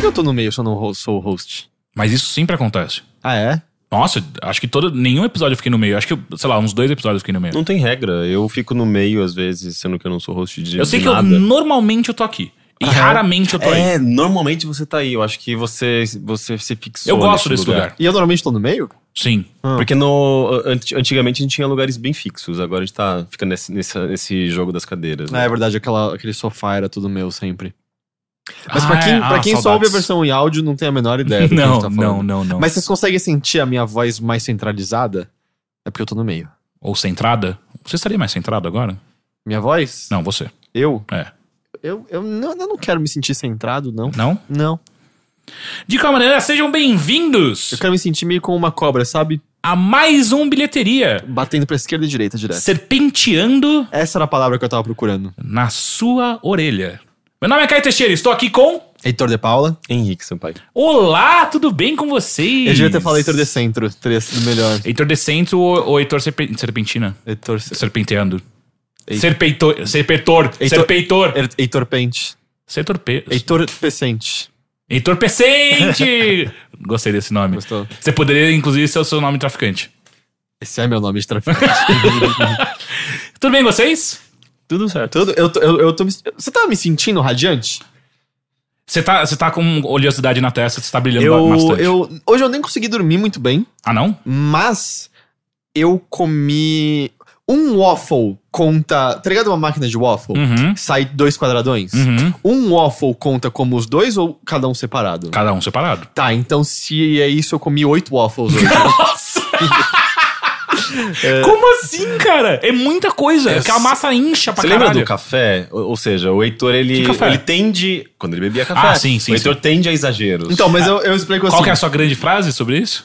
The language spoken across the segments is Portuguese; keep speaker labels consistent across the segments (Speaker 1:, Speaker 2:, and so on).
Speaker 1: que eu tô no meio se eu não ho- sou o host?
Speaker 2: Mas isso sempre acontece.
Speaker 1: Ah, é?
Speaker 2: Nossa, acho que todo, nenhum episódio eu fiquei no meio. Acho que, eu- sei lá, uns dois episódios eu fiquei no meio.
Speaker 3: Não tem regra. Eu fico no meio, às vezes, sendo que eu não sou host de
Speaker 2: eu sei
Speaker 3: de
Speaker 2: que eu,
Speaker 3: nada.
Speaker 2: normalmente eu tô aqui. E raramente eu tô aí.
Speaker 3: É, normalmente você tá aí. Eu acho que você, você se fixou.
Speaker 2: Eu gosto
Speaker 3: nesse
Speaker 2: desse lugar.
Speaker 1: E eu normalmente tô no meio?
Speaker 2: Sim.
Speaker 3: Porque no, ant- antigamente a gente tinha lugares bem fixos, agora a gente tá ficando nesse, nessa- nesse jogo das cadeiras.
Speaker 1: Ah,
Speaker 3: né?
Speaker 1: é verdade, aquela, aquele sofá era tudo meu sempre. Mas pra
Speaker 2: Ah,
Speaker 1: quem,
Speaker 2: é.
Speaker 1: pra
Speaker 2: Ah,
Speaker 1: quem só
Speaker 2: saudades.
Speaker 1: ouve a versão em áudio, não tem a menor ideia do que a
Speaker 2: Não,
Speaker 1: gente tá falando.
Speaker 2: não, não, não.
Speaker 1: Mas vocês conseguem sentir a minha voz mais centralizada? É porque eu tô no meio.
Speaker 2: Ou centrada? Você estaria mais centrado agora?
Speaker 1: Minha voz?
Speaker 2: Não, você.
Speaker 1: Eu?
Speaker 2: É.
Speaker 1: Eu, eu, não, eu não quero me sentir centrado, não.
Speaker 2: Não?
Speaker 1: Não.
Speaker 2: De qualquer maneira, sejam
Speaker 1: Eu
Speaker 2: bem-vindos
Speaker 1: quero me sentir meio como uma cobra, sabe?
Speaker 2: a mais um Bilheteria.
Speaker 1: Batendo pra esquerda e direita direto.
Speaker 2: Serpenteando
Speaker 1: Essa era a palavra que eu tava procurando.
Speaker 2: na sua orelha. Meu nome é Caio Teixeira, estou aqui com...
Speaker 1: Heitor de Paula?
Speaker 2: É.
Speaker 3: Henrique Sampaio.
Speaker 2: Olá, tudo bem com vocês?
Speaker 1: Eu devia ter falado Heitor de Centro, teria sido melhor.
Speaker 2: Heitor de Centro ou, ou Heitor Serpe- Serpentina?
Speaker 1: Heitor, Ce-
Speaker 2: Serpenteando.
Speaker 1: Ei-
Speaker 2: Serpeitor, serpetor,
Speaker 1: Heitor-
Speaker 2: serpeitor,
Speaker 1: Her- Heitor Pente.
Speaker 2: sertorpe,
Speaker 1: Heitor Pecente.
Speaker 2: entorpecente. Gostei desse nome.
Speaker 1: Gostou?
Speaker 2: Você poderia, inclusive, ser o seu nome traficante.
Speaker 1: Esse é meu nome de traficante.
Speaker 2: Tudo bem com vocês?
Speaker 3: Tudo certo.
Speaker 1: É Tudo- eu, tô- eu, eu tô me- Você tá me sentindo radiante?
Speaker 2: Você tá, você tá com oleosidade na testa, você tá brilhando ba-
Speaker 1: Eu,
Speaker 2: bastante.
Speaker 1: eu, hoje eu nem consegui dormir muito bem,
Speaker 2: Ah, não?
Speaker 1: mas eu comi um waffle conta. Tá ligado uma máquina de waffle?
Speaker 2: Uhum.
Speaker 1: Sai dois quadradões?
Speaker 2: Uhum.
Speaker 1: Um waffle conta como os dois ou cada um separado?
Speaker 2: Cada um separado.
Speaker 1: Tá, então se é isso, eu comi oito waffles hoje.
Speaker 2: Nossa! Como assim, cara? É muita coisa. É que a massa incha pra
Speaker 3: Você
Speaker 2: caralho.
Speaker 3: lembra do café? Ou, ou seja, o Heitor, ele,
Speaker 2: Que café?
Speaker 3: ele tende. Quando ele bebia café.
Speaker 2: Ah, sim, sim,
Speaker 3: O Heitor tende a exageros.
Speaker 1: então, mas eu, eu explico assim.
Speaker 2: Qual que é a sua grande frase sobre isso?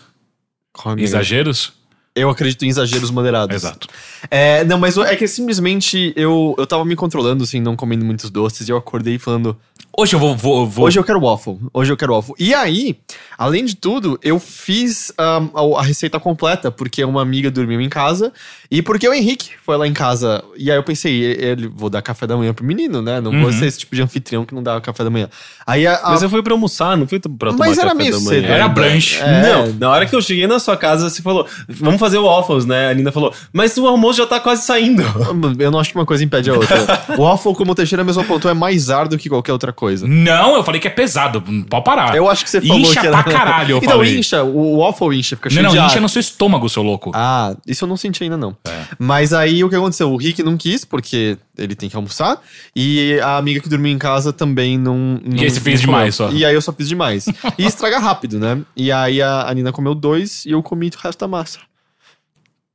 Speaker 1: Qual é a minha-
Speaker 2: Exageros?
Speaker 1: Eu acredito em exageros moderados.
Speaker 2: Exato.
Speaker 1: É, não, mas é que simplesmente eu, eu tava me controlando, assim, não comendo muitos doces, e eu acordei falando,
Speaker 2: Hoje eu vou... vou, vou-
Speaker 1: Hoje eu quero waffle. Hoje eu quero waffle. E aí, além de tudo, eu fiz ahm, a, a receita completa, porque uma amiga dormiu em casa e porque o Henrique foi lá em casa. E aí eu pensei, e- ele vou dar café da manhã pro menino, né? Não vou
Speaker 2: Uhum.
Speaker 1: ser esse tipo de anfitrião que não dá café da manhã. Aí a. a-
Speaker 3: Mas eu fui pra almoçar, não fui pra tomar
Speaker 1: Mas era
Speaker 3: café
Speaker 1: meio
Speaker 3: da manhã.
Speaker 1: cedo
Speaker 2: Era brunch.
Speaker 1: É.
Speaker 3: Não, na hora que eu cheguei na sua casa, você falou, vamos fazer o waffles, né? A Nina falou, mas o almoço já tá quase saindo.
Speaker 1: eu não acho que uma coisa impede a outra. o waffle, como o Teixeira mesmo apontou, é mais ar do que qualquer outra coisa.
Speaker 2: Não, eu falei que é pesado. Pode parar.
Speaker 1: Eu acho que você falou
Speaker 2: Ah. Incha
Speaker 1: que era...
Speaker 2: pra caralho, eu
Speaker 1: Então,
Speaker 2: falei.
Speaker 1: incha. O waffle incha, fica cheio
Speaker 2: Não,
Speaker 1: de
Speaker 2: não, É.
Speaker 1: ar.
Speaker 2: incha no seu estômago, seu louco.
Speaker 1: Ah, isso eu não senti ainda não. Mas aí o que aconteceu? O Rick não quis, porque ele tem que almoçar. E a amiga que dormiu em casa também não. não
Speaker 2: aí você fez
Speaker 1: não
Speaker 2: demais
Speaker 1: comeu.
Speaker 2: só.
Speaker 1: E aí eu só fiz demais. e estraga rápido, né? E aí a, a Nina comeu dois e eu comi o resto da massa.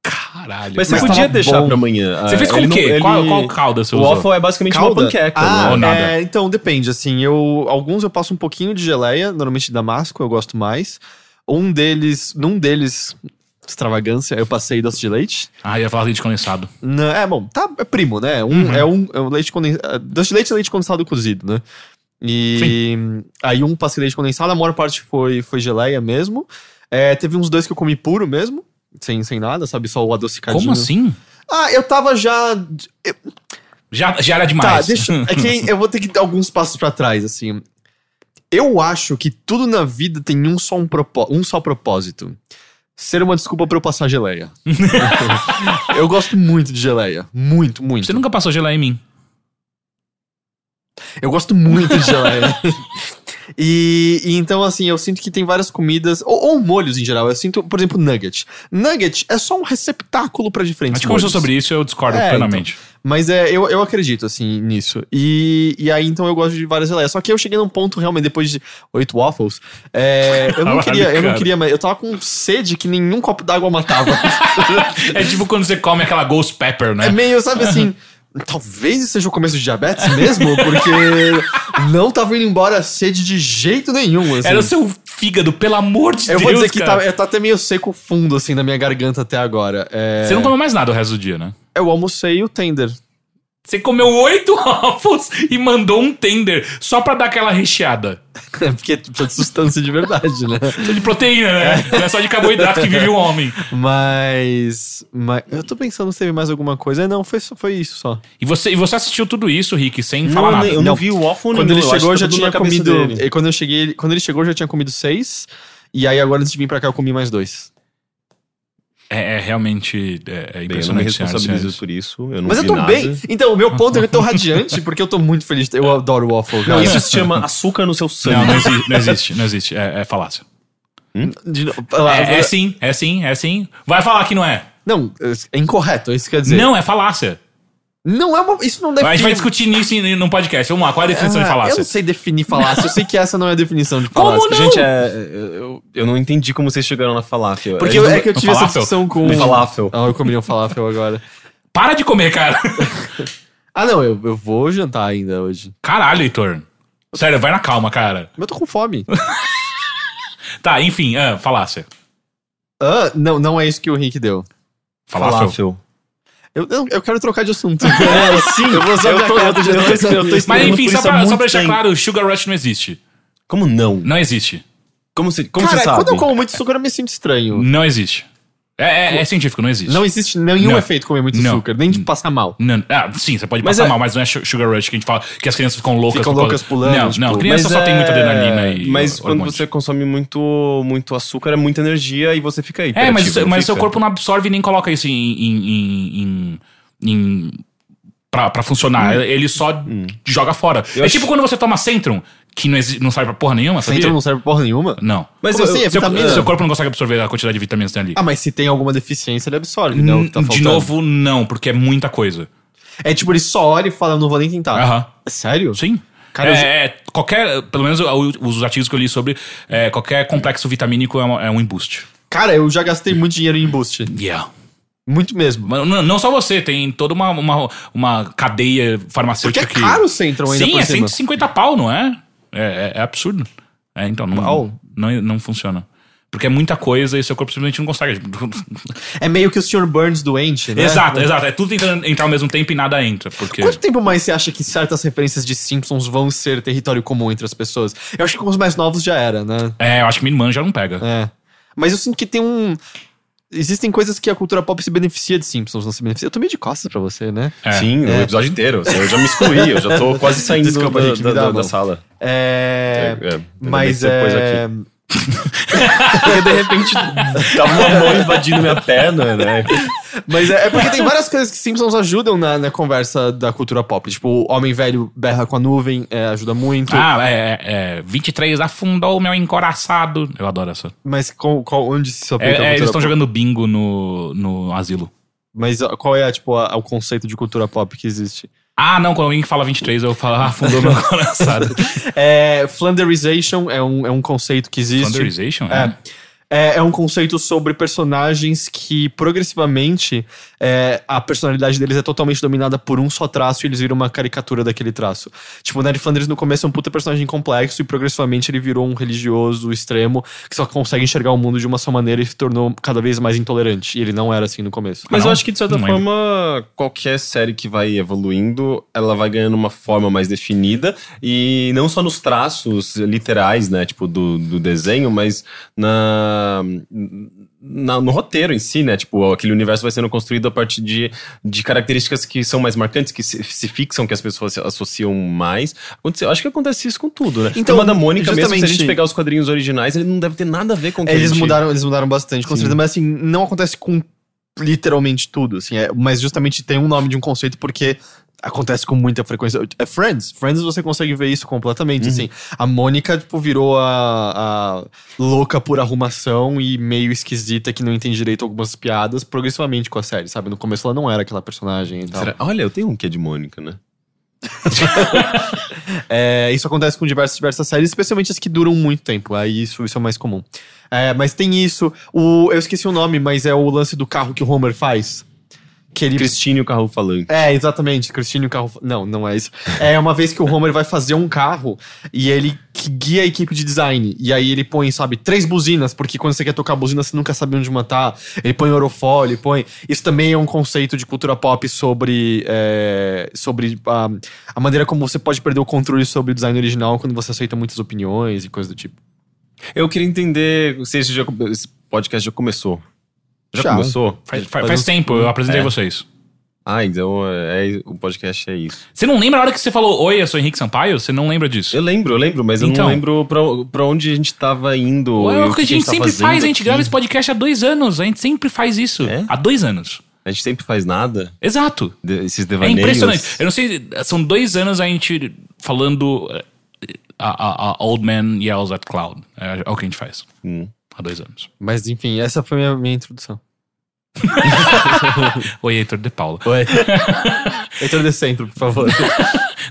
Speaker 2: Caralho.
Speaker 3: Mas você
Speaker 1: Mas
Speaker 3: podia
Speaker 1: tava
Speaker 3: deixar
Speaker 1: bom.
Speaker 3: pra amanhã.
Speaker 2: Você
Speaker 3: Ah,
Speaker 2: fez com o
Speaker 3: ele não-
Speaker 2: quê?
Speaker 3: ele-
Speaker 2: Qual, qual calda você
Speaker 3: O
Speaker 2: usou?
Speaker 3: waffle é basicamente uma
Speaker 1: Calda?
Speaker 3: panqueca.
Speaker 1: Ah,
Speaker 2: Ou
Speaker 3: né?
Speaker 2: nada.
Speaker 1: é, então depende, assim, eu alguns eu passo um pouquinho de geleia, normalmente damasco, eu gosto mais. Um deles, num deles, extravagância, eu passei doce de leite.
Speaker 2: Ah, ia falar leite condensado.
Speaker 1: Não, é bom, tá, é primo, né? Um,
Speaker 2: Uhum.
Speaker 1: é, um, é um leite condensado. Doce de leite é leite condensado cozido, né? E aí um passei leite condensado, a maior parte foi, foi geleia mesmo. É, teve uns dois que eu comi puro mesmo, sem, sem nada, sabe? Só o adocicadinho.
Speaker 2: Como assim?
Speaker 1: Ah, eu tava já.
Speaker 2: Já, já era
Speaker 1: Tá,
Speaker 2: demais.
Speaker 1: deixa. É que eu vou ter que dar alguns passos pra trás, assim. Eu acho que tudo na vida tem um só, um propó- um só propósito. Ser uma desculpa pra eu passar geleia. eu gosto muito de geleia. Muito, muito.
Speaker 2: Você nunca passou geleia em mim.
Speaker 1: Eu gosto muito de geleia. E, e então, assim, eu sinto que tem várias comidas, ou, ou molhos em geral. Eu sinto, por exemplo, nugget. Nugget é só um receptáculo pra
Speaker 2: A
Speaker 1: diferentes
Speaker 2: gente conversou
Speaker 1: molhos.
Speaker 2: sobre isso eu discordo
Speaker 1: É,
Speaker 2: plenamente.
Speaker 1: Mas é, eu, eu acredito, assim, nisso. E, e aí, então, eu gosto de várias geleias. Só que eu cheguei num ponto, realmente, depois de oito waffles, é, eu não
Speaker 2: Caralho,
Speaker 1: queria, eu não
Speaker 2: cara.
Speaker 1: queria, mas eu tava com sede que nenhum copo d'água matava.
Speaker 2: É tipo quando você come aquela Ghost Pepper,
Speaker 1: É
Speaker 2: né?
Speaker 1: meio, sabe assim. Talvez isso seja o começo de diabetes mesmo, porque não tava indo embora a sede de jeito nenhum. Assim.
Speaker 2: Era o seu fígado, pelo amor de
Speaker 1: eu
Speaker 2: Deus.
Speaker 1: vou dizer que
Speaker 2: cara.
Speaker 1: tá, tá até meio seco o fundo, assim, na minha garganta até agora. É,
Speaker 2: Você não comeu mais nada o resto do dia, né?
Speaker 1: Eu almocei o tender.
Speaker 2: Você comeu oito ovos e mandou um tender só pra dar aquela recheada.
Speaker 1: É porque precisa de substância de verdade, né?
Speaker 2: Precisa de proteína, né? Não é só de carboidrato que vive o homem.
Speaker 1: Mas, mas. Eu tô pensando se teve mais alguma coisa. É, Não, foi, só- foi isso só.
Speaker 2: E você, e você assistiu tudo isso, Rick, sem
Speaker 3: Não,
Speaker 2: falar
Speaker 3: eu nem-
Speaker 2: nada.
Speaker 3: eu não,
Speaker 1: Não.
Speaker 3: vi o waffle
Speaker 1: Quando
Speaker 3: nenhum,
Speaker 1: ele
Speaker 3: eu acho
Speaker 1: chegou, eu
Speaker 3: que
Speaker 1: já
Speaker 3: tá tudo
Speaker 1: tinha
Speaker 3: na cabeça
Speaker 1: comido.
Speaker 3: dele.
Speaker 1: e Quando, eu cheguei, ele- quando ele chegou, eu já tinha comido seis. E aí, agora antes de vir pra cá, eu comi mais dois.
Speaker 2: É, é realmente é, é
Speaker 3: Bem, eu não me
Speaker 2: impressionante, senhoras e
Speaker 3: responsabilizo
Speaker 2: senhores.
Speaker 3: por isso. Eu não
Speaker 1: Mas eu
Speaker 3: vi
Speaker 1: tô
Speaker 3: nada.
Speaker 1: bem. Então, o meu ponto é que eu tô radiante, porque eu tô muito feliz. Eu adoro waffle.
Speaker 3: Não,
Speaker 1: cara.
Speaker 3: isso se chama açúcar no seu
Speaker 2: Não,
Speaker 3: sangue.
Speaker 2: não existe, não existe, não existe. É, é falácia.
Speaker 1: De novo, lá,
Speaker 2: É, é sim, é sim, é sim. Vai falar que não é.
Speaker 1: Não, é incorreto, é isso que quer dizer.
Speaker 2: Não, é falácia.
Speaker 1: Não é uma. Isso
Speaker 3: Tá
Speaker 1: não deve
Speaker 2: a gente vai discutir nisso em- num podcast. Vamos lá, qual é a definição
Speaker 3: Ah,
Speaker 2: de
Speaker 1: Eu
Speaker 2: falácia?
Speaker 1: não sei definir falácia, eu sei que essa não é a definição de
Speaker 2: Como
Speaker 1: falácia.
Speaker 2: não?
Speaker 3: Gente, é, eu, eu não entendi como vocês chegaram na falácia.
Speaker 1: Porque
Speaker 3: Eles
Speaker 1: eu-
Speaker 3: não-
Speaker 1: é que eu
Speaker 2: no
Speaker 1: tive essa
Speaker 2: falafel?
Speaker 1: discussão com.
Speaker 3: No falafel.
Speaker 1: Ah, eu comi um falafel agora.
Speaker 2: Para de comer, cara.
Speaker 1: Ah, não, eu, eu vou jantar ainda hoje.
Speaker 2: Caralho, Heitor. Sério, vai na calma, cara.
Speaker 1: Mas eu tô com fome.
Speaker 2: Tá, enfim, ah, falácia.
Speaker 1: ah, não, não é isso que o Rick deu.
Speaker 2: Falácia.
Speaker 3: Falafel.
Speaker 1: Eu, eu, eu quero trocar de assunto. É, sim. Eu vou só
Speaker 3: eu
Speaker 1: pra
Speaker 3: tô-
Speaker 1: casa
Speaker 3: eu tô-
Speaker 1: de
Speaker 3: eu tô-
Speaker 1: dois
Speaker 3: eu tô
Speaker 1: amigos.
Speaker 2: Mas enfim,
Speaker 3: Por
Speaker 2: só
Speaker 3: isso há
Speaker 2: pra, só
Speaker 3: muito
Speaker 2: pra deixar
Speaker 3: tempo.
Speaker 2: claro, o Sugar Rush não existe.
Speaker 3: Como não?
Speaker 2: Não existe.
Speaker 3: Como você como
Speaker 1: Cara,
Speaker 3: você sabe?
Speaker 1: quando eu como muito açúcar, eu me sinto estranho.
Speaker 2: Não existe. É, é- é científico, não existe.
Speaker 1: Não existe nenhum
Speaker 2: Não.
Speaker 1: efeito comer muito
Speaker 2: Não.
Speaker 1: açúcar, nem de passar mal.
Speaker 2: Não, ah, sim, você pode
Speaker 3: Mas
Speaker 2: passar
Speaker 3: é-
Speaker 2: mal, mas não é su- Sugar Rush que a gente fala que as crianças ficam loucas.
Speaker 1: Ficam
Speaker 2: por causa-
Speaker 1: loucas pulando,
Speaker 2: Não,
Speaker 1: tipo,
Speaker 2: não. Criança
Speaker 3: Mas
Speaker 2: só tem
Speaker 3: é-
Speaker 2: muita adrenalina e.
Speaker 3: Mas quando
Speaker 2: hormônios.
Speaker 3: você é consome muito, muito açúcar, é muita energia e você fica aí.
Speaker 2: É, mas, mas seu corpo não absorve nem coloca isso em. em, em, em- em- pra, pra funcionar. Ele só joga fora.
Speaker 3: Eu
Speaker 2: é
Speaker 3: acho-
Speaker 2: tipo quando você toma Centrum, que não, exi- não serve pra porra nenhuma, sabia?
Speaker 1: Centro não serve porra nenhuma.
Speaker 2: Não.
Speaker 3: Mas
Speaker 1: Como
Speaker 3: eu-
Speaker 1: assim? É
Speaker 3: eu-
Speaker 2: Seu,
Speaker 1: vitamina?
Speaker 2: seu corpo não consegue absorver a quantidade de vitaminas que tem ali.
Speaker 1: Ah, mas se tem alguma deficiência, ele absorve, né? o que tá
Speaker 2: Hum, de
Speaker 1: faltando.
Speaker 2: novo, não, porque é muita coisa.
Speaker 1: É tipo, ele só olha e fala, eu não vou nem tentar. É
Speaker 2: Aham.
Speaker 1: Sério?
Speaker 2: Sim.
Speaker 1: Cara, eu
Speaker 2: é,
Speaker 1: já-
Speaker 2: é, qualquer, pelo menos o- os artigos que eu li sobre, é, qualquer complexo vitamínico é, uma- é um embuste.
Speaker 1: Cara, eu já gastei muito dinheiro em boost.
Speaker 2: Yeah.
Speaker 1: Muito mesmo.
Speaker 2: Mas não, não só você, tem toda uma, uma, uma cadeia
Speaker 1: Porque
Speaker 2: farmacêutica
Speaker 1: é caro o Centron
Speaker 2: que...
Speaker 1: ainda
Speaker 2: Sim,
Speaker 1: por
Speaker 2: é
Speaker 1: cima.
Speaker 2: 150 pau, não é? É, é- é absurdo. É, então, não,
Speaker 1: Pau?
Speaker 2: não, não funciona. Porque é muita coisa e seu corpo simplesmente não consegue.
Speaker 1: É meio que o Sr. Burns doente, né?
Speaker 2: exato, exato. É tudo tentando entrar ao mesmo tempo e nada entra. Porque...
Speaker 1: Quanto tempo mais você acha que certas referências de Simpsons vão ser território comum entre as pessoas? Eu acho que com os mais novos já era, né?
Speaker 2: É, eu acho que minha irmã já não pega.
Speaker 1: É. Mas eu sinto que tem um. Existem coisas que a cultura pop se beneficia de Simpsons, não se beneficia. Eu tô meio de costas pra você, né?
Speaker 2: É.
Speaker 3: Sim, o episódio inteiro. assim, Eu já me excluí, eu já tô quase saindo
Speaker 1: Desculpa,
Speaker 3: da,
Speaker 1: gente, me
Speaker 3: da-
Speaker 1: dá a
Speaker 3: da-
Speaker 1: mão.
Speaker 3: da sala.
Speaker 1: É.
Speaker 3: É, é,
Speaker 1: mas
Speaker 3: ainda bem
Speaker 1: é.
Speaker 3: que você
Speaker 1: Porque de repente
Speaker 3: pôs aqui. Tava Tá uma mão invadindo minha perna, né?
Speaker 1: Mas é, é porque tem várias coisas que Simpsons ajudam na, na conversa da cultura pop. Tipo, o Homem Velho berra com a nuvem, é, ajuda muito.
Speaker 2: Ah, é, é, é, 23 afundou meu encoraçado. Eu adoro essa.
Speaker 1: Mas com, qual, onde
Speaker 3: então
Speaker 1: se
Speaker 2: É,
Speaker 1: aplica
Speaker 2: é,
Speaker 1: a
Speaker 2: eles
Speaker 1: cultura
Speaker 2: estão
Speaker 1: pop?
Speaker 2: jogando bingo no, no asilo.
Speaker 1: Mas ó, qual é, tipo, a- o conceito de cultura pop que existe?
Speaker 2: Ah, não, quando alguém fala 23, eu falo, ah, afundou meu encoraçado.
Speaker 1: É, flanderization é um, é um conceito que existe.
Speaker 2: Thunderization?
Speaker 1: É.
Speaker 2: É.
Speaker 1: É, é um conceito sobre personagens que progressivamente é, a personalidade deles é totalmente dominada por um só traço e eles viram uma caricatura daquele traço. Tipo, o Ned Flanders no começo é um puta personagem complexo e progressivamente ele virou um religioso extremo que só consegue enxergar o mundo de uma só maneira e se tornou cada vez mais intolerante. E ele não era assim no começo.
Speaker 3: Mas
Speaker 2: não?
Speaker 3: eu acho que, de certa
Speaker 2: Não lembro.
Speaker 3: forma, qualquer série que vai evoluindo, ela vai ganhando uma forma mais definida. E não só nos traços literais, né? Tipo, do, do desenho, mas na, na- no roteiro em si, né? Tipo, aquele universo vai sendo construído a partir de, de características que são mais marcantes, que se, se fixam, que as pessoas se associam mais. Acontece- eu acho que acontece isso com tudo, né?
Speaker 1: Então,
Speaker 3: Então, da Mônica, mesmo se a gente
Speaker 1: justamente-
Speaker 3: pegar os quadrinhos originais, ele não deve ter nada a ver com o que a
Speaker 1: Eles
Speaker 3: gente-
Speaker 1: mudaram, eles mudaram bastante, com
Speaker 3: Sim.
Speaker 1: certeza, mas assim, não acontece com literalmente tudo, assim, é- mas justamente tem um nome de um conceito porque acontece com muita frequência. É Friends, Friends você consegue ver isso
Speaker 3: Uhum.
Speaker 1: completamente, assim. A Mônica, tipo, virou a, a louca por arrumação e meio esquisita que não entende direito algumas piadas progressivamente com a série, sabe? No começo ela não era aquela personagem e tal.
Speaker 3: Será- Olha, eu tenho um que é de Mônica, né?
Speaker 1: É, isso acontece com diversas, diversas séries, especialmente as que duram muito tempo. Aí isso, isso é mais comum. É, mas tem isso. O, eu esqueci o nome, mas é o lance do carro que o Homer faz. que ele
Speaker 3: Cristine e o carro falando.
Speaker 1: É, exatamente. Cristine, o carro. Não, não é isso. É uma vez que o Homer vai fazer um carro e ele que guia a equipe de design. E aí ele põe, sabe, três buzinas, porque quando você quer tocar buzina, você nunca sabe onde matar. Ele põe orofólio, põe. Isso também é um conceito de cultura pop sobre. é, sobre a, a maneira como você pode perder o controle sobre o design original quando você aceita muitas opiniões e coisa do tipo.
Speaker 3: Eu queria entender se esse, já- esse podcast já começou. Já,
Speaker 1: Já.
Speaker 3: começou?
Speaker 2: Faz, faz- faz tempo, eu apresentei
Speaker 3: é.
Speaker 2: vocês.
Speaker 3: Ah, então é, o podcast é isso.
Speaker 2: Você não lembra a hora que você falou, oi, eu sou Henrique Sampaio? Você não lembra disso?
Speaker 3: Eu lembro, eu lembro, mas eu
Speaker 2: Então.
Speaker 3: não lembro pra, pra onde a gente tava indo.
Speaker 2: Ué,
Speaker 3: e
Speaker 2: é
Speaker 3: o
Speaker 2: o que a gente
Speaker 3: tá
Speaker 2: sempre
Speaker 3: fazendo
Speaker 2: faz, a gente
Speaker 3: aqui.
Speaker 2: grava esse podcast há dois anos, a gente sempre faz isso.
Speaker 3: É?
Speaker 2: Há dois anos.
Speaker 3: A gente sempre faz nada,
Speaker 2: Exato.
Speaker 3: de- esses
Speaker 2: É
Speaker 3: devaneios.
Speaker 2: impressionante. Eu não sei, são dois anos a gente falando eh, a, a- a Old Man Yells at Cloud. É, o que a gente faz.
Speaker 3: Hum.
Speaker 2: Há dois anos.
Speaker 1: Mas enfim, essa foi a minha, minha introdução.
Speaker 2: Oi, Heitor de Paula.
Speaker 1: Ué. Heitor de centro, por favor.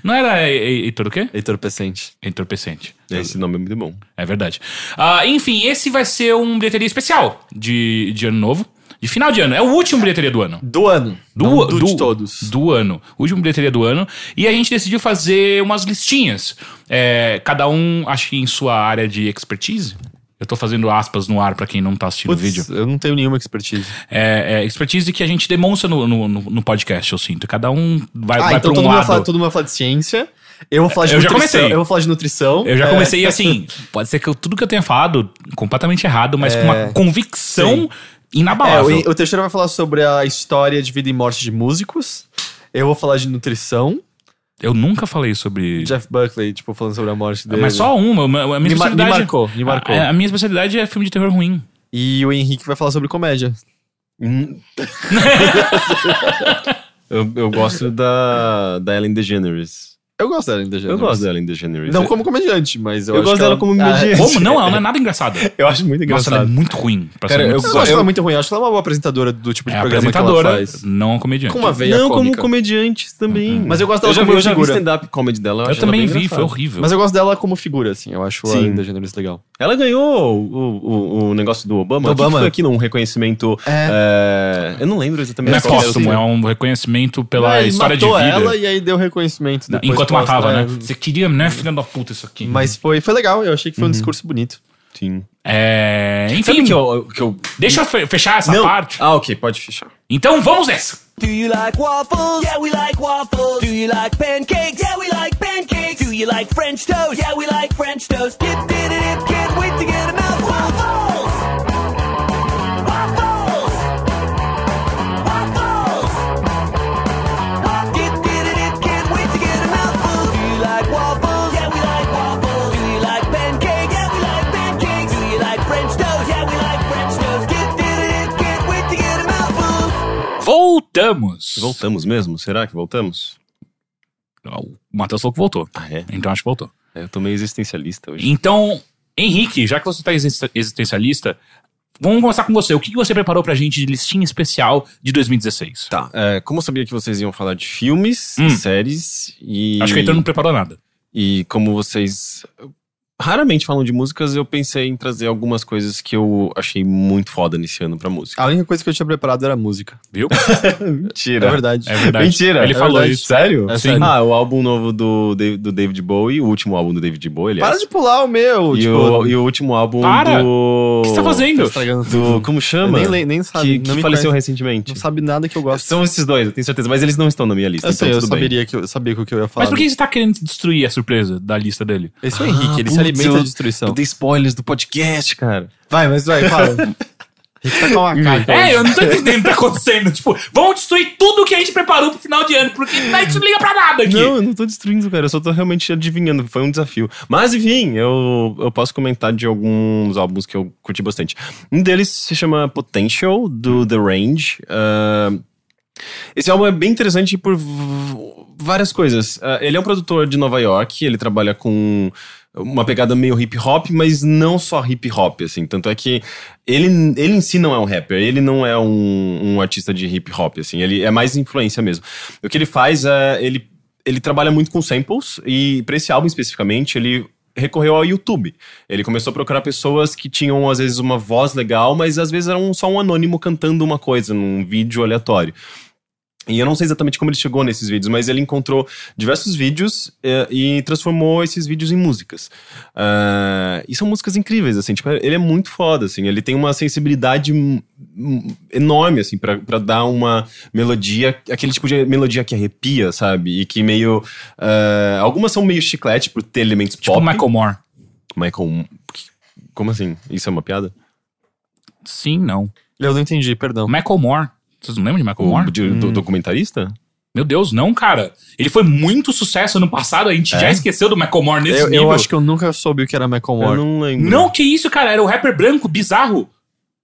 Speaker 2: Não era He- He- Heitor o quê?
Speaker 1: Heitor Pecente.
Speaker 2: Heitor Pecente.
Speaker 3: Esse nome é muito bom.
Speaker 2: É verdade. Ah, enfim, esse vai ser um bilheteria especial de, de ano novo. De final de ano. É o último bilheteria do ano.
Speaker 1: Do ano.
Speaker 2: Do,
Speaker 1: Não do,
Speaker 2: do-
Speaker 1: de todos.
Speaker 2: Do ano. Último bilheteria do ano. E a gente decidiu fazer umas listinhas. É, cada um, acho que em sua área de expertise. Eu tô fazendo aspas no ar pra quem não tá assistindo o
Speaker 1: Putz,
Speaker 2: vídeo.
Speaker 1: Eu não tenho nenhuma expertise.
Speaker 2: É, é, expertise que a gente demonstra no, no, no- no podcast, eu sinto. Cada um vai,
Speaker 1: Ah,
Speaker 2: vai
Speaker 1: então
Speaker 2: pra
Speaker 1: todo
Speaker 2: um
Speaker 1: mundo, vai
Speaker 2: lado.
Speaker 1: falar, todo mundo vai falar de ciência. Eu vou falar de
Speaker 2: Eu já
Speaker 1: nutrição.
Speaker 2: comecei.
Speaker 1: Eu vou falar de nutrição.
Speaker 2: Eu já
Speaker 1: É,
Speaker 2: comecei assim, pode ser que eu- tudo que eu tenha falado, completamente errado, mas com uma convicção
Speaker 1: é,
Speaker 2: inabalável.
Speaker 1: o, o Teixeira vai falar sobre a história de vida e morte de músicos. Eu vou falar de nutrição.
Speaker 2: Eu nunca falei sobre. É,
Speaker 1: Jeff Buckley, tipo, falando sobre a morte dele.
Speaker 2: mas só uma, uma-
Speaker 1: me, mar-
Speaker 2: a minha
Speaker 1: me
Speaker 2: especialidade.
Speaker 1: marcou, me marcou.
Speaker 2: A, a minha especialidade é filme de terror ruim.
Speaker 1: E o Henrique vai falar sobre comédia. Hum.
Speaker 3: eu, eu gosto da, da Ellen DeGeneres.
Speaker 1: Eu gosto dela ainda, né?
Speaker 3: Eu gosto da Ellen DeGeneres.
Speaker 1: Não como comediante, mas eu,
Speaker 3: Eu
Speaker 1: acho
Speaker 3: gosto
Speaker 1: que
Speaker 3: dela
Speaker 1: ela-
Speaker 3: como
Speaker 1: Ah,
Speaker 3: comediante.
Speaker 2: Como? Não, ela não é nada engraçada.
Speaker 3: Eu acho muito
Speaker 2: Nossa,
Speaker 3: engraçado.
Speaker 2: ela é muito ruim. Pra
Speaker 3: Cara,
Speaker 2: ser
Speaker 3: eu
Speaker 2: muito...
Speaker 1: Eu não acho
Speaker 3: Eu-
Speaker 1: ela muito ruim, eu acho que ela é uma boa apresentadora do tipo de
Speaker 2: É
Speaker 1: programa que ela
Speaker 2: apresentadora,
Speaker 1: faz.
Speaker 2: não comediante.
Speaker 1: Com uma veia
Speaker 3: não, como
Speaker 1: cômica.
Speaker 3: comediante também.
Speaker 2: Uhum.
Speaker 1: Mas eu gosto dela
Speaker 3: eu já,
Speaker 1: como
Speaker 3: vi- eu já vi
Speaker 1: figura.
Speaker 3: stand-up comedy
Speaker 2: Eu
Speaker 3: dela. acho ela
Speaker 2: também
Speaker 3: bem
Speaker 2: vi,
Speaker 3: engraçada.
Speaker 2: foi horrível.
Speaker 1: Mas eu gosto dela como figura, assim. Eu acho a
Speaker 3: Sim.
Speaker 1: Linda Generis legal.
Speaker 3: Ela ganhou o, o, o negócio do Obama.
Speaker 1: Do
Speaker 3: O que que
Speaker 1: Obama.
Speaker 3: foi aqui num reconhecimento. É. eu não lembro exatamente
Speaker 2: Não é
Speaker 3: qual que
Speaker 2: póstumo,
Speaker 3: o-
Speaker 2: é um reconhecimento pela
Speaker 1: É, ele
Speaker 2: história de
Speaker 1: matou
Speaker 2: vida.
Speaker 1: ela e aí deu reconhecimento. depois
Speaker 2: Enquanto
Speaker 1: pós,
Speaker 2: matava, né? Você queria, né, filha da puta, isso aqui.
Speaker 1: Mas foi, foi legal, eu achei que foi
Speaker 3: Uhum.
Speaker 1: um discurso bonito.
Speaker 3: Sim.
Speaker 2: É,
Speaker 3: Sabe
Speaker 2: enfim,
Speaker 3: que eu. Que eu...
Speaker 2: deixa eu fe- fechar essa
Speaker 3: Não.
Speaker 2: parte.
Speaker 3: Ah, ok, pode fechar.
Speaker 2: Então vamos nessa.
Speaker 4: Do you like waffles? Yeah, we like waffles. Do you like pancakes? Yeah, we like pancakes. Do you like French toast? Yeah, we like French toast. Dip, dip, dip, dip. Can't wait to get a mouthful. Waffles! Waffles! Waffles! Waff- Dip, dip, dip, dip. Can't wait to get a mouthful. Do you like waffles? Yeah, we like waffles. Do you like pancakes? Yeah, we like pancakes. Do you like French toast? Yeah, we like French toast. Dip, dip, dip, dip. Can't wait to get a mouthful.
Speaker 2: Voltamos.
Speaker 3: Voltamos mesmo? Será que voltamos?
Speaker 2: O Matheus falou que voltou.
Speaker 3: Ah, é.
Speaker 2: Então acho que voltou.
Speaker 3: Eu tô meio existencialista hoje.
Speaker 2: Então, Henrique, já que você tá existen- existencialista, vamos começar com você. O que que você preparou pra gente de listinha especial de 2016?
Speaker 3: Tá. é, como eu sabia que vocês iam falar de filmes,
Speaker 2: Hum.
Speaker 3: séries e.
Speaker 2: Acho que o Heitor não preparou nada.
Speaker 3: E como vocês raramente falam de músicas, eu pensei em trazer algumas coisas que eu achei muito foda nesse ano pra música.
Speaker 1: A única coisa que eu tinha preparado era a música.
Speaker 2: Viu?
Speaker 3: mentira.
Speaker 1: É verdade.
Speaker 2: É verdade.
Speaker 3: Mentira.
Speaker 2: Ele
Speaker 3: é
Speaker 2: falou
Speaker 3: verdade.
Speaker 2: isso.
Speaker 3: Sério?
Speaker 1: É
Speaker 2: Sim.
Speaker 1: sério.
Speaker 3: Ah, o álbum novo do, Da- do David Bowie, o último álbum do David Bowie, aliás.
Speaker 1: Para de pular o meu.
Speaker 3: e,
Speaker 1: tipo,
Speaker 3: o, e o último álbum
Speaker 2: Para!
Speaker 3: do.
Speaker 2: O que você tá
Speaker 1: tá
Speaker 2: fazendo?
Speaker 1: estragando
Speaker 3: Do.
Speaker 1: tudo.
Speaker 3: Como chama?
Speaker 1: Eu nem, le- nem sabe.
Speaker 3: que
Speaker 1: não
Speaker 3: que
Speaker 1: me
Speaker 3: faleceu
Speaker 1: conhece.
Speaker 3: recentemente.
Speaker 1: Não sabe nada que eu gosto.
Speaker 3: São esses dois, eu tenho certeza, mas eles não estão na minha lista.
Speaker 1: eu sei,
Speaker 3: então
Speaker 1: eu
Speaker 3: tudo bem.
Speaker 1: saberia que eu sabia que o que eu ia falar.
Speaker 2: Mas por que você tá querendo destruir a surpresa da lista dele?
Speaker 1: Esse é o Henrique, ele
Speaker 3: Ah, putz,
Speaker 1: se alimenta
Speaker 3: eu-
Speaker 1: de destruição.
Speaker 3: Eu dei spoilers do podcast, cara.
Speaker 1: Vai, mas vai, fala. Henrique tá com
Speaker 3: Hum.
Speaker 1: uma cara.
Speaker 2: É, eu não tô entendendo o que tá acontecendo. Tipo, vamos destruir tudo que a gente preparou pro final de ano, porque a gente não liga pra nada aqui.
Speaker 3: Não, eu não tô destruindo, cara. Eu só tô realmente adivinhando. Foi um desafio. Mas, enfim, eu, eu posso comentar de alguns álbuns que eu curti bastante. Um deles se chama Potential, do The Range. Ah, esse álbum é bem interessante por v- várias coisas. Ah, ele é um produtor de Nova York, ele trabalha com uma pegada meio hip hop, mas não só hip hop, assim. Tanto é que ele, ele em si não é um rapper, ele não é um, um artista de hip hop, assim. Ele é mais influência mesmo. O que ele faz é. Ele, ele trabalha muito com samples, e pra esse álbum especificamente, ele recorreu ao YouTube. Ele começou a procurar pessoas que tinham, às vezes, uma voz legal, mas às vezes eram só um anônimo cantando uma coisa num vídeo aleatório. E eu não sei exatamente como ele chegou nesses vídeos, mas ele encontrou diversos vídeos eh, e transformou esses vídeos em músicas. Ah, e são músicas incríveis, assim, tipo, ele é muito foda, assim, ele tem uma sensibilidade hum, hum, enorme, assim, pra, pra dar uma melodia, aquele tipo de melodia que arrepia, sabe? E que meio. ah, algumas são meio chiclete por ter elementos
Speaker 2: Tipo
Speaker 3: pop.
Speaker 2: Michael Moore.
Speaker 3: Michael. é um- Como assim? Isso é uma piada?
Speaker 2: Sim, não.
Speaker 1: Eu não entendi, perdão.
Speaker 2: Michael Moore. Vocês não lembram de Michael Moore?
Speaker 3: O Um de-
Speaker 1: Hum.
Speaker 3: do, documentarista?
Speaker 2: Meu Deus, não, cara. Ele foi muito sucesso ano passado, a gente
Speaker 3: É?
Speaker 2: já esqueceu do Michael Moore nesse
Speaker 1: Eu,
Speaker 2: nível.
Speaker 1: eu acho que eu nunca soube o que era Michael
Speaker 3: Eu
Speaker 1: Moore.
Speaker 3: não lembro.
Speaker 2: Não, que isso, cara. Era o rapper branco, bizarro.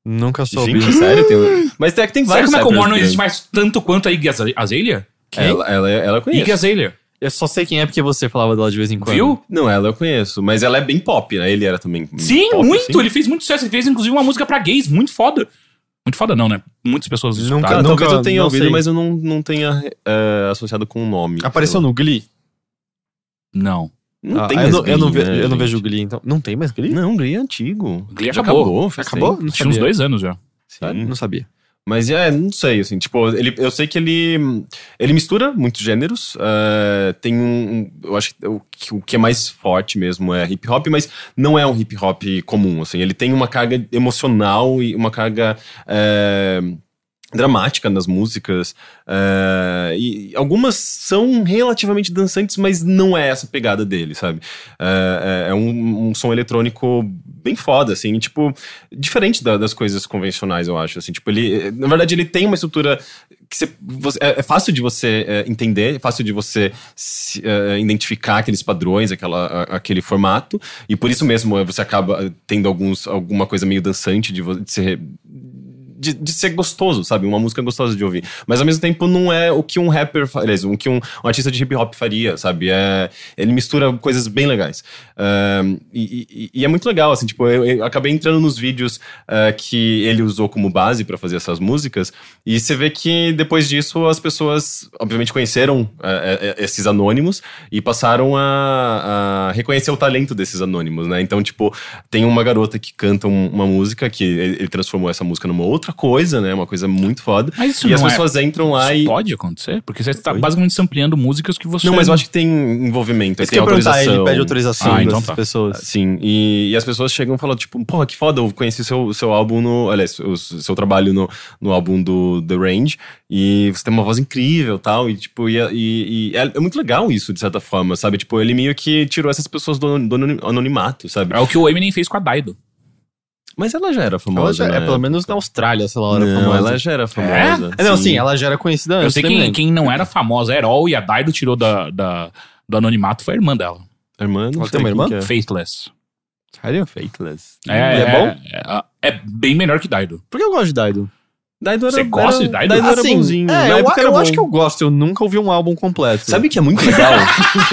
Speaker 1: Nunca soube.
Speaker 3: Gente, sério? Tem... Mas é que tem
Speaker 2: Será que
Speaker 3: vários.
Speaker 2: o Michael
Speaker 3: rappers
Speaker 2: Moore não existe
Speaker 3: grandes.
Speaker 2: mais tanto quanto a Iggy Aze- Azalea?
Speaker 3: Ela, ela, ela eu conheço. um
Speaker 2: Iggy Azalea.
Speaker 1: Eu só sei quem é porque você falava dela de vez em quando.
Speaker 2: Viu?
Speaker 3: Não, ela eu conheço. Mas ela é bem pop, né? Ele era também.
Speaker 2: Sim,
Speaker 3: pop,
Speaker 2: muito.
Speaker 3: assim.
Speaker 2: Ele fez muito sucesso. Ele fez, inclusive, uma música pra gays. Muito foda. Muito foda não, né? Muitas pessoas
Speaker 1: Nunca-
Speaker 2: escutaram.
Speaker 3: Ah,
Speaker 1: nunca-
Speaker 3: talvez eu tenha
Speaker 1: não
Speaker 3: ouvido,
Speaker 1: sei.
Speaker 3: mas eu não, não tenha eh, associado com o nome.
Speaker 1: Apareceu no Glee?
Speaker 2: Não.
Speaker 3: Não
Speaker 1: Ah,
Speaker 3: tem
Speaker 1: eu,
Speaker 3: mais
Speaker 1: não, eu, não
Speaker 3: Glee,
Speaker 1: ve-
Speaker 3: né,
Speaker 1: eu não vejo
Speaker 3: gente?
Speaker 1: o Glee, então. Não tem mais Glee?
Speaker 3: Não, Glee é antigo.
Speaker 2: Glee
Speaker 3: Já
Speaker 2: acabou.
Speaker 3: faz
Speaker 1: Acabou?
Speaker 3: tempo.
Speaker 1: Não
Speaker 2: Tinha uns
Speaker 1: sabia.
Speaker 2: dois anos já.
Speaker 1: Ah,
Speaker 3: Sim.
Speaker 1: Não sabia.
Speaker 3: Mas é, não sei, assim, tipo, ele, eu sei que ele, ele mistura muitos gêneros, eh, tem um, um- eu acho que o, que o que é mais forte mesmo é hip hop, mas não é um hip hop comum, assim, ele tem uma carga emocional e uma carga eh, dramática nas músicas, eh, e algumas são relativamente dançantes, mas não é essa a pegada dele, sabe? Eh, eh, é um, um som eletrônico bem foda, assim, e, tipo, diferente da- das coisas convencionais, eu acho. Assim, tipo, ele, na verdade, ele tem uma estrutura que você- você- é, é fácil de você é, entender, é fácil de você se, é, identificar aqueles padrões, aquela, a- aquele formato, e por isso mesmo é, você acaba é, tendo alguns, alguma coisa meio dançante de, vo- de ser. De, de ser gostoso, sabe? Uma música gostosa de ouvir. Mas ao mesmo tempo não é o que um rapper, fa- aliás, o que um, um artista de hip hop faria, sabe? É, ele mistura coisas bem legais. Ahn, e, e- e é muito legal, assim, tipo, eu, eu acabei entrando nos vídeos ah, que ele usou como base pra fazer essas músicas, e você vê que depois disso as pessoas, obviamente, conheceram ah, eh, eh, esses anônimos e passaram a, a reconhecer o talento desses anônimos, né? Então, tipo, tem uma garota que canta um- uma música que ele, ele transformou essa música numa outra coisa, né? Uma coisa muito foda.
Speaker 2: Mas isso
Speaker 3: E as
Speaker 2: não é-
Speaker 3: pessoas entram lá
Speaker 2: Isso
Speaker 3: e.
Speaker 2: pode acontecer? Porque você está basicamente sampleando músicas que você...
Speaker 3: Não, mas eu acho que tem envolvimento,
Speaker 1: Isso que eu
Speaker 3: tem
Speaker 1: ia perguntar, ele
Speaker 3: autorização.
Speaker 1: pede autorização
Speaker 2: Ah, então
Speaker 1: dessas
Speaker 2: tá.
Speaker 1: pessoas.
Speaker 3: Sim, e, e as pessoas chegam e falam, tipo, porra, que foda, eu conheci seu, seu álbum no. Aliás, o seu trabalho no, no álbum do The Range, e você tem uma voz incrível e tal, e tipo, e, e- e é, é muito legal isso, de certa forma, sabe? Tipo, ele meio que tirou essas pessoas do, do anoni- anonimato, sabe?
Speaker 2: É o que o Eminem fez com a Daido.
Speaker 3: Mas ela já era
Speaker 1: Ela já,
Speaker 3: famosa.
Speaker 1: é,
Speaker 3: né?
Speaker 1: pelo menos na Austrália, sei lá, ela era
Speaker 3: Não,
Speaker 1: famosa.
Speaker 3: ela já era famosa.
Speaker 1: É, Não, sim, ela já era conhecida antes.
Speaker 2: Eu sei
Speaker 1: né,
Speaker 2: quem,
Speaker 1: menino?
Speaker 2: quem não era famosa, Herol, e a Daido tirou da, da- do anonimato foi a irmã dela.
Speaker 3: A Irmã, não
Speaker 1: Ela tem
Speaker 3: sei
Speaker 1: uma
Speaker 3: quem
Speaker 1: irmã?
Speaker 3: que é.
Speaker 2: Faithless.
Speaker 1: Sério?
Speaker 3: Faithless.
Speaker 2: É,
Speaker 1: é bom?
Speaker 2: É, é bem melhor que Daido.
Speaker 1: Por que eu gosto de Daido?
Speaker 3: Daido era,
Speaker 2: Você gosta de Daido?
Speaker 3: Daido
Speaker 1: Assim,
Speaker 3: era bonzinho.
Speaker 1: é,
Speaker 3: na
Speaker 1: eu,
Speaker 3: época era
Speaker 1: eu
Speaker 3: bom.
Speaker 1: acho que eu gosto, eu nunca ouvi um álbum completo.
Speaker 3: Sabe que é muito legal?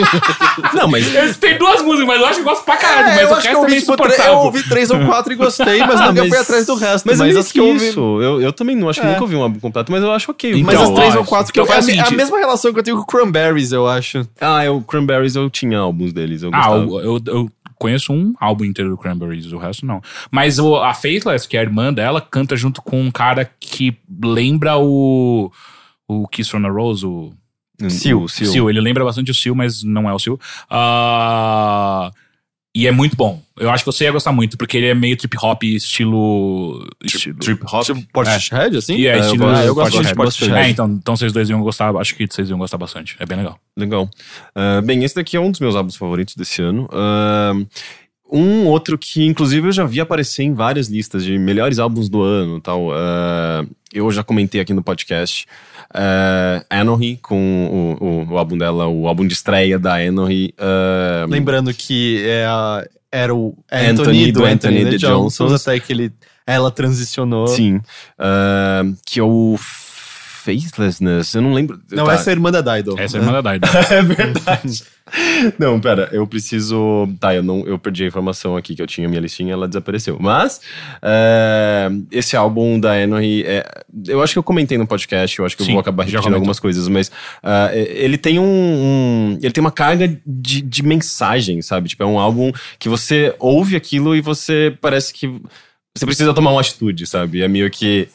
Speaker 3: não, mas
Speaker 2: Tem duas músicas, mas eu acho que eu gosto pra caralho.
Speaker 1: É,
Speaker 2: mas
Speaker 1: eu
Speaker 2: o
Speaker 1: acho que
Speaker 2: resto
Speaker 1: eu
Speaker 2: é
Speaker 1: ouvi,
Speaker 2: meio
Speaker 1: tipo, tre-
Speaker 2: insuportável.
Speaker 1: eu ouvi três ou quatro e gostei, mas
Speaker 3: Ah,
Speaker 1: nunca
Speaker 3: mas-
Speaker 1: fui atrás do resto.
Speaker 3: Mas,
Speaker 1: Mas,
Speaker 3: é meio
Speaker 1: as
Speaker 3: que
Speaker 1: que eu ouvi.
Speaker 3: isso. Eu, eu também não acho que
Speaker 1: É.
Speaker 3: nunca ouvi um álbum completo, mas eu acho ok.
Speaker 1: Mas
Speaker 2: Então,
Speaker 1: as três ou
Speaker 2: acho.
Speaker 1: quatro que
Speaker 2: Então
Speaker 1: eu
Speaker 2: faz
Speaker 1: ouvi. É a
Speaker 2: sentido.
Speaker 1: mesma relação que eu tenho com Cranberries, eu acho.
Speaker 3: Ah, o Cranberries eu tinha álbuns deles. Eu
Speaker 2: Ah,
Speaker 3: gostava.
Speaker 2: eu, eu- eu conheço um álbum inteiro do Cranberries, o resto não. Mas o- a Faithless, que é a irmã dela, canta junto com um cara que lembra o. O Kiss from a Rose, o.
Speaker 3: Hum, O
Speaker 1: Seal,
Speaker 3: Seal.
Speaker 2: Seal. Ele lembra bastante o Seal, mas não é o Seal. Ah, e é muito bom. Eu acho que você ia gostar muito, porque ele é meio trip hop, estilo. estilo-
Speaker 3: Trip Hop.
Speaker 1: Tipo, Portishead, assim?
Speaker 2: E é,
Speaker 3: eu
Speaker 2: estilo
Speaker 3: gosto-
Speaker 1: ah, eu gosto muito de
Speaker 2: Portishead.
Speaker 1: Portishead.
Speaker 2: É, então, então vocês dois iam gostar, acho que vocês iam gostar bastante. É bem legal.
Speaker 3: Legal. Ah, bem, esse daqui é um dos meus álbuns favoritos desse ano. Ah, um outro que, inclusive, eu já vi aparecer em várias listas de melhores álbuns do ano e tal. Ah, eu já comentei aqui no podcast. ah, Anarchy, com o, o- o álbum dela, o álbum de estreia da Anarchy. ah,
Speaker 1: Lembrando que é a- era o é Anthony,
Speaker 3: Anthony
Speaker 1: do
Speaker 3: do
Speaker 1: Anthony,
Speaker 3: Anthony
Speaker 1: the
Speaker 3: the
Speaker 1: Johnson,
Speaker 3: Johnsons.
Speaker 1: até que ele, ela transicionou.
Speaker 3: Sim. Ah, que é o Faithlessness. Eu não lembro.
Speaker 1: Não,
Speaker 3: Tá.
Speaker 1: essa é a irmã da Dido.
Speaker 2: Essa é a irmã da Daido.
Speaker 3: É verdade. não, pera, eu preciso. Tá, eu, não, eu perdi a informação aqui que eu tinha minha listinha ela desapareceu. Mas é, esse álbum da Anne é, eu acho que eu comentei no podcast, eu acho que
Speaker 2: Sim,
Speaker 3: eu vou acabar
Speaker 2: já
Speaker 3: repetindo
Speaker 2: comentou.
Speaker 3: algumas coisas, mas ah, é, ele tem um, um- Ele tem uma carga de, de mensagem, sabe? Tipo, é um álbum que você ouve aquilo e você parece que. Você precisa tomar uma atitude, sabe? É meio que.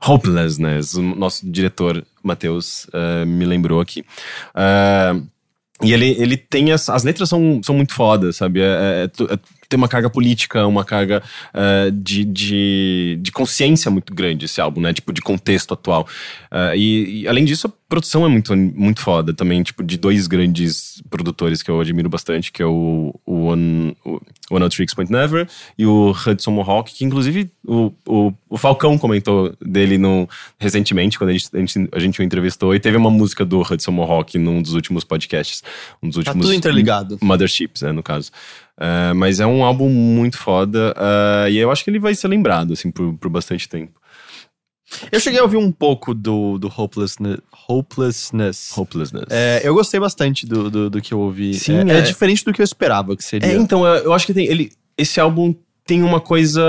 Speaker 3: Hopelessness, o nosso diretor Matheus eh, me lembrou aqui. Ah, e ele, ele tem as, as letras são, são muito fodas, sabe? É- é- é tu- é- tem uma carga política, uma carga ah, de, de, de consciência muito grande esse álbum, né? Tipo, de contexto atual. Ah, e, e, além disso, a produção é muito, muito foda também, tipo, de dois grandes produtores que eu admiro bastante, que é o, o, One, o One Out Tricks Point Never e o Hudson Mohawk, que inclusive o, o, o Falcão comentou dele no, recentemente, quando a gente, a, gente, a gente o entrevistou, e teve uma música do Hudson Mohawk num dos últimos podcasts, um dos
Speaker 1: Tá
Speaker 3: últimos...
Speaker 1: tudo interligado.
Speaker 3: Motherships, né, no caso. Ah, mas é um álbum muito foda ah, e eu acho que ele vai ser lembrado, assim, por, por bastante tempo.
Speaker 1: Eu cheguei a ouvir um pouco do, do Hopelessness. hopelessness.
Speaker 3: Hopelessness.
Speaker 1: É, eu gostei bastante do, do, do que eu ouvi.
Speaker 3: Sim,
Speaker 1: é, é
Speaker 3: é-
Speaker 1: diferente do que eu esperava que seria.
Speaker 3: É, então, eu eu acho que tem, ele, esse álbum tem uma coisa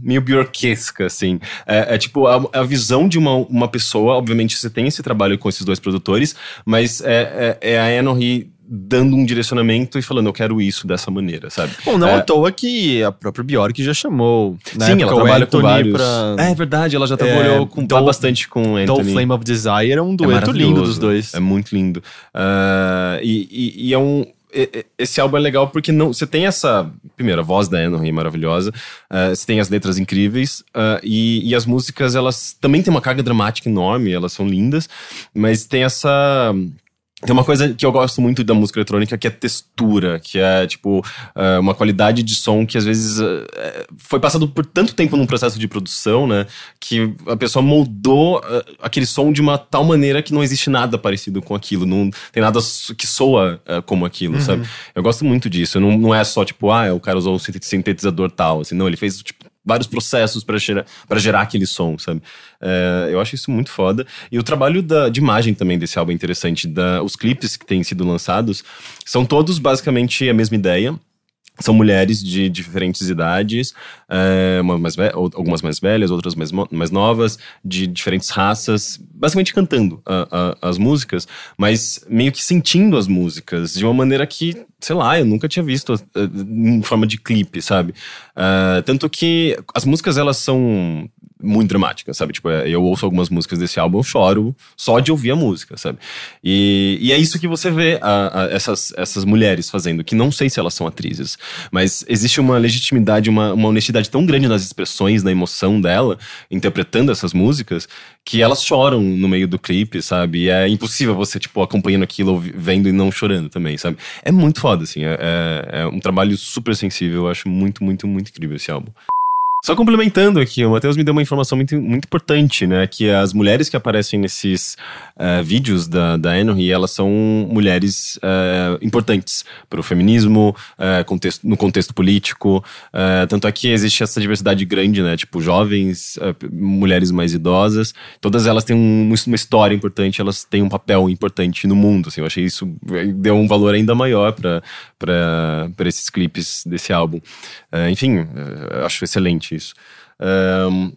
Speaker 3: meio biorquesca, assim. É, é tipo, a, a visão de uma, uma pessoa, obviamente você tem esse trabalho com esses dois produtores, mas é, é, é a Anohi dando um direcionamento e falando, eu quero isso dessa maneira, sabe?
Speaker 1: Bom, não
Speaker 3: É.
Speaker 1: à toa que a própria Bjork já chamou. Na
Speaker 3: Sim,
Speaker 1: época,
Speaker 3: ela
Speaker 1: o
Speaker 3: trabalha com
Speaker 1: Anthony
Speaker 3: vários...
Speaker 1: pra-
Speaker 3: É verdade, ela já trabalhou com,
Speaker 1: Dull-
Speaker 3: bastante com o
Speaker 1: Dull
Speaker 3: Anthony.
Speaker 1: Flame of Desire é um
Speaker 3: É
Speaker 1: dueto lindo dos
Speaker 3: maravilhoso.
Speaker 1: dois.
Speaker 3: É muito lindo. Ah, e, e- e é um. e- e- Esse álbum é legal porque não, você tem essa. Primeiro, a voz da Anne é maravilhosa. ah, você tem as letras incríveis. ah, e, e as músicas, elas também têm uma carga dramática enorme, elas são lindas. Mas tem essa. Tem uma coisa que eu gosto muito da música eletrônica que é textura, que é tipo ah, uma qualidade de som que às vezes ah, eh, foi passado por tanto tempo num processo de produção, né? Que a pessoa moldou ah, aquele som de uma tal maneira que não existe nada parecido com aquilo, não tem nada so- que soa ah, como aquilo, sabe? Eu gosto muito disso. Não, não é só tipo, ah, o cara usou um sintet- sintetizador tal, assim, não, ele fez tipo vários processos para gerar, pra gerar aquele som, sabe? É, eu acho isso muito foda. E o trabalho da, de imagem também desse álbum é interessante. Da, os clipes que têm sido lançados são todos basicamente a mesma ideia. São mulheres de diferentes idades, é, uma mais ve- ou- algumas mais velhas, outras mais, mo- mais novas, de diferentes raças, basicamente cantando a- a- as músicas, mas meio que sentindo as músicas de uma maneira que, sei lá, eu nunca tinha visto eh, em forma de clipe, sabe? Ah, tanto que as músicas elas são muito dramáticas, sabe? Tipo, eh, eu ouço algumas músicas desse álbum, eu choro só de ouvir a música, sabe? E, e é isso que você vê a- a- essas, essas mulheres fazendo, que não sei se elas são atrizes, mas existe uma legitimidade, uma, uma honestidade tão grande nas expressões, na emoção dela, interpretando essas músicas, que elas choram no meio do clipe, sabe? E é impossível você, tipo, acompanhando aquilo, ouvi- vendo e não chorando também, sabe? É muito foda, assim. É, é- é um trabalho super sensível. Eu acho muito, muito, muito incrível esse álbum. Só complementando aqui, o Matheus me deu uma informação muito, muito importante, né? Que as mulheres que aparecem nesses eh, vídeos da, da Henry, elas são mulheres eh, importantes para o feminismo, eh, contexto- no contexto político. eh, tanto é que existe essa diversidade grande, né? Tipo, jovens, eh, p- mulheres mais idosas. Todas elas têm um- uma história importante, elas têm um papel importante no mundo. Assim, eu achei isso eh, deu um valor ainda maior para esses clipes desse álbum. Eh, enfim, eh, eu acho excelente isso. Ahn,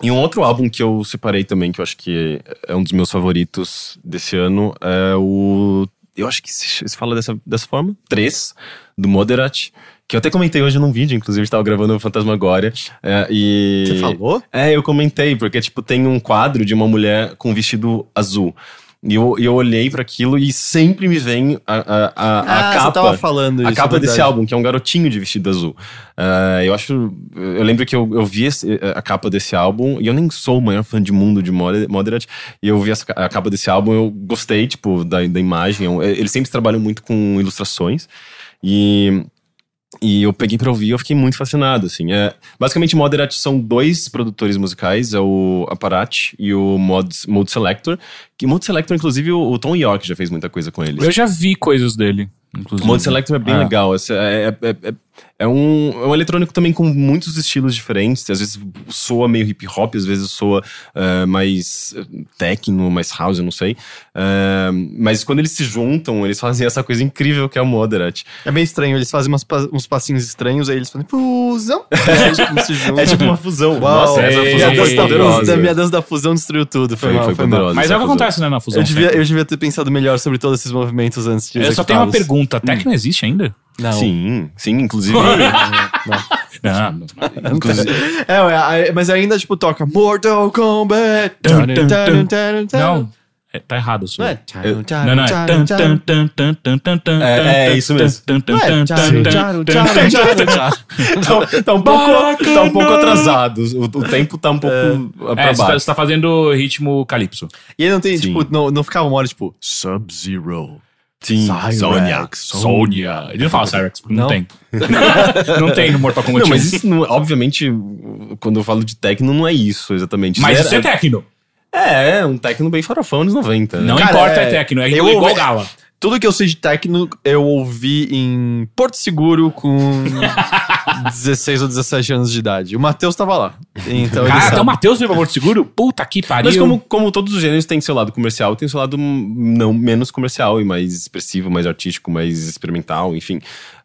Speaker 3: e um outro álbum que eu separei também, que eu acho que é um dos meus favoritos desse ano, é o. Eu acho que se se fala dessa, dessa forma. Três, do Moderat. Que eu até comentei hoje num vídeo, inclusive, estava gravando o Fantasmagória. É, e...
Speaker 1: Você falou?
Speaker 3: É, eu comentei, porque, tipo, tem um quadro de uma mulher com um vestido azul. E eu, eu olhei para aquilo e sempre me vem a, a, a, a
Speaker 1: ah,
Speaker 3: capa.
Speaker 1: você tava falando isso.
Speaker 3: A capa
Speaker 1: é
Speaker 3: desse
Speaker 1: verdade.
Speaker 3: álbum, que é um garotinho de vestido azul. Ah, eu acho. Eu lembro que eu, eu vi esse- a capa desse álbum, e eu nem sou o maior fã de mundo de Moder- Moderat, e eu vi essa ca- a capa desse álbum, eu gostei, tipo, da, da imagem. Eu- Eles sempre trabalham muito com ilustrações. E. E eu peguei pra ouvir e eu fiquei muito fascinado, assim. É, basicamente, Moderat são dois produtores musicais, é o Aparat e o Mod, Mode Selector. Que Mode Selector, inclusive, o, o Tom York já fez muita coisa com eles.
Speaker 2: Eu já vi coisas dele, inclusive.
Speaker 3: O Mode Selector é bem
Speaker 2: Ah.
Speaker 3: legal. esse É, é- é- é- é um, é um eletrônico também com muitos estilos diferentes. Às vezes soa meio hip hop, às vezes soa eh, mais eh, techno, mais house, eu não sei. Eh, mas quando eles se juntam, eles fazem essa coisa incrível que é o Moderat.
Speaker 1: É meio estranho, eles fazem umas pa- uns passinhos estranhos, aí eles fazem fusão. Como se juntam.
Speaker 3: É tipo uma fusão.
Speaker 1: Uau,
Speaker 3: Nossa, essa
Speaker 2: é,
Speaker 3: fusão
Speaker 1: minha,
Speaker 3: foi
Speaker 1: dança da fusão-
Speaker 3: poderosa.
Speaker 1: minha dança da fusão destruiu tudo. Foi,
Speaker 3: Foi-
Speaker 1: mal,
Speaker 3: foi
Speaker 1: foi mal.
Speaker 3: poderosa.
Speaker 2: Mas é o que
Speaker 3: Essa fusão.
Speaker 2: acontece, né, na fusão.
Speaker 1: Eu devia,
Speaker 2: técnica.
Speaker 1: eu devia ter pensado melhor sobre todos esses movimentos antes de
Speaker 2: Eu só tenho uma
Speaker 3: Hum.
Speaker 1: executá-los.
Speaker 2: pergunta. Tecno existe ainda?
Speaker 1: Não.
Speaker 3: Sim, sim, inclusive.
Speaker 1: Não.
Speaker 2: Não, não, não. Inclusive-
Speaker 1: É, é, é, mas ainda, tipo, toca Mortal Kombat.
Speaker 2: Tum, tum, tum. Não, é, tá errado isso.
Speaker 1: Não é?
Speaker 2: aí. Não, não, é. Tan, tan, tan, tan, tan, tan, tan,
Speaker 3: É, é
Speaker 2: tan,
Speaker 3: isso
Speaker 2: tan,
Speaker 3: mesmo.
Speaker 2: tan, tan,
Speaker 1: Não é?
Speaker 2: tan,
Speaker 1: Tcharam,
Speaker 2: tan,
Speaker 1: tcharam,
Speaker 2: tan,
Speaker 1: tcharam,
Speaker 2: tan,
Speaker 1: tcharam,
Speaker 2: tan, tan.
Speaker 3: tá, tá um pouco, tá um pouco atrasado. O, o tempo tá um pouco é,
Speaker 2: É,
Speaker 3: pra
Speaker 2: você tá-
Speaker 3: baixo.
Speaker 2: você tá fazendo ritmo calypso.
Speaker 1: E aí não tem,
Speaker 3: Sim.
Speaker 1: tipo, não, não ficava uma hora, tipo, Sub-Zero. Cyrax,
Speaker 2: Sonya. Ele não fala Cyrax, porque não,
Speaker 1: Não.
Speaker 2: tem. não tem no Mortal Kombat
Speaker 3: Não,
Speaker 2: 1.
Speaker 3: mas
Speaker 2: mas
Speaker 3: isso, não, obviamente, quando eu falo de techno, não é isso exatamente.
Speaker 2: isso é
Speaker 3: Era-
Speaker 2: Tecno.
Speaker 3: é, é um techno bem farofão dos 90. né?
Speaker 2: Não
Speaker 1: Cara,
Speaker 2: importa, é,
Speaker 1: é-
Speaker 2: Tecno. É
Speaker 1: eu-
Speaker 2: igual Gala.
Speaker 1: Tudo que eu sei de techno, eu ouvi em Porto Seguro com 16 ou 17 anos de idade. O Matheus tava lá. Então ele
Speaker 2: Cara,
Speaker 1: sabe.
Speaker 2: até o Matheus veio pra Porto Seguro? Puta que pariu.
Speaker 3: É Mas como, como todos os gêneros tem seu lado comercial, tem seu lado hum, não menos comercial e mais expressivo, mais artístico, mais experimental, enfim.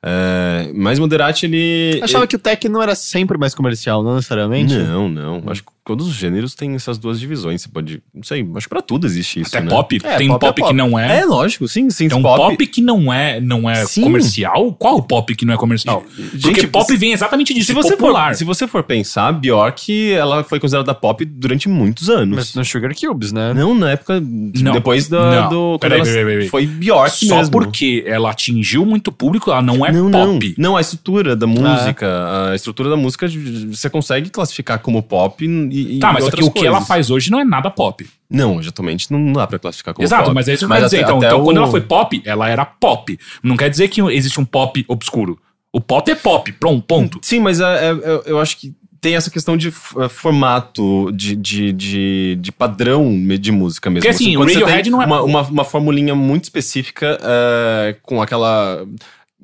Speaker 3: É, mas Moderati, ele...
Speaker 1: Eu Achava que o techno era sempre mais comercial, não
Speaker 2: é
Speaker 1: necessariamente.
Speaker 3: Não, não. Acho que todos os gêneros têm essas duas divisões. Você pode... Não sei, acho que pra tudo existe isso,
Speaker 2: Até
Speaker 3: né?
Speaker 2: pop.
Speaker 1: É,
Speaker 2: tem um
Speaker 1: pop
Speaker 2: pop,
Speaker 1: é pop.
Speaker 2: que não
Speaker 3: É,
Speaker 2: é.
Speaker 3: lógico, sim, sim.
Speaker 2: Tem um pop, que não é, não é
Speaker 3: Sim.
Speaker 2: comercial? Qual o pop que não é comercial? Porque
Speaker 3: gente,
Speaker 2: pop vem exatamente disso,
Speaker 3: Se você, for,
Speaker 2: É popular.
Speaker 3: se você for pensar, Bjork, ela foi considerada pop durante muitos anos.
Speaker 1: Mas no Sugar Cubes, né?
Speaker 3: Não, na época. Depois da,
Speaker 2: é? Não.
Speaker 3: do.
Speaker 2: Peraí,
Speaker 3: quando ela
Speaker 2: peraí, peraí.
Speaker 3: Foi Bjork
Speaker 2: Só
Speaker 3: mesmo.
Speaker 2: porque ela atingiu muito público, ela não é
Speaker 3: não,
Speaker 2: pop. Ah.
Speaker 3: Não, não, a estrutura da música. A estrutura da música j- j- você consegue classificar como pop e. e
Speaker 2: Tá, mas só
Speaker 3: outras
Speaker 2: que o que
Speaker 3: coisas.
Speaker 2: ela faz hoje não é nada pop.
Speaker 3: Não, exatamente não dá pra classificar como
Speaker 2: Exato,
Speaker 3: pop.
Speaker 2: mas é isso que eu quero dizer.
Speaker 3: até-
Speaker 2: Então,
Speaker 3: até
Speaker 2: então
Speaker 3: o-
Speaker 2: quando ela foi pop, ela era pop. Não quer dizer que existe um pop obscuro. O pop é pop, pronto, ponto.
Speaker 3: Sim, mas é- é- eu- eu acho que tem essa questão de f- eh, formato, de, de, de, de padrão me- de música mesmo.
Speaker 2: Porque, assim, o
Speaker 3: quando você
Speaker 2: Radiohead
Speaker 3: tem
Speaker 2: não é-
Speaker 3: Uma, uma, uma formulinha muito específica eh, com aquela.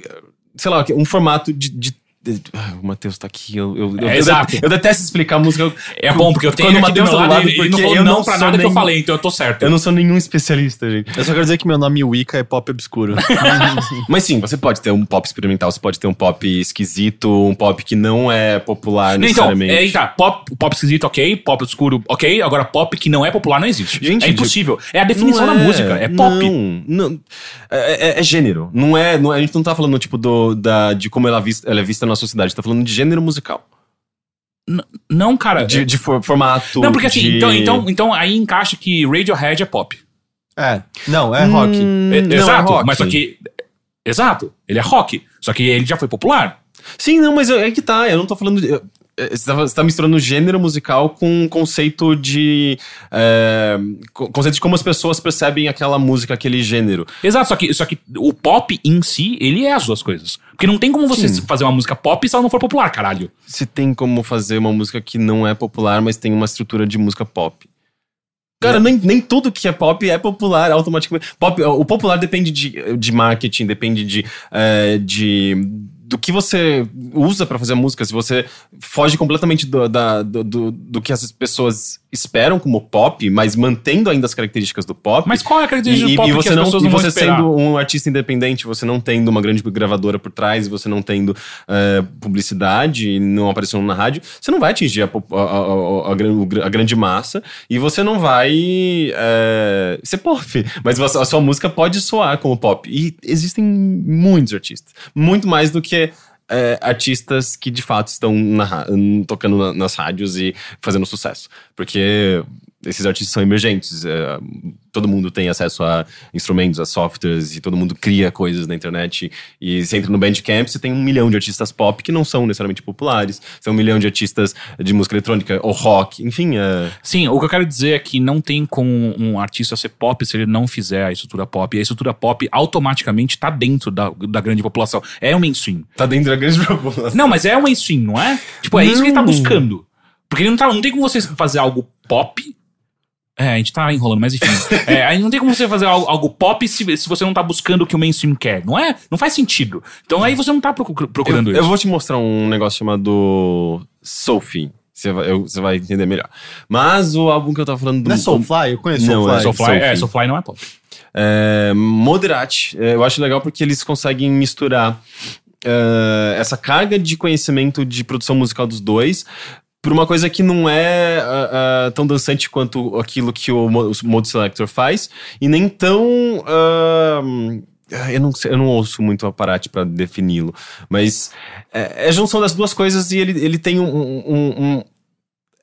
Speaker 3: eh, Sei lá, um formato de. de- de- ah, o Matheus tá aqui. Eu, eu, eu-
Speaker 2: É,
Speaker 3: eu
Speaker 2: exato.
Speaker 3: de- eu detesto explicar música.
Speaker 2: É bom, porque eu tenho
Speaker 3: Quando
Speaker 2: ele
Speaker 3: o
Speaker 2: aqui do
Speaker 3: Matheus
Speaker 2: meu
Speaker 3: tá do
Speaker 2: lado,
Speaker 3: lado,
Speaker 2: ele, ele não
Speaker 3: porque
Speaker 2: falou
Speaker 3: eu
Speaker 2: não,
Speaker 3: não
Speaker 2: pra
Speaker 3: sou
Speaker 2: nada que eu
Speaker 3: nem-
Speaker 2: falei, então eu tô certo.
Speaker 3: Eu não sou nenhum especialista, gente.
Speaker 1: Eu só quero dizer que meu nome Wicca é pop obscuro.
Speaker 3: Mas sim, você pode ter um pop experimental, você pode ter um pop esquisito, um pop que não é popular
Speaker 2: Então,
Speaker 3: necessariamente.
Speaker 2: é, tá, pop, pop esquisito, ok, pop obscuro, ok, agora pop que não é popular não existe.
Speaker 3: Gente,
Speaker 2: é impossível. É a definição
Speaker 3: Não
Speaker 2: da música, é pop.
Speaker 3: Não, não. É, é- é gênero. Não é, não- a gente não tá falando tipo do, da, de como ela, é vista- ela é vista na sociedade, tá falando de gênero musical.
Speaker 2: Não, cara. é-
Speaker 3: De, de for- formato.
Speaker 2: não, porque assim,
Speaker 3: de-
Speaker 2: então, então, então aí encaixa que Radiohead é pop.
Speaker 1: é. Não, é rock.
Speaker 3: Hum,
Speaker 2: É-
Speaker 3: não, é
Speaker 2: exato,
Speaker 3: rock.
Speaker 2: mas só que. Exato, ele é rock. Só que ele já foi popular.
Speaker 3: Sim, não, mas é que tá. Eu não tô falando. de- é, Você tá, você tá misturando gênero musical com conceito de. é, co- conceito de como as pessoas percebem aquela música, aquele gênero.
Speaker 2: Exato, só que, só que o pop em si, ele é as duas coisas. Porque não tem como você
Speaker 3: Sim.
Speaker 2: fazer uma música pop se ela não for popular, caralho.
Speaker 3: Se tem como fazer uma música que não é popular, mas tem uma estrutura de música pop. Cara, nem, nem tudo que é pop é popular automaticamente. Pop, o popular depende de, de marketing, depende de, eh, de. do que você usa pra fazer música. Se você foge completamente do, da- do, do, do que as pessoas esperam como pop, mas mantendo ainda as características do pop.
Speaker 2: Mas qual é a característica
Speaker 3: E,
Speaker 2: do
Speaker 3: e-
Speaker 2: pop
Speaker 3: e
Speaker 2: que
Speaker 3: você,
Speaker 2: as
Speaker 3: não,
Speaker 2: pessoas
Speaker 3: e
Speaker 2: não vão
Speaker 3: você
Speaker 2: esperar?
Speaker 3: sendo um artista independente, você não tendo uma grande gravadora por trás, você não tendo eh, publicidade, não aparecendo na rádio, você não vai atingir a, pop- a- a- a- a gran- o gra- a grande massa e você não vai eh, ser pop. Mas você- a sua música pode soar como pop. E existem muitos artistas. Muito mais do que. eh, artistas que de fato estão na ra- tocando na- nas rádios e fazendo sucesso. Porque esses artistas são emergentes. é, todo mundo tem acesso a instrumentos, a softwares, e todo mundo cria coisas na internet. E você entra no Bandcamp, você tem um milhão de artistas pop que não são necessariamente populares. São um milhão de artistas de música eletrônica ou rock, enfim. é,
Speaker 2: Sim, o que eu quero dizer é que não tem como um artista ser pop se ele não fizer a estrutura pop. E a estrutura pop automaticamente tá dentro da, da grande população. É um mainstream.
Speaker 3: tá dentro da grande população.
Speaker 2: Não, mas é um mainstream, não é? Tipo, é isso que ele tá
Speaker 3: Não.
Speaker 2: buscando. Porque ele não, tá, não tem como você fazer algo pop. É, a gente tá enrolando, mas enfim. É, aí não tem como você fazer algo, algo pop se, se você não tá buscando o que o mainstream quer, não é? Não faz sentido. Então aí você não tá procu- procurando
Speaker 3: Eu,
Speaker 2: isso.
Speaker 3: eu vou te mostrar um negócio chamado Sophie. Você vai, eu- você vai entender melhor. Mas o álbum que eu tava falando do.
Speaker 1: Não é Soulfly? Eu conheço
Speaker 3: Não,
Speaker 1: Soulfly.
Speaker 3: é
Speaker 2: Soulfly,
Speaker 3: Sophie.
Speaker 2: é, Soulfly não é pop.
Speaker 3: É, Moderati. É, Eu acho legal porque eles conseguem misturar é, essa carga de conhecimento de produção musical dos dois por uma coisa que não é ah, ah, tão dançante quanto aquilo que o Mo- o Mode Selector faz e nem tão ah, Ah, Eu não, sei- eu não ouço muito o aparate pra defini-lo, mas é, é a junção das duas coisas e ele, ele tem um, um- um-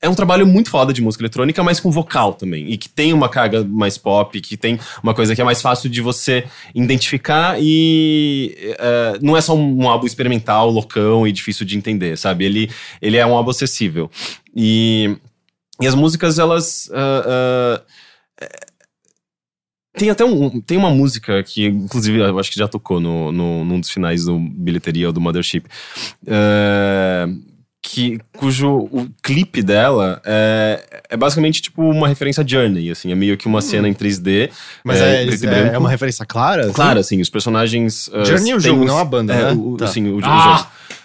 Speaker 3: É um trabalho muito foda de música eletrônica, mas com vocal também. E que tem uma carga mais pop, que tem uma coisa que é mais fácil de você identificar e. eh, não é só um álbum experimental, loucão e difícil de entender, sabe? Ele, ele é um álbum acessível. E. E as músicas, elas. ah, ah, tem até um. Tem uma música que, inclusive, eu acho que já tocou no, no, num dos finais do bilheteria ou do Mothership. eh, que, cujo o clipe dela é, é basicamente tipo uma referência a Journey, assim, é meio que uma cena em 3D.
Speaker 1: Hum. Mas é,
Speaker 3: preto e
Speaker 1: é-
Speaker 3: branco.
Speaker 1: é uma referência clara?
Speaker 3: Claro, assim, os personagens. eh,
Speaker 1: Journey é o
Speaker 3: têm
Speaker 1: jogo, não a banda,
Speaker 3: é,
Speaker 1: né?
Speaker 3: o-
Speaker 1: Tá.
Speaker 3: Sim, o, o jogo.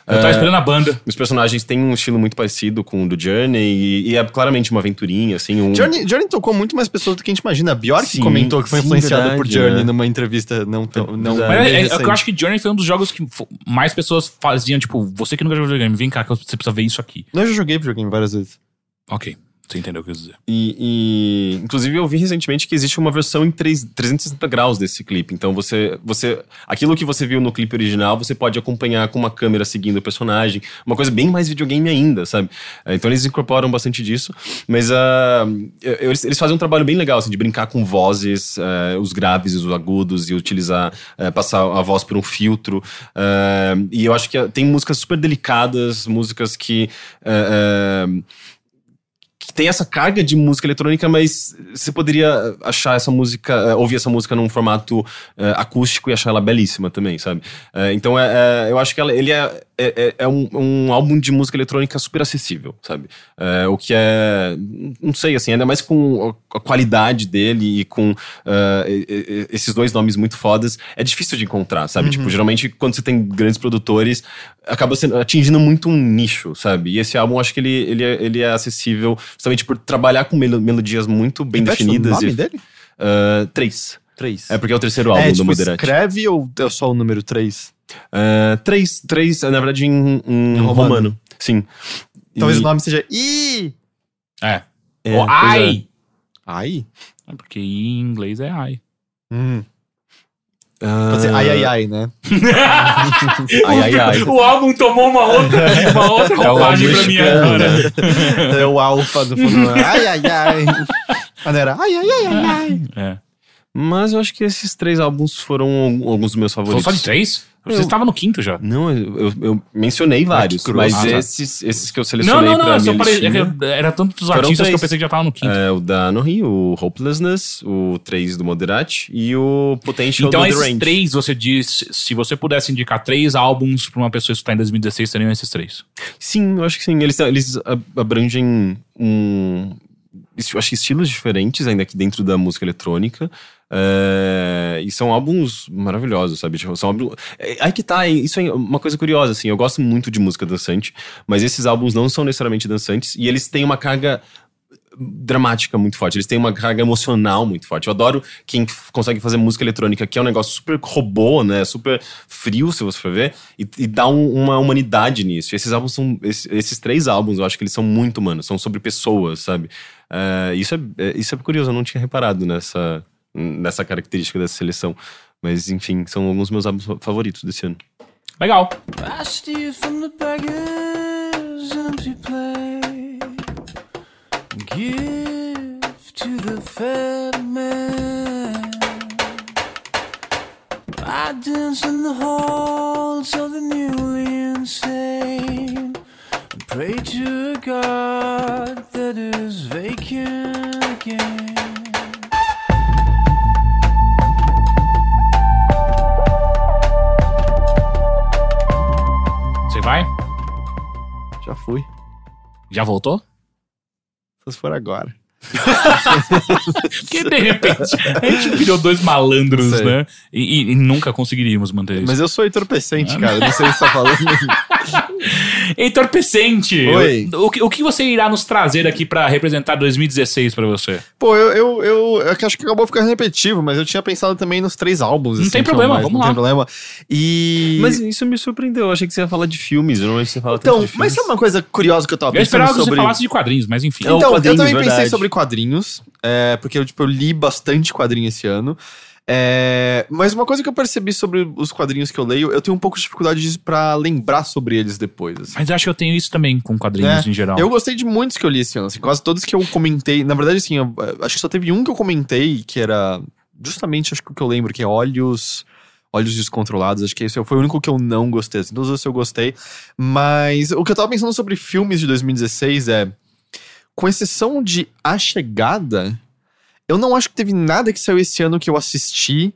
Speaker 2: Ah, eu tava esperando a banda.
Speaker 3: Os personagens têm um estilo muito parecido com o do Journey e, e é claramente uma aventurinha, assim. Um,
Speaker 1: Journey, Journey tocou muito mais pessoas do que a gente imagina. A Bjork
Speaker 3: Sim,
Speaker 1: comentou que foi
Speaker 3: sim,
Speaker 1: influenciada por
Speaker 3: verdade,
Speaker 1: Journey
Speaker 3: né?
Speaker 1: numa entrevista não tão. Não
Speaker 3: Mas
Speaker 2: Mas
Speaker 1: bem
Speaker 2: é- é- é que
Speaker 1: recente.
Speaker 2: eu acho que Journey foi um dos jogos que fo- mais pessoas faziam, tipo, você que nunca jogou videogame, vem cá que você precisa ver isso aqui.
Speaker 1: Não, eu já joguei videogame várias vezes.
Speaker 2: Ok, você entendeu o que eu quis dizer.
Speaker 3: E, e, inclusive eu vi recentemente que existe uma versão em três- 360 graus desse clipe. Então você, você, aquilo que você viu no clipe original, você pode acompanhar com uma câmera seguindo o personagem. Uma coisa bem mais videogame ainda, sabe? É, Então eles incorporam bastante disso. Mas ah, eu- eu- eles, eles fazem um trabalho bem legal assim, de brincar com vozes, eh, os graves, os agudos e utilizar eh, passar a voz por um filtro. Ah, e eu acho que ah, tem músicas super delicadas, músicas que eh, eh, que tem essa carga de música eletrônica, mas você poderia achar essa música, eh, ouvir essa música num formato eh, acústico e achar ela belíssima também, sabe? Eh, então é, é, eu acho que ela- ele é, é, é um, um álbum de música eletrônica super acessível, sabe? Eh, o que é, não sei, assim, ainda mais com a a qualidade dele e com eh, e- e- esses dois nomes muito fodas, é difícil de encontrar, sabe? Tipo,
Speaker 1: Uhum.
Speaker 3: geralmente quando você tem grandes produtores, acaba sendo, atingindo muito um nicho, sabe? E esse álbum, acho que ele, ele, é, ele é acessível justamente por trabalhar com melo- melodias muito bem
Speaker 1: Repete é
Speaker 3: definidas.
Speaker 1: O nome
Speaker 3: e,
Speaker 1: dele?
Speaker 3: Ah, três.
Speaker 1: Três.
Speaker 3: É porque é o terceiro álbum
Speaker 1: É,
Speaker 3: do
Speaker 1: tipo,
Speaker 3: Moderati.
Speaker 1: escreve ou é só o número três?
Speaker 3: Ah, três, três, na verdade, em,
Speaker 1: Em
Speaker 3: em
Speaker 1: romano.
Speaker 3: romano. Sim.
Speaker 1: Talvez
Speaker 3: E-
Speaker 1: o nome seja I.
Speaker 2: É.
Speaker 1: É,
Speaker 2: O
Speaker 1: pois
Speaker 2: ai!
Speaker 1: Ai?
Speaker 2: É porque em inglês é ai.
Speaker 1: Hum.
Speaker 3: ah,
Speaker 1: Pode ser ai, ai, ai, né?
Speaker 3: ai, ai, ai.
Speaker 2: O álbum tomou uma outra, uma outra
Speaker 3: É o
Speaker 2: roupagem pra mim
Speaker 3: mexicano,
Speaker 2: agora.
Speaker 1: é o alfa do fundo. Ai, ai, ai. Quando era ai, ai, ai, ai, ai.
Speaker 2: É.
Speaker 3: Mas eu acho que esses três álbuns foram al- alguns dos meus
Speaker 2: Falou
Speaker 3: favoritos.
Speaker 2: só de três? Você
Speaker 3: Eu-
Speaker 2: estava no quinto já.
Speaker 3: Não, eu, eu- eu mencionei vários,
Speaker 1: que
Speaker 3: mas
Speaker 2: grosso. Ah, tá.
Speaker 3: esses, esses que eu
Speaker 2: Não,
Speaker 3: selecionei
Speaker 2: não, não.
Speaker 3: pra
Speaker 2: eu só
Speaker 3: minha
Speaker 2: parei-
Speaker 3: listinha,
Speaker 2: é que era tantos
Speaker 3: Foram
Speaker 2: artistas que eu
Speaker 3: três.
Speaker 2: pensei que já tava no quinto.
Speaker 3: é o da Nohi, o Hopelessness, o 3 do Moderati e o Potential
Speaker 2: Então,
Speaker 3: do The
Speaker 2: esses
Speaker 3: Range.
Speaker 2: três, você diz, se você pudesse indicar três álbuns pra uma pessoa escutar em 2016, seriam esses três.
Speaker 3: Sim, eu acho que sim. Eles, eles ab- abrangem um. Eu acho que estilos diferentes ainda aqui dentro da música eletrônica. É, e são álbuns maravilhosos, sabe? Tipo, São álbuns, é, aí que tá, isso é uma coisa curiosa, assim. Eu gosto muito de música dançante, mas esses álbuns não são necessariamente dançantes e eles têm uma carga dramática muito forte, eles têm uma carga emocional muito forte. Eu adoro quem f- consegue fazer música eletrônica, que é um negócio super robô, né? Super frio, se você for ver, e, e dá um- uma humanidade nisso. E esses álbuns são. Esses, esses três álbuns, eu acho que eles são muito humanos, são sobre pessoas, sabe? Eh, isso, é, é- isso é curioso, eu não tinha reparado nessa, nessa característica dessa seleção. Mas, enfim, são alguns dos meus álbuns fa- favoritos desse ano.
Speaker 2: Legal.
Speaker 4: I steal from the beggar's empty plate, give to the fed man. I dance in the halls of the newly insane, and pray to a God that is vacant again.
Speaker 2: Você vai?
Speaker 1: Já fui.
Speaker 2: Já voltou?
Speaker 1: Só se for agora.
Speaker 2: Porque de repente a gente virou dois malandros,
Speaker 1: Sei.
Speaker 2: né? E, e- e nunca conseguiríamos manter É isso.
Speaker 1: Mas eu sou entorpecente, cara. Não sei o que você tá falando.
Speaker 2: Heitor Pecente,
Speaker 1: Oi.
Speaker 2: O, o que- o que você irá nos trazer aqui pra representar 2016 pra você?
Speaker 1: Pô, eu, eu, eu, eu que acho que acabou ficando repetitivo, mas eu tinha pensado também nos três álbuns.
Speaker 2: Não
Speaker 1: assim,
Speaker 2: tem
Speaker 1: que eu
Speaker 2: problema,
Speaker 1: mais-
Speaker 2: vamos
Speaker 1: não
Speaker 2: lá.
Speaker 1: tem problema. E.
Speaker 3: Mas isso me surpreendeu, eu achei que você ia falar de filmes, normalmente você fala tanto
Speaker 1: então,
Speaker 3: de filmes.
Speaker 1: mas sabe uma coisa curiosa que eu tava
Speaker 2: Eu
Speaker 1: pensando
Speaker 2: esperava que você
Speaker 1: sobre.
Speaker 2: falasse de quadrinhos, mas enfim.
Speaker 3: É o
Speaker 1: Então, eu
Speaker 3: quadrinhos,
Speaker 1: também pensei
Speaker 3: verdade.
Speaker 1: sobre quadrinhos, é, porque eu, tipo, eu li bastante quadrinho esse ano. É, mas uma coisa que eu percebi sobre os quadrinhos que eu leio, eu tenho um pouco de dificuldade de- pra lembrar sobre eles depois. assim.
Speaker 2: Mas eu acho que eu tenho isso também com quadrinhos
Speaker 1: É,
Speaker 2: em geral.
Speaker 1: Eu gostei de muitos que eu li esse ano, assim, quase todos que eu comentei. Na verdade, assim, eu, eh, acho que só teve um que eu comentei, que era justamente acho que o que eu lembro, que é Olhos. Olhos Descontrolados, acho que esse foi o único que eu não gostei. Assim, todos os eu gostei. Mas o que eu tava pensando sobre filmes de 2016 é. Com exceção de A Chegada, eu não acho que teve nada que saiu esse ano que eu assisti.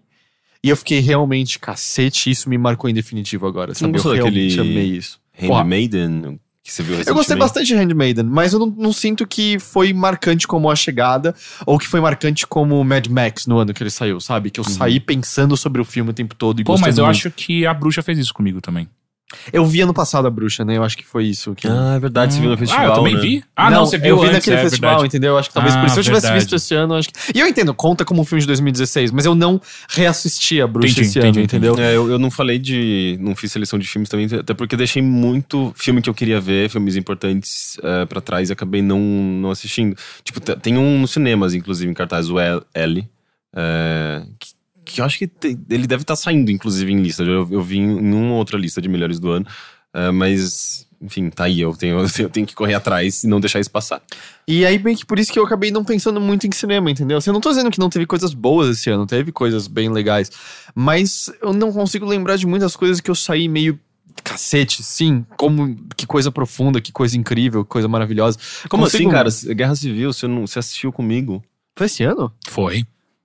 Speaker 1: E eu fiquei realmente cacete, isso me marcou em definitivo agora,
Speaker 3: Você não
Speaker 1: sabe? Eu
Speaker 3: gostou daquele-
Speaker 1: realmente amei isso.
Speaker 3: Handmaiden, que você viu
Speaker 1: Eu gostei
Speaker 3: recentemente.
Speaker 1: bastante de Handmaiden, mas eu não, não sinto que foi marcante como A Chegada, ou que foi marcante como Mad Max no ano que ele saiu, sabe? Que eu saí pensando sobre o filme o tempo todo e
Speaker 2: Uhum. Pô,
Speaker 1: gostei
Speaker 2: mas eu
Speaker 1: muito.
Speaker 2: acho que a bruxa fez isso comigo também.
Speaker 1: Eu vi ano passado A Bruxa, né? Eu acho que foi isso. Que...
Speaker 3: Ah, é verdade, você viu no festival,
Speaker 2: ah, eu também
Speaker 3: né?
Speaker 2: vi. Ah, não, você viu
Speaker 1: Eu vi
Speaker 2: antes,
Speaker 1: naquele
Speaker 2: é
Speaker 1: festival,
Speaker 2: verdade.
Speaker 1: entendeu? Eu Acho que talvez
Speaker 2: Ah,
Speaker 1: por isso eu tivesse
Speaker 2: verdade.
Speaker 1: visto esse ano. eu Acho que... E eu entendo, conta como um filme de 2016, mas eu não reassisti A Bruxa
Speaker 2: Entendi,
Speaker 1: esse
Speaker 2: entendi,
Speaker 1: ano, entendeu?
Speaker 3: É, eu, eu não falei de. Não fiz seleção de filmes também, até porque eu deixei muito filme que eu queria ver, filmes importantes eh, pra trás e acabei não, não assistindo. Tipo, te- tem um nos cinemas, inclusive, em cartaz, o L. L, eh, que, que eu acho que te- ele deve estar saindo, inclusive, em lista. Eu, eu vi em, em uma outra lista de melhores do ano, eh, mas. Enfim, tá aí, eu tenho, eu tenho- eu tenho que correr atrás e não deixar isso passar.
Speaker 1: E aí, meio que por isso que eu acabei não pensando muito em cinema, entendeu? Assim, eu não tô dizendo que não teve coisas boas esse ano, teve coisas bem legais. Mas eu não consigo lembrar de muitas coisas que eu saí meio. Cacete, sim. Como. Que coisa profunda, que coisa incrível, que coisa maravilhosa.
Speaker 3: Como
Speaker 1: Consigo-
Speaker 3: assim, cara? Guerra Civil, você, não, você assistiu comigo?
Speaker 1: Foi esse ano?
Speaker 2: Foi.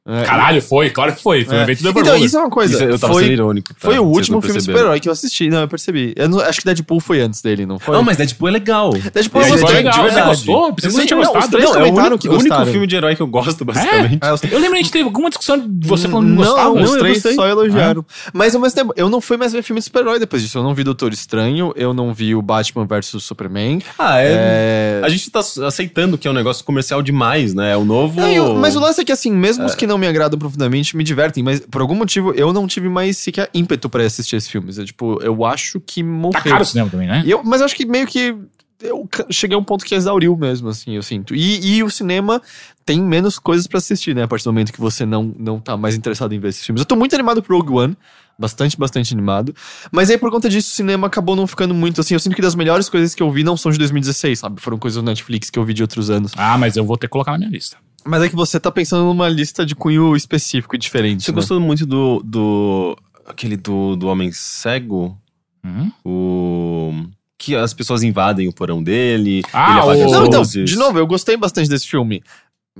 Speaker 1: É,
Speaker 2: Caralho, foi, claro que foi. Foi um
Speaker 1: é.
Speaker 2: evento do
Speaker 1: Então,
Speaker 2: Evermore.
Speaker 1: isso é uma coisa.
Speaker 3: Isso, eu tava
Speaker 1: foi
Speaker 3: sendo irônico. tá?
Speaker 1: foi o
Speaker 3: Vocês
Speaker 1: último filme
Speaker 3: não
Speaker 1: de
Speaker 3: perceberam.
Speaker 1: super-herói que eu assisti. Não, eu percebi. Eu não- acho que Deadpool foi antes dele, não foi?
Speaker 3: Não, mas Deadpool né? é legal.
Speaker 1: Deadpool
Speaker 3: Ele
Speaker 1: eu
Speaker 2: Mas foi
Speaker 1: gostei,
Speaker 2: legal,
Speaker 1: de
Speaker 2: você
Speaker 1: verdade.
Speaker 2: gostou? Precisa
Speaker 1: Eu
Speaker 2: que tinha
Speaker 1: gostei, não,
Speaker 2: gostado.
Speaker 1: os três
Speaker 3: é o
Speaker 1: comentaram
Speaker 3: único,
Speaker 1: que
Speaker 3: o único
Speaker 1: gostaram.
Speaker 3: filme de herói que eu gosto, basicamente.
Speaker 1: Ah, os-
Speaker 2: Eu lembro que a gente teve alguma discussão de você falando que não gostava. Ah.
Speaker 1: Não, os
Speaker 2: eu
Speaker 1: três
Speaker 2: gostei.
Speaker 1: só elogiaram. Mas ao mesmo tempo, eu não fui mais ver filme de super-herói depois disso. Eu não vi Doutor Estranho, eu não vi o Batman vs Superman.
Speaker 3: Ah,
Speaker 1: É.
Speaker 3: A gente tá aceitando que é um negócio comercial demais, né? É o novo.
Speaker 1: Não, eu- mas o lance é que, assim, mesmo os que não me agradam profundamente me divertem, mas por algum motivo eu não tive mais sequer ímpeto pra assistir esses filmes. É, tipo, eu acho que morreu.
Speaker 2: Tá caro o cinema também,
Speaker 3: Uhum.
Speaker 2: né?
Speaker 1: E eu, mas eu acho que meio que eu ca- cheguei a um ponto que exauriu mesmo, assim, eu sinto. E, e o cinema tem menos coisas pra assistir, né? A partir do momento que você não, não tá mais interessado em ver esses filmes. Eu tô muito animado pro Rogue One. Bastante, bastante animado. Mas aí, por conta disso, o cinema acabou não ficando muito assim. Eu sinto que das melhores coisas que eu vi não são de 2016, sabe? Foram coisas do Netflix que eu vi de outros anos.
Speaker 2: Ah, mas eu vou ter que colocar na minha lista.
Speaker 1: Mas é que você tá pensando numa lista de cunho específico e diferente.
Speaker 3: Você
Speaker 1: né?
Speaker 3: gostou muito do. do aquele do, do Homem Cego?
Speaker 2: Hum?
Speaker 3: O. Que as pessoas invadem o porão dele.
Speaker 2: Ah,
Speaker 3: ele apaga
Speaker 2: o-
Speaker 3: as
Speaker 1: Não, então,
Speaker 3: luzes.
Speaker 1: de novo, eu gostei bastante desse filme.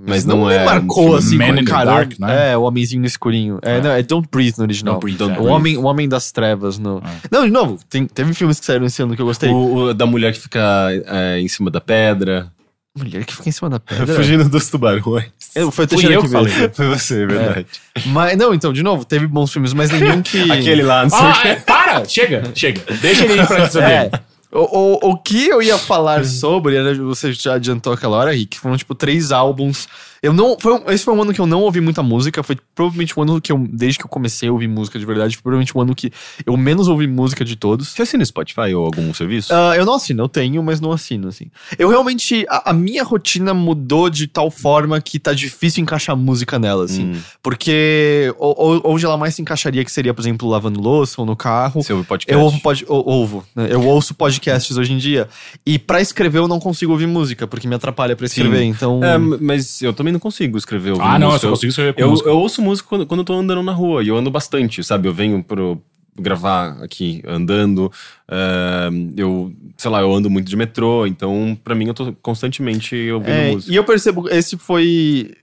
Speaker 3: Mas não
Speaker 1: me
Speaker 3: é um
Speaker 1: marcou
Speaker 3: filme
Speaker 1: assim,
Speaker 2: Man
Speaker 1: como,
Speaker 2: in the
Speaker 1: cara,
Speaker 2: Dark, né?
Speaker 1: É, o homenzinho no escurinho. É,
Speaker 2: É.
Speaker 1: não, é Don't Breathe no original.
Speaker 2: Don't Breathe,
Speaker 3: Don't
Speaker 2: é.
Speaker 1: então, O homem, o homem das Trevas. No...
Speaker 2: É.
Speaker 1: Não, de novo, tem, teve filmes que saíram esse ano que eu gostei.
Speaker 3: O, o da mulher que fica é, em cima da pedra,
Speaker 1: Mulher que fica em cima da pedra.
Speaker 3: fugindo dos tubarões.
Speaker 1: Eu, foi o
Speaker 2: Fui
Speaker 1: Teixeira
Speaker 2: eu
Speaker 1: que
Speaker 2: que
Speaker 1: veio.
Speaker 2: falei.
Speaker 3: Foi você, é verdade.
Speaker 1: Mas, não, então, de novo, teve bons filmes, mas nenhum que...
Speaker 3: Aquele lá, não sei o
Speaker 2: Ah,
Speaker 3: que.
Speaker 2: é, para! Chega, chega. Deixa ele ir pra lista dele.
Speaker 1: É. O, o, o que eu ia falar sobre, era, você já adiantou aquela hora, Rick, foram tipo três álbuns. Eu não. Foi um- esse foi um ano que eu não ouvi muita música. Foi provavelmente o ano que eu. Desde que eu comecei a ouvir música de verdade, foi provavelmente o ano que eu menos ouvi música de todos.
Speaker 3: Você assina Spotify ou algum serviço?
Speaker 1: Ah, eu não assino, eu tenho, mas não assino, assim. Eu realmente. A, a minha rotina mudou de tal forma que tá difícil encaixar música nela, assim.
Speaker 3: Hum,
Speaker 1: Porque o- o- onde ela mais se encaixaria, que seria, por exemplo, lavando louça ou no carro.
Speaker 3: você ouve podcast?
Speaker 1: Eu ouvo, pod, ou- ouvo, né? eu ouço podcasts hoje em dia. E pra escrever eu não consigo ouvir música, porque me atrapalha pra escrever. Então.
Speaker 3: É, mas eu também não consigo escrever. ouvindo
Speaker 2: Ah, não, eu
Speaker 3: música.
Speaker 2: só consigo escrever com
Speaker 3: Eu,
Speaker 2: música.
Speaker 3: eu ouço música quando, quando eu tô andando na rua, e eu ando bastante, sabe? Eu venho pro gravar aqui andando, eh, eu, sei lá, eu ando muito de metrô, então pra mim eu tô constantemente ouvindo
Speaker 1: É,
Speaker 3: música.
Speaker 1: e eu percebo, esse foi.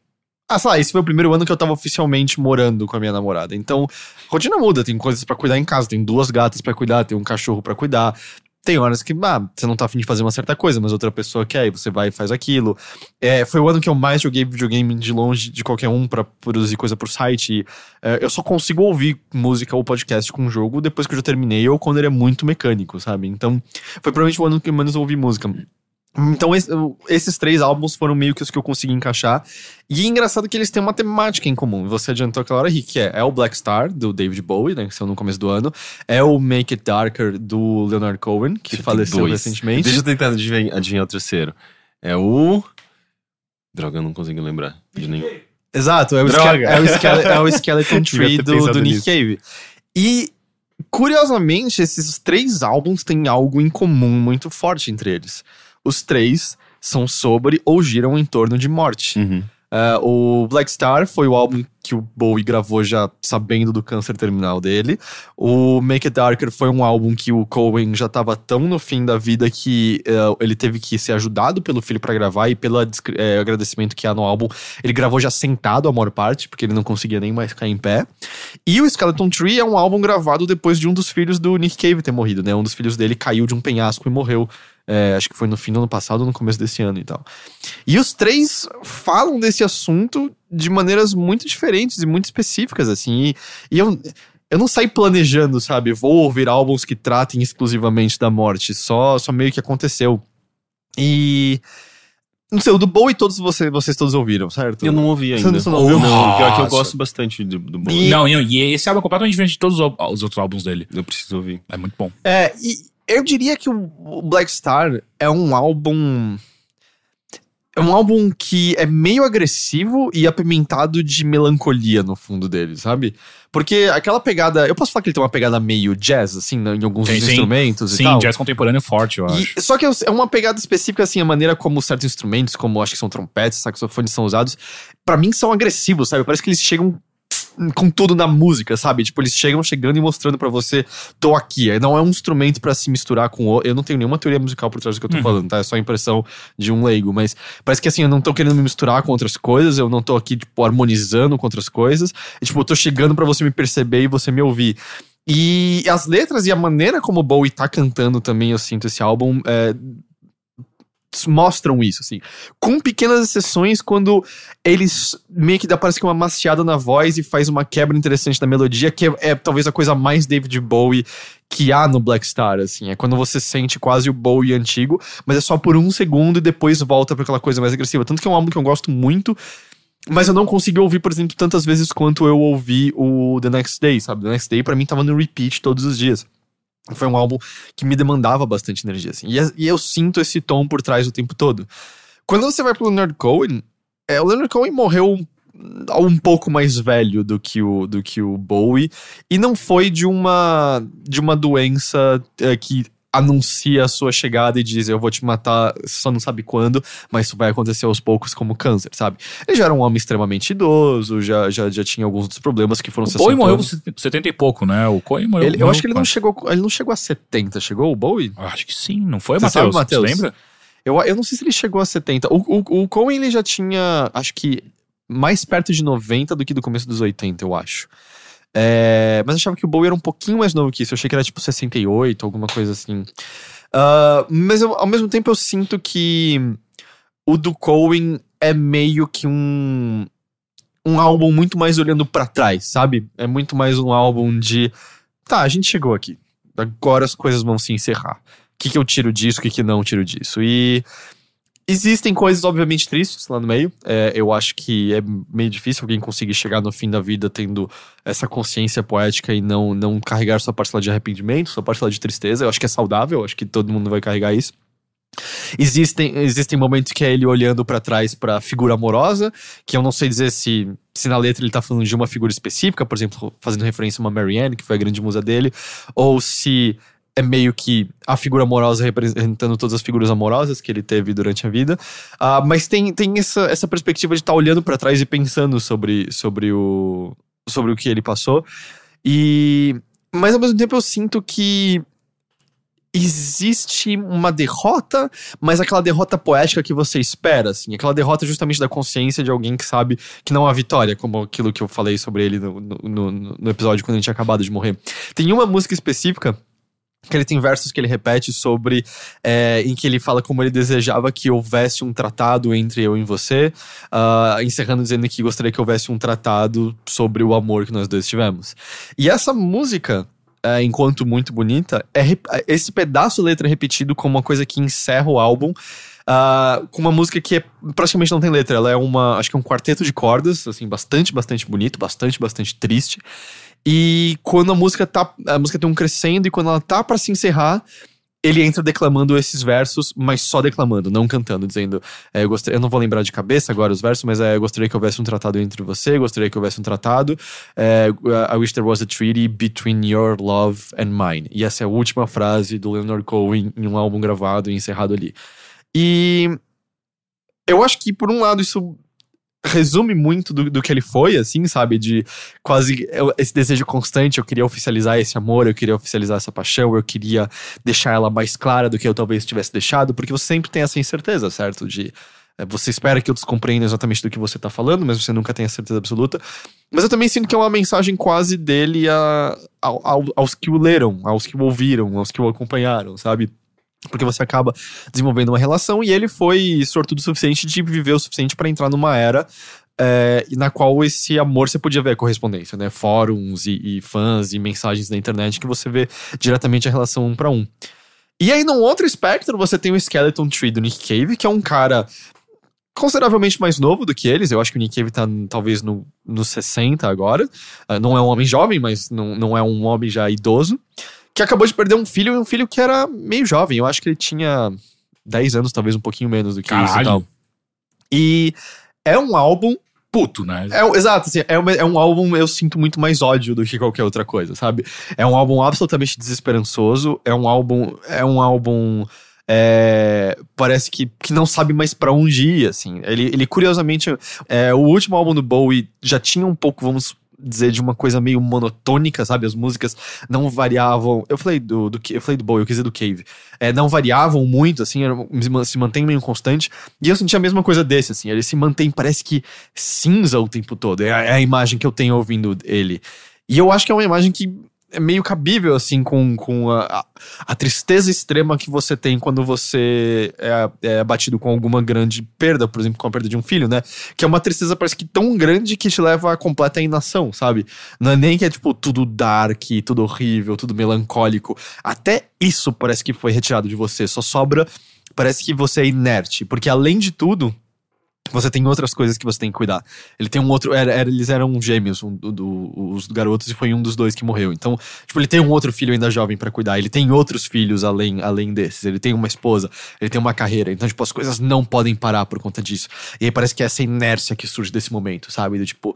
Speaker 1: Ah, sei lá, esse foi o primeiro ano que eu tava oficialmente morando com a minha namorada. Então, rotina muda, tem coisas pra cuidar em casa, tem duas gatas pra cuidar, tem um cachorro pra cuidar. Tem horas que, ah, você não tá afim de fazer uma certa coisa, mas outra pessoa quer, e você vai e faz aquilo. É, foi o ano que eu mais joguei videogame de longe de qualquer um pra produzir coisa pro site. E, é, eu só consigo ouvir música ou podcast com o jogo depois que eu já terminei ou quando ele é muito mecânico, sabe? Então, foi provavelmente o ano que eu menos ouvi música. Então, es- eu- esses três álbuns foram meio que os que eu consegui encaixar. E é engraçado que eles têm uma temática em comum. Você adiantou aquela hora, Rick, que é, é o Black Star, do David Bowie, né? Que saiu no começo do ano. É o Make It Darker, do Leonard Cohen, que
Speaker 3: Você tem
Speaker 1: faleceu
Speaker 3: dois.
Speaker 1: recentemente.
Speaker 3: Deixa eu tentar adivinhar, adivinhar o terceiro. É o. Droga, eu não consigo lembrar de nenhum.
Speaker 1: Exato, é o,
Speaker 3: Droga.
Speaker 1: esque- é o esquele- é o Skeleton Tree
Speaker 3: ter
Speaker 1: do,
Speaker 3: pensado
Speaker 1: do Nick
Speaker 3: nisso.
Speaker 1: Cave. E, curiosamente, esses três álbuns têm algo em comum muito forte entre eles. Os três são sobre ou giram em torno de morte.
Speaker 3: Uhum.
Speaker 1: Ah, o Black Star foi o álbum que o Bowie gravou já sabendo do câncer terminal dele. O Make It Darker foi um álbum que o Cohen já estava tão no fim da vida que ah, ele teve que ser ajudado pelo filho para gravar e pelo descri- eh, agradecimento que há no álbum. Ele gravou já sentado a maior parte, porque ele não conseguia nem mais ficar em pé. E o Skeleton Tree é um álbum gravado depois de um dos filhos do Nick Cave ter morrido, né? Um dos filhos dele caiu de um penhasco e morreu. Eh, acho que foi no fim do ano passado, no começo desse ano e tal. E os três falam desse assunto de maneiras muito diferentes e muito específicas, assim. E, e eu, eu não saí planejando, sabe? Vou ouvir álbuns que tratem exclusivamente da morte. Só, só meio que aconteceu. E. Não sei, o do Bowie todos vocês, vocês todos ouviram, certo?
Speaker 3: Eu não ouvi
Speaker 1: Você
Speaker 3: ainda.
Speaker 1: não- você não ouviu?
Speaker 3: Não, pior que eu
Speaker 2: Nossa.
Speaker 3: gosto bastante do, do Bowie.
Speaker 1: E-
Speaker 2: Não, e- e esse álbum é completamente diferente de todos os, al- os outros álbuns dele.
Speaker 3: Eu preciso ouvir.
Speaker 2: É muito bom.
Speaker 1: É, e eu diria que o o Black Star é um álbum. É um álbum que é meio agressivo e apimentado de melancolia no fundo dele, sabe? Porque aquela pegada. Eu posso falar que ele tem uma pegada meio jazz, assim, né, em alguns
Speaker 2: Sim,
Speaker 1: dos
Speaker 2: sim.
Speaker 1: instrumentos e
Speaker 2: Sim,
Speaker 1: tal.
Speaker 2: jazz contemporâneo forte, eu
Speaker 1: E-
Speaker 2: acho.
Speaker 1: só que é uma pegada específica, assim, a maneira como certos instrumentos, como acho que são trompetes, saxofones, são usados. Pra mim, são agressivos, sabe? Parece que eles chegam com tudo na música, sabe? Tipo, eles chegam chegando e mostrando pra você, tô aqui. É, Não é um instrumento pra se misturar com o. Eu não tenho nenhuma teoria musical por trás do que eu
Speaker 2: Uhum.
Speaker 1: tô falando, tá? É só a impressão de um leigo, mas parece que assim, eu não tô querendo me misturar com outras coisas, eu não tô aqui, tipo, harmonizando com outras coisas. É, tipo, eu tô chegando pra você me perceber e você me ouvir. E as letras e a maneira como o Bowie tá cantando também, eu sinto esse álbum, é, mostram isso, assim. Com pequenas exceções, quando eles meio que dá, parece que uma maciada na voz e faz uma quebra interessante na melodia, que é, é talvez a coisa mais David Bowie que há no Black Star, assim. É quando você sente quase o Bowie antigo, mas é só por um segundo e depois volta pra aquela coisa mais agressiva. Tanto que é um álbum que eu gosto muito, mas eu não consegui ouvir, por exemplo, tantas vezes quanto eu ouvi o The Next Day, sabe? The Next Day pra mim tava no repeat todos os dias. Foi um álbum que me demandava bastante energia, assim. E, e eu sinto esse tom por trás o tempo todo. Quando você vai pro Leonard Cohen, é, o Leonard Cohen morreu um, um pouco mais velho do que, o, do que o Bowie. E não foi de uma, de uma doença é, que anuncia a sua chegada e diz eu vou te matar, você só não sabe quando, mas isso vai acontecer aos poucos como câncer, sabe? Ele já era um homem extremamente idoso, já, já, já tinha alguns dos problemas que foram
Speaker 2: O Bowie morreu com
Speaker 1: acentuando.
Speaker 2: 70 e pouco, né? O Cohen morreu.
Speaker 1: Ele- eu
Speaker 2: morreu
Speaker 1: acho que ele não
Speaker 2: quase-
Speaker 1: chegou, ele não chegou a 70, chegou o Bowie?
Speaker 2: Eu Acho que sim, não foi,
Speaker 1: Você sabe,
Speaker 2: Matheus? Você
Speaker 1: Matheus?
Speaker 2: lembra?
Speaker 1: Eu, eu não sei se ele chegou a 70. O, o, o Cohen ele já tinha, acho que, mais perto de 90 do que do começo dos 80, eu acho. É, mas eu achava que o Bowie era um pouquinho mais novo que isso. Eu achei que era tipo 68, alguma coisa assim. Ah, mas eu- ao mesmo tempo eu sinto que o do Cohen é meio que um. Um álbum muito mais olhando pra trás, sabe? É muito mais um álbum de. Tá, a gente chegou aqui. Agora as coisas vão se encerrar o que, que eu tiro disso, o que, que não tiro disso. E existem coisas, obviamente, tristes lá no meio. É, eu acho que é meio difícil alguém conseguir chegar no fim da vida tendo essa consciência poética e não, não carregar sua parcela de arrependimento, sua parcela de tristeza. Eu acho que é saudável, eu acho que todo mundo vai carregar isso. Existem, existem momentos que é ele olhando pra trás pra figura amorosa, que eu não sei dizer se, se na letra ele tá falando de uma figura específica, por exemplo, fazendo referência a uma Marianne, que foi a grande musa dele, ou se é meio que a figura amorosa representando todas as figuras amorosas que ele teve durante a vida. Ah, mas tem, tem essa, essa perspectiva de estar olhando pra trás e pensando sobre, sobre, o, sobre o que ele passou. E. Mas ao mesmo tempo eu sinto que. Existe uma derrota, mas aquela derrota poética que você espera, assim. Aquela derrota justamente da consciência de alguém que sabe que não há vitória, como aquilo que eu falei sobre ele no, no, no- no episódio quando ele tinha acabado de morrer. Tem uma música específica que ele tem versos que ele repete sobre é, em que ele fala como ele desejava que houvesse um tratado entre eu e você, ah, encerrando dizendo que gostaria que houvesse um tratado sobre o amor que nós dois tivemos. E essa música, é, enquanto muito bonita, é rep- esse pedaço da letra é repetido como uma coisa que encerra o álbum. ah, com uma música que é- praticamente não tem letra, ela é uma, acho que é um quarteto de cordas, assim, bastante, bastante bonito, bastante, bastante triste. E quando a música tá. A música tem um crescendo, e quando ela tá pra se encerrar, ele entra declamando esses versos, mas só declamando, não cantando, dizendo: é, eu, gostaria, eu não vou lembrar de cabeça agora os versos, mas é, eu gostaria que houvesse um tratado entre você, gostaria que houvesse um tratado. é, I wish there was a treaty between your love and mine. E essa é a última frase do Leonard Cohen em um álbum gravado e encerrado ali. E eu acho que, por um lado, isso resume muito do, do que ele foi, assim, sabe? De quase eu- esse desejo constante, eu queria oficializar esse amor, eu queria oficializar essa paixão, eu queria deixar ela mais clara do que eu talvez tivesse deixado, porque você sempre tem essa incerteza, certo? De é, você espera que outros compreendam exatamente do que você tá falando, mas você nunca tem a certeza absoluta. Mas eu também sinto que é uma mensagem quase dele a, ao- ao- aos que o leram, aos que o ouviram, aos que o acompanharam, sabe? Porque você acaba desenvolvendo uma relação e ele foi sortudo o suficiente de viver o suficiente para entrar numa era é, e na qual esse amor você podia ver a correspondência, né? Fóruns e, e fãs e mensagens na internet que você vê diretamente a relação um para um. E aí, num outro espectro, você tem o Skeleton Tree do Nick Cave, que é um cara consideravelmente mais novo do que eles. Eu acho que o Nick Cave tá n- talvez no- nos 60 agora. Ah, não é um homem jovem, mas não, não é um homem já idoso. Que acabou de perder um filho e um filho que era meio jovem. Eu acho que ele tinha 10 anos, talvez um pouquinho menos do que isso e tal.
Speaker 2: Caralho.
Speaker 1: E é um álbum
Speaker 2: Puto, né?
Speaker 1: é, um- exato, assim, é, uma- é um álbum eu sinto muito mais ódio do que qualquer outra coisa, sabe? É um álbum absolutamente desesperançoso, é um álbum, é um álbum é, parece que, que não sabe mais pra onde ir, assim. Ele, ele curiosamente, é, o último álbum do Bowie já tinha um pouco, vamos dizer, de uma coisa meio monotônica, sabe? As músicas não variavam. Eu falei do, do Ca- eu falei do Bowie, eu quis dizer do Cave. É, não variavam muito, assim, era- se man- se mantém meio constante. E eu senti a mesma coisa desse, assim. Ele se mantém, parece que cinza o tempo todo. É a, é a imagem que eu tenho ouvindo ele. E eu acho que é uma imagem que é meio cabível, assim, com, com a, a- a tristeza extrema que você tem quando você é, é abatido com alguma grande perda, por exemplo, com a perda de um filho, né? Que é uma tristeza, parece que tão grande que te leva à completa inação, sabe? Não é nem que é, tipo, tudo dark, tudo horrível, tudo melancólico. Até isso parece que foi retirado de você. Só sobra. Parece que você é inerte. Porque, além de tudo, você tem outras coisas que você tem que cuidar. Ele tem um outro. era- era- eles eram gêmeos, um do- do- os garotos, e foi um dos dois que morreu. Então, tipo, ele tem um outro filho ainda jovem pra cuidar. Ele tem outros filhos além, além desses. Ele tem uma esposa, ele tem uma carreira. Então, tipo, as coisas não podem parar por conta disso. E aí parece que é essa inércia que surge desse momento, sabe? Do tipo,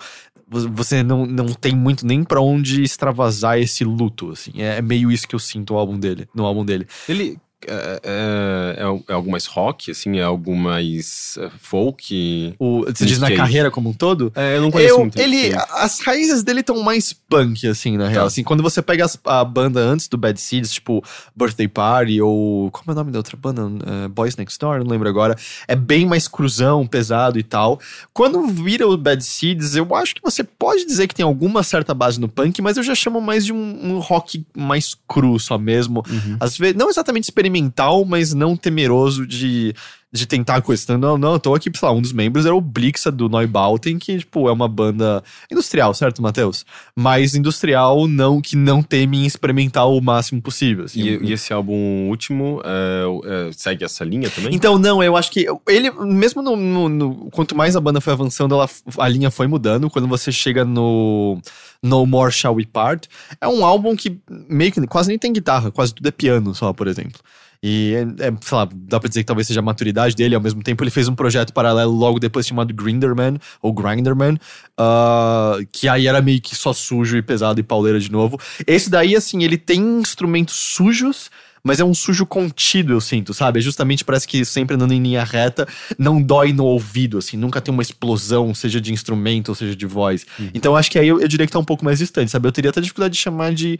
Speaker 1: vo- você não, não tem muito nem pra onde extravasar esse luto, assim. É é meio isso que eu sinto no álbum dele. No álbum dele.
Speaker 3: Ele é, é, é al- é algo mais rock, assim? É algo mais é, folk?
Speaker 1: O, você diz
Speaker 3: Nick
Speaker 1: na
Speaker 3: Cave.
Speaker 1: carreira como um todo?
Speaker 3: É, eu não
Speaker 1: Eu- ele, as raízes dele estão mais punk, assim, na real. Assim, quando você pega as- a banda antes do Bad Seeds, tipo Birthday Party ou. Como é o nome da outra banda? Eh, Boys Next Door, não lembro agora. É bem mais cruzão, pesado e tal. Quando vira o Bad Seeds, eu acho que você pode dizer que tem alguma certa base no punk, mas eu já chamo mais de um, um rock mais cru só mesmo.
Speaker 3: Uhum.
Speaker 1: Às vezes, não exatamente experimental, mas não temeroso de, de tentar coisas. Então, Não, não, eu tô aqui, sei lá, um dos membros era o Blixa do Neubauten, que, tipo, é uma banda industrial, certo, Matheus? Mas industrial não que não teme em experimentar o máximo possível. assim.
Speaker 3: E, e esse álbum último é, o- é, segue essa linha também?
Speaker 1: Então, não, eu acho que ele, mesmo no, no- no- Quanto mais a banda foi avançando, ela, a linha foi mudando. Quando você chega no No More Shall We Part, é um álbum que meio que quase nem tem guitarra, quase tudo é piano só, por exemplo. E, é, é, sei lá, dá pra dizer que talvez seja a maturidade dele. Ao mesmo tempo, ele fez um projeto paralelo logo depois chamado Grinderman, ou Grinderman, ah, que aí era meio que só sujo e pesado e pauleira de novo. Esse daí, assim, ele tem instrumentos sujos, mas é um sujo contido, eu sinto, sabe? É justamente parece que sempre andando em linha reta, não dói no ouvido, assim, nunca tem uma explosão, seja de instrumento ou seja de voz. Então acho que aí eu, eu diria que tá um pouco mais distante, sabe? Eu teria até dificuldade de chamar de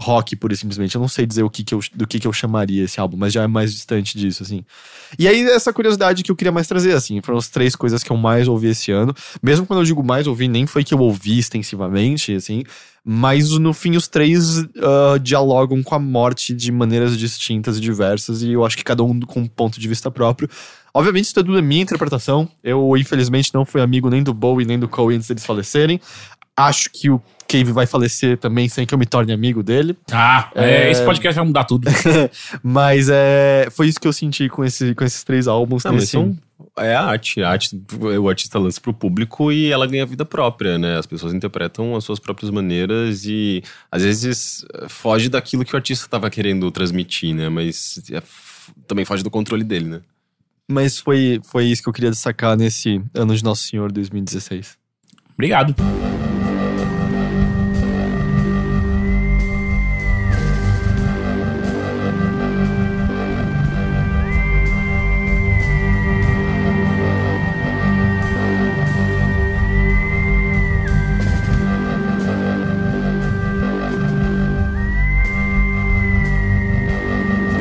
Speaker 1: rock, por simplesmente. Eu não sei dizer o que que eu, do que, que eu chamaria esse álbum, mas já é mais distante disso, assim. E aí, essa curiosidade que eu queria mais trazer, assim, foram as três coisas que eu mais ouvi esse ano. Mesmo quando eu digo mais ouvi, nem foi que eu ouvi extensivamente, assim, mas no fim os três ah, dialogam com a morte de maneiras distintas e diversas, e eu acho que cada um com um ponto de vista próprio. Obviamente, isso tudo é minha interpretação. Eu, infelizmente, não fui amigo nem do Bowie nem do Cohen antes deles falecerem. Acho que o Cave vai falecer também sem que eu me torne amigo dele.
Speaker 2: Ah, é,
Speaker 1: É.
Speaker 2: esse podcast vai mudar tudo.
Speaker 1: Mas é, foi isso que eu senti com, esse, com esses três álbuns.
Speaker 3: Ah, mas
Speaker 1: nesse-
Speaker 3: são é a arte. A arte, o artista lança pro público e ela ganha vida própria, né? As pessoas interpretam as suas próprias maneiras e às vezes eh, foge daquilo que o artista estava querendo transmitir, né? Mas eh, f- também foge do controle dele, né?
Speaker 1: Mas foi, foi isso que eu queria destacar nesse ano de Nosso Senhor 2016.
Speaker 2: Obrigado.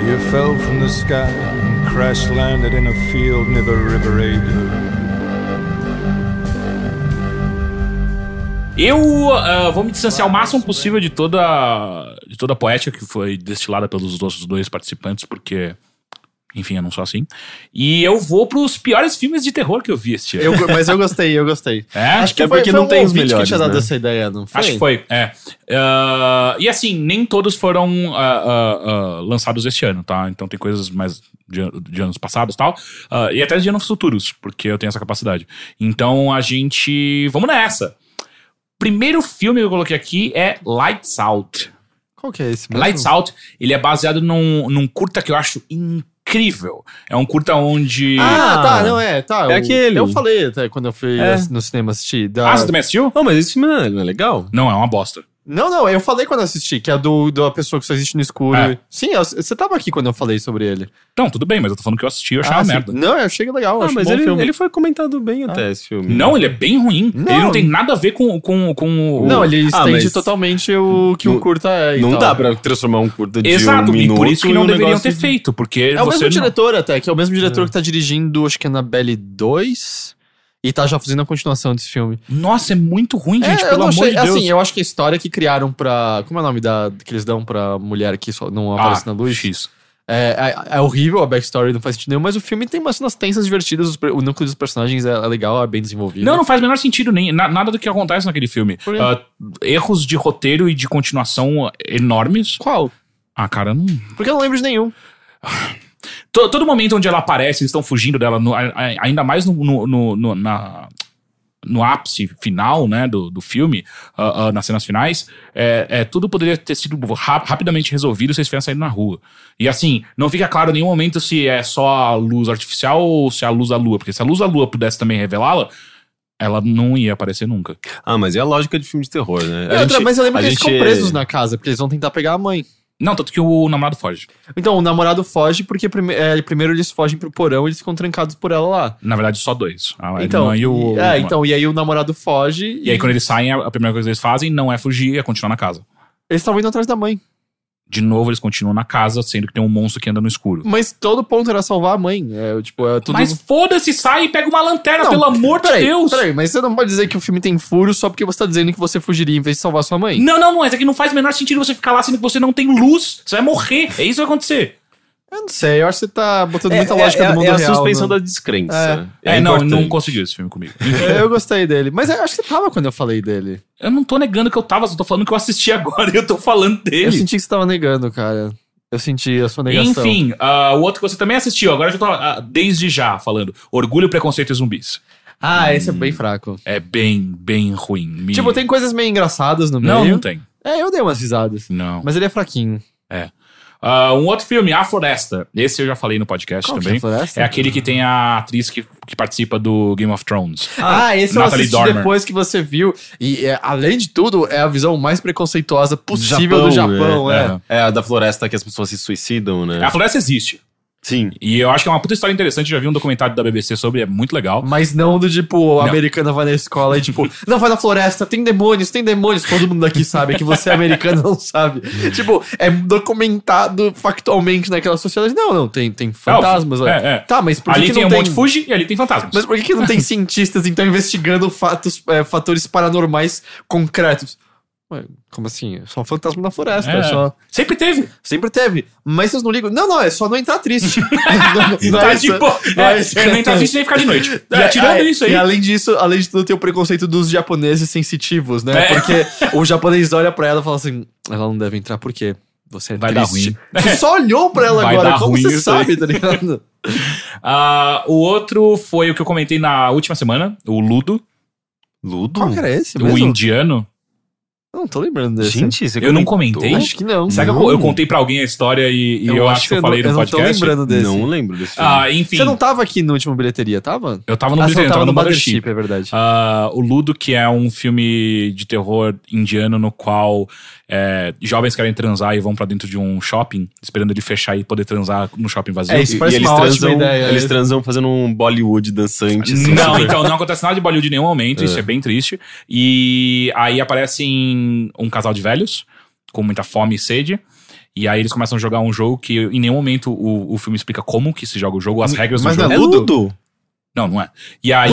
Speaker 5: You fell from the sky and crash landed in a field near the River Ada.
Speaker 2: Eu ah, vou me distanciar o máximo possível de toda, de toda a poética que foi destilada pelos nossos dois participantes, porque. Enfim, eu não sou assim. E eu vou pros piores filmes de terror que eu vi este ano.
Speaker 1: Eu go- mas eu gostei, eu gostei.
Speaker 2: É? Acho
Speaker 1: que um
Speaker 3: É porque não tem os melhores,
Speaker 1: que tinha dado
Speaker 3: né?
Speaker 1: essa ideia, não foi?
Speaker 2: Acho que foi, é. Ah, e assim, nem todos foram ah, ah, ah, lançados este ano, tá? Então tem coisas mais de, an- de anos passados e tal. Ah, e até de anos futuros, porque eu tenho essa capacidade. Então a gente. Vamos nessa! Primeiro filme que eu coloquei aqui é Lights Out.
Speaker 1: Qual que é esse mesmo?
Speaker 2: Lights Out, ele é baseado num, num curta que eu acho incrível. É um curta onde.
Speaker 1: Ah, tá, não é, tá.
Speaker 3: É
Speaker 1: o-
Speaker 3: aquele.
Speaker 1: Eu falei até quando eu fui
Speaker 3: É.
Speaker 1: ass- no cinema assistir. da-
Speaker 2: Ah, você também assistiu?
Speaker 3: Oh, mas esse filme não é, não é legal?
Speaker 2: Não, é uma bosta.
Speaker 1: Não, não, eu falei quando eu assisti, que é do da pessoa que só existe no escuro.
Speaker 2: É.
Speaker 1: Sim, eu- você tava aqui quando eu falei sobre ele.
Speaker 2: Então, tudo bem, mas eu tô falando que eu assisti e eu achei
Speaker 1: Ah,
Speaker 2: uma
Speaker 1: sim.
Speaker 2: merda.
Speaker 1: Não, eu achei legal, eu
Speaker 3: Ah,
Speaker 1: achei um
Speaker 3: mas
Speaker 1: bom
Speaker 3: ele,
Speaker 1: filme.
Speaker 3: ele foi comentado bem até esse filme.
Speaker 2: Não, ele é bem ruim. Ele não tem nada a ver com, com, com o.
Speaker 1: Não, ele
Speaker 3: Ah,
Speaker 1: estende
Speaker 3: mas-
Speaker 1: totalmente o que o
Speaker 3: Não-
Speaker 1: curta é. e
Speaker 3: Não
Speaker 1: tal.
Speaker 3: dá pra transformar um curta de
Speaker 2: Exato,
Speaker 3: um
Speaker 2: e
Speaker 3: minuto
Speaker 2: por isso que
Speaker 3: em
Speaker 2: não
Speaker 3: um
Speaker 2: deveriam
Speaker 3: negócio
Speaker 2: ter feito, porque
Speaker 1: É o mesmo
Speaker 2: você. não-
Speaker 1: diretor até, que é o mesmo diretor que tá dirigindo, acho que é na Belle 2. E tá já fazendo a continuação desse filme.
Speaker 2: Nossa, é muito ruim, gente,
Speaker 1: É, eu
Speaker 2: pelo
Speaker 1: não
Speaker 2: amor
Speaker 1: achei-
Speaker 2: de Deus.
Speaker 1: Assim, eu acho que a história que criaram pra. Como é o nome da, que eles dão pra mulher que só
Speaker 2: Ah,
Speaker 1: não aparece na luz?
Speaker 2: X.
Speaker 1: É, é- é horrível a backstory, não faz sentido nenhum, mas o filme tem umas cenas tensas divertidas, os per- o núcleo dos personagens é, é legal, é bem desenvolvido.
Speaker 2: Não, não faz o menor sentido nem na- nada do que acontece naquele filme.
Speaker 1: Por quê?
Speaker 2: Ah, erros de roteiro e de continuação enormes.
Speaker 1: Qual?
Speaker 2: Ah, cara, não.
Speaker 1: Porque eu não lembro de nenhum.
Speaker 2: To- todo momento onde ela aparece, eles estão fugindo dela, no- a- a- ainda mais no, no, no- no- na- no ápice final, né, do, do filme, ah, ah, nas cenas finais, é, é, tudo poderia ter sido ra- rapidamente resolvido se eles tivessem saído na rua. E assim, não fica claro em nenhum momento se é só a luz artificial ou se é a luz da lua, porque se a luz da lua pudesse também revelá-la, ela não ia aparecer nunca.
Speaker 3: Ah, mas é a lógica de filme de terror, né?
Speaker 1: E
Speaker 3: A
Speaker 1: É, outra,
Speaker 3: gente-
Speaker 1: mas eu lembro
Speaker 3: a
Speaker 1: que eles
Speaker 3: gente-
Speaker 1: ficam presos na casa, porque eles vão tentar pegar a mãe.
Speaker 2: Não, tanto que o namorado foge.
Speaker 1: Então, o namorado foge porque prime- é, primeiro eles fogem pro porão e eles ficam trancados por ela lá.
Speaker 2: Na verdade, só dois. A
Speaker 1: Então,
Speaker 2: irmã e o. o
Speaker 1: é,
Speaker 2: irmão.
Speaker 1: então, e aí o namorado foge e,
Speaker 2: E aí, quando eles saem, a a primeira coisa que eles fazem não é fugir, é continuar na casa.
Speaker 1: eles estavam indo atrás da mãe.
Speaker 2: De novo, eles continuam na casa, sendo que tem um monstro que anda no escuro.
Speaker 1: Mas todo ponto era salvar a mãe. É, tipo, é tudo.
Speaker 2: Mas foda-se, sai e pega uma lanterna,
Speaker 1: Não,
Speaker 2: pelo amor de
Speaker 1: Peraí,
Speaker 2: Deus!
Speaker 1: peraí, mas você não pode dizer que o filme tem furo só porque você tá dizendo que você fugiria em vez de salvar sua mãe.
Speaker 2: Não, não, não, mas é que não faz o menor sentido você ficar lá sendo que você não tem luz. Você vai morrer. É isso que vai acontecer.
Speaker 1: Eu não sei, eu acho que você tá botando muita
Speaker 3: é,
Speaker 1: lógica
Speaker 3: é-
Speaker 1: do mundo
Speaker 3: é a
Speaker 1: real.
Speaker 3: suspensão
Speaker 1: né?
Speaker 3: da descrença.
Speaker 2: É, não, não
Speaker 3: importante.
Speaker 2: conseguiu esse filme comigo.
Speaker 1: É, Eu gostei dele. Mas eu acho que você tava quando eu falei dele.
Speaker 2: Eu não tô negando que eu tava, só tô falando que eu assisti agora e eu tô falando
Speaker 1: Eu
Speaker 2: dele.
Speaker 1: senti que você tava negando, cara. Eu senti a sua negação.
Speaker 2: Enfim, ah, o outro que você também assistiu, agora eu já tô ah, desde já falando. Orgulho, Preconceito e Zumbis.
Speaker 1: Ah, esse é bem fraco.
Speaker 2: É bem, bem ruim. Me-
Speaker 1: Tipo, tem coisas meio engraçadas no meio.
Speaker 2: Não, não tem.
Speaker 1: É, eu dei umas risadas.
Speaker 2: Não.
Speaker 1: Mas ele é fraquinho.
Speaker 2: Ah, um outro filme, A Floresta. Esse eu já falei no podcast
Speaker 1: Qual que é
Speaker 2: também.
Speaker 1: a Floresta?
Speaker 2: é aquele que tem a atriz que, que participa do Game of Thrones.
Speaker 1: Ah, esse
Speaker 2: Natalie
Speaker 1: eu assisti
Speaker 2: Dormer.
Speaker 1: depois que você viu. E é, além de tudo, é a visão mais preconceituosa possível
Speaker 3: Japão,
Speaker 1: do Japão, é.
Speaker 2: É.
Speaker 3: É a da floresta que as pessoas se suicidam, né?
Speaker 2: A floresta existe.
Speaker 3: Sim.
Speaker 2: E eu acho que é uma puta história interessante. Já vi um documentário da BBC sobre, é muito legal.
Speaker 1: Mas não do tipo, a americana vai na escola e tipo, não vai na floresta, tem demônios, tem demônios. Todo mundo daqui sabe que você é americano não sabe. tipo, é documentado factualmente naquela sociedade. Não, não, tem, tem fantasmas.
Speaker 2: é,
Speaker 1: olha.
Speaker 2: é.
Speaker 1: Tá, mas por
Speaker 2: ali
Speaker 1: que, que
Speaker 2: tem
Speaker 1: não
Speaker 2: um
Speaker 1: tem.
Speaker 2: monte de Fuji e ali tem fantasmas.
Speaker 1: mas por que, que não tem cientistas então investigando fatos, é, fatores paranormais concretos? Ué, como assim? É só fantasma na floresta, é
Speaker 2: É.
Speaker 1: só.
Speaker 2: Sempre teve.
Speaker 1: Sempre teve. Mas vocês não ligam. Não, não, é só não entrar triste. não, não
Speaker 2: Tá,
Speaker 1: é isso.
Speaker 2: tipo,
Speaker 1: Não
Speaker 2: é,
Speaker 1: isso.
Speaker 2: nem tá assistindo nem ficar de noite. É, tirando
Speaker 1: e-
Speaker 2: isso aí.
Speaker 1: E além disso, além de tudo, tem o preconceito dos japoneses sensitivos, né?
Speaker 2: É.
Speaker 1: Porque o japonês olha pra ela e fala assim: ela não deve entrar porque você é
Speaker 2: Vai dar
Speaker 1: triste. Você só olhou pra ela
Speaker 2: Vai
Speaker 1: agora,
Speaker 2: dar
Speaker 1: como
Speaker 2: ruim
Speaker 1: você
Speaker 2: isso aí.
Speaker 1: sabe, tá ligado?
Speaker 2: Ah, o outro foi o que eu comentei na última semana, o Ludo,
Speaker 3: Ludo?
Speaker 1: Qual que era esse
Speaker 2: o
Speaker 1: É mesmo?
Speaker 2: indiano.
Speaker 1: Não tô lembrando desse.
Speaker 3: Gente, você
Speaker 2: Eu não
Speaker 3: comentou?
Speaker 2: comentei?
Speaker 1: acho que não.
Speaker 2: Será que eu,
Speaker 1: Não.
Speaker 2: eu contei pra alguém a história e, e eu, acho que eu
Speaker 1: não-
Speaker 2: falei no
Speaker 1: Eu não tô
Speaker 2: podcast?
Speaker 1: lembrando desse.
Speaker 3: Não lembro desse filme.
Speaker 2: Ah, enfim,
Speaker 1: Você não tava aqui no último bilheteria, tava?
Speaker 2: eu tava no,
Speaker 1: Ah,
Speaker 2: ah,
Speaker 1: você
Speaker 2: eu tava no Mothership.
Speaker 1: é verdade.
Speaker 2: Ah, o Ludo, que é um filme de terror indiano no qual é, jovens querem transar e vão pra dentro de um shopping, esperando ele fechar e poder transar no shopping vazio.
Speaker 1: É, isso
Speaker 3: E-
Speaker 1: parece
Speaker 3: e eles
Speaker 1: uma ótima
Speaker 3: transam,
Speaker 1: ideia.
Speaker 3: Eles transam fazendo um Bollywood dançante. assim,
Speaker 2: Não,
Speaker 3: super-
Speaker 2: então não acontece nada de Bollywood em nenhum momento, isso é bem triste. E aí aparecem um casal de velhos, com muita fome e sede. E aí eles começam a jogar um jogo que em nenhum momento o, o filme explica como que se joga o jogo, as regras
Speaker 1: mas
Speaker 2: do
Speaker 1: não
Speaker 2: jogo.
Speaker 3: É Ludo?
Speaker 2: Não, não é. E aí.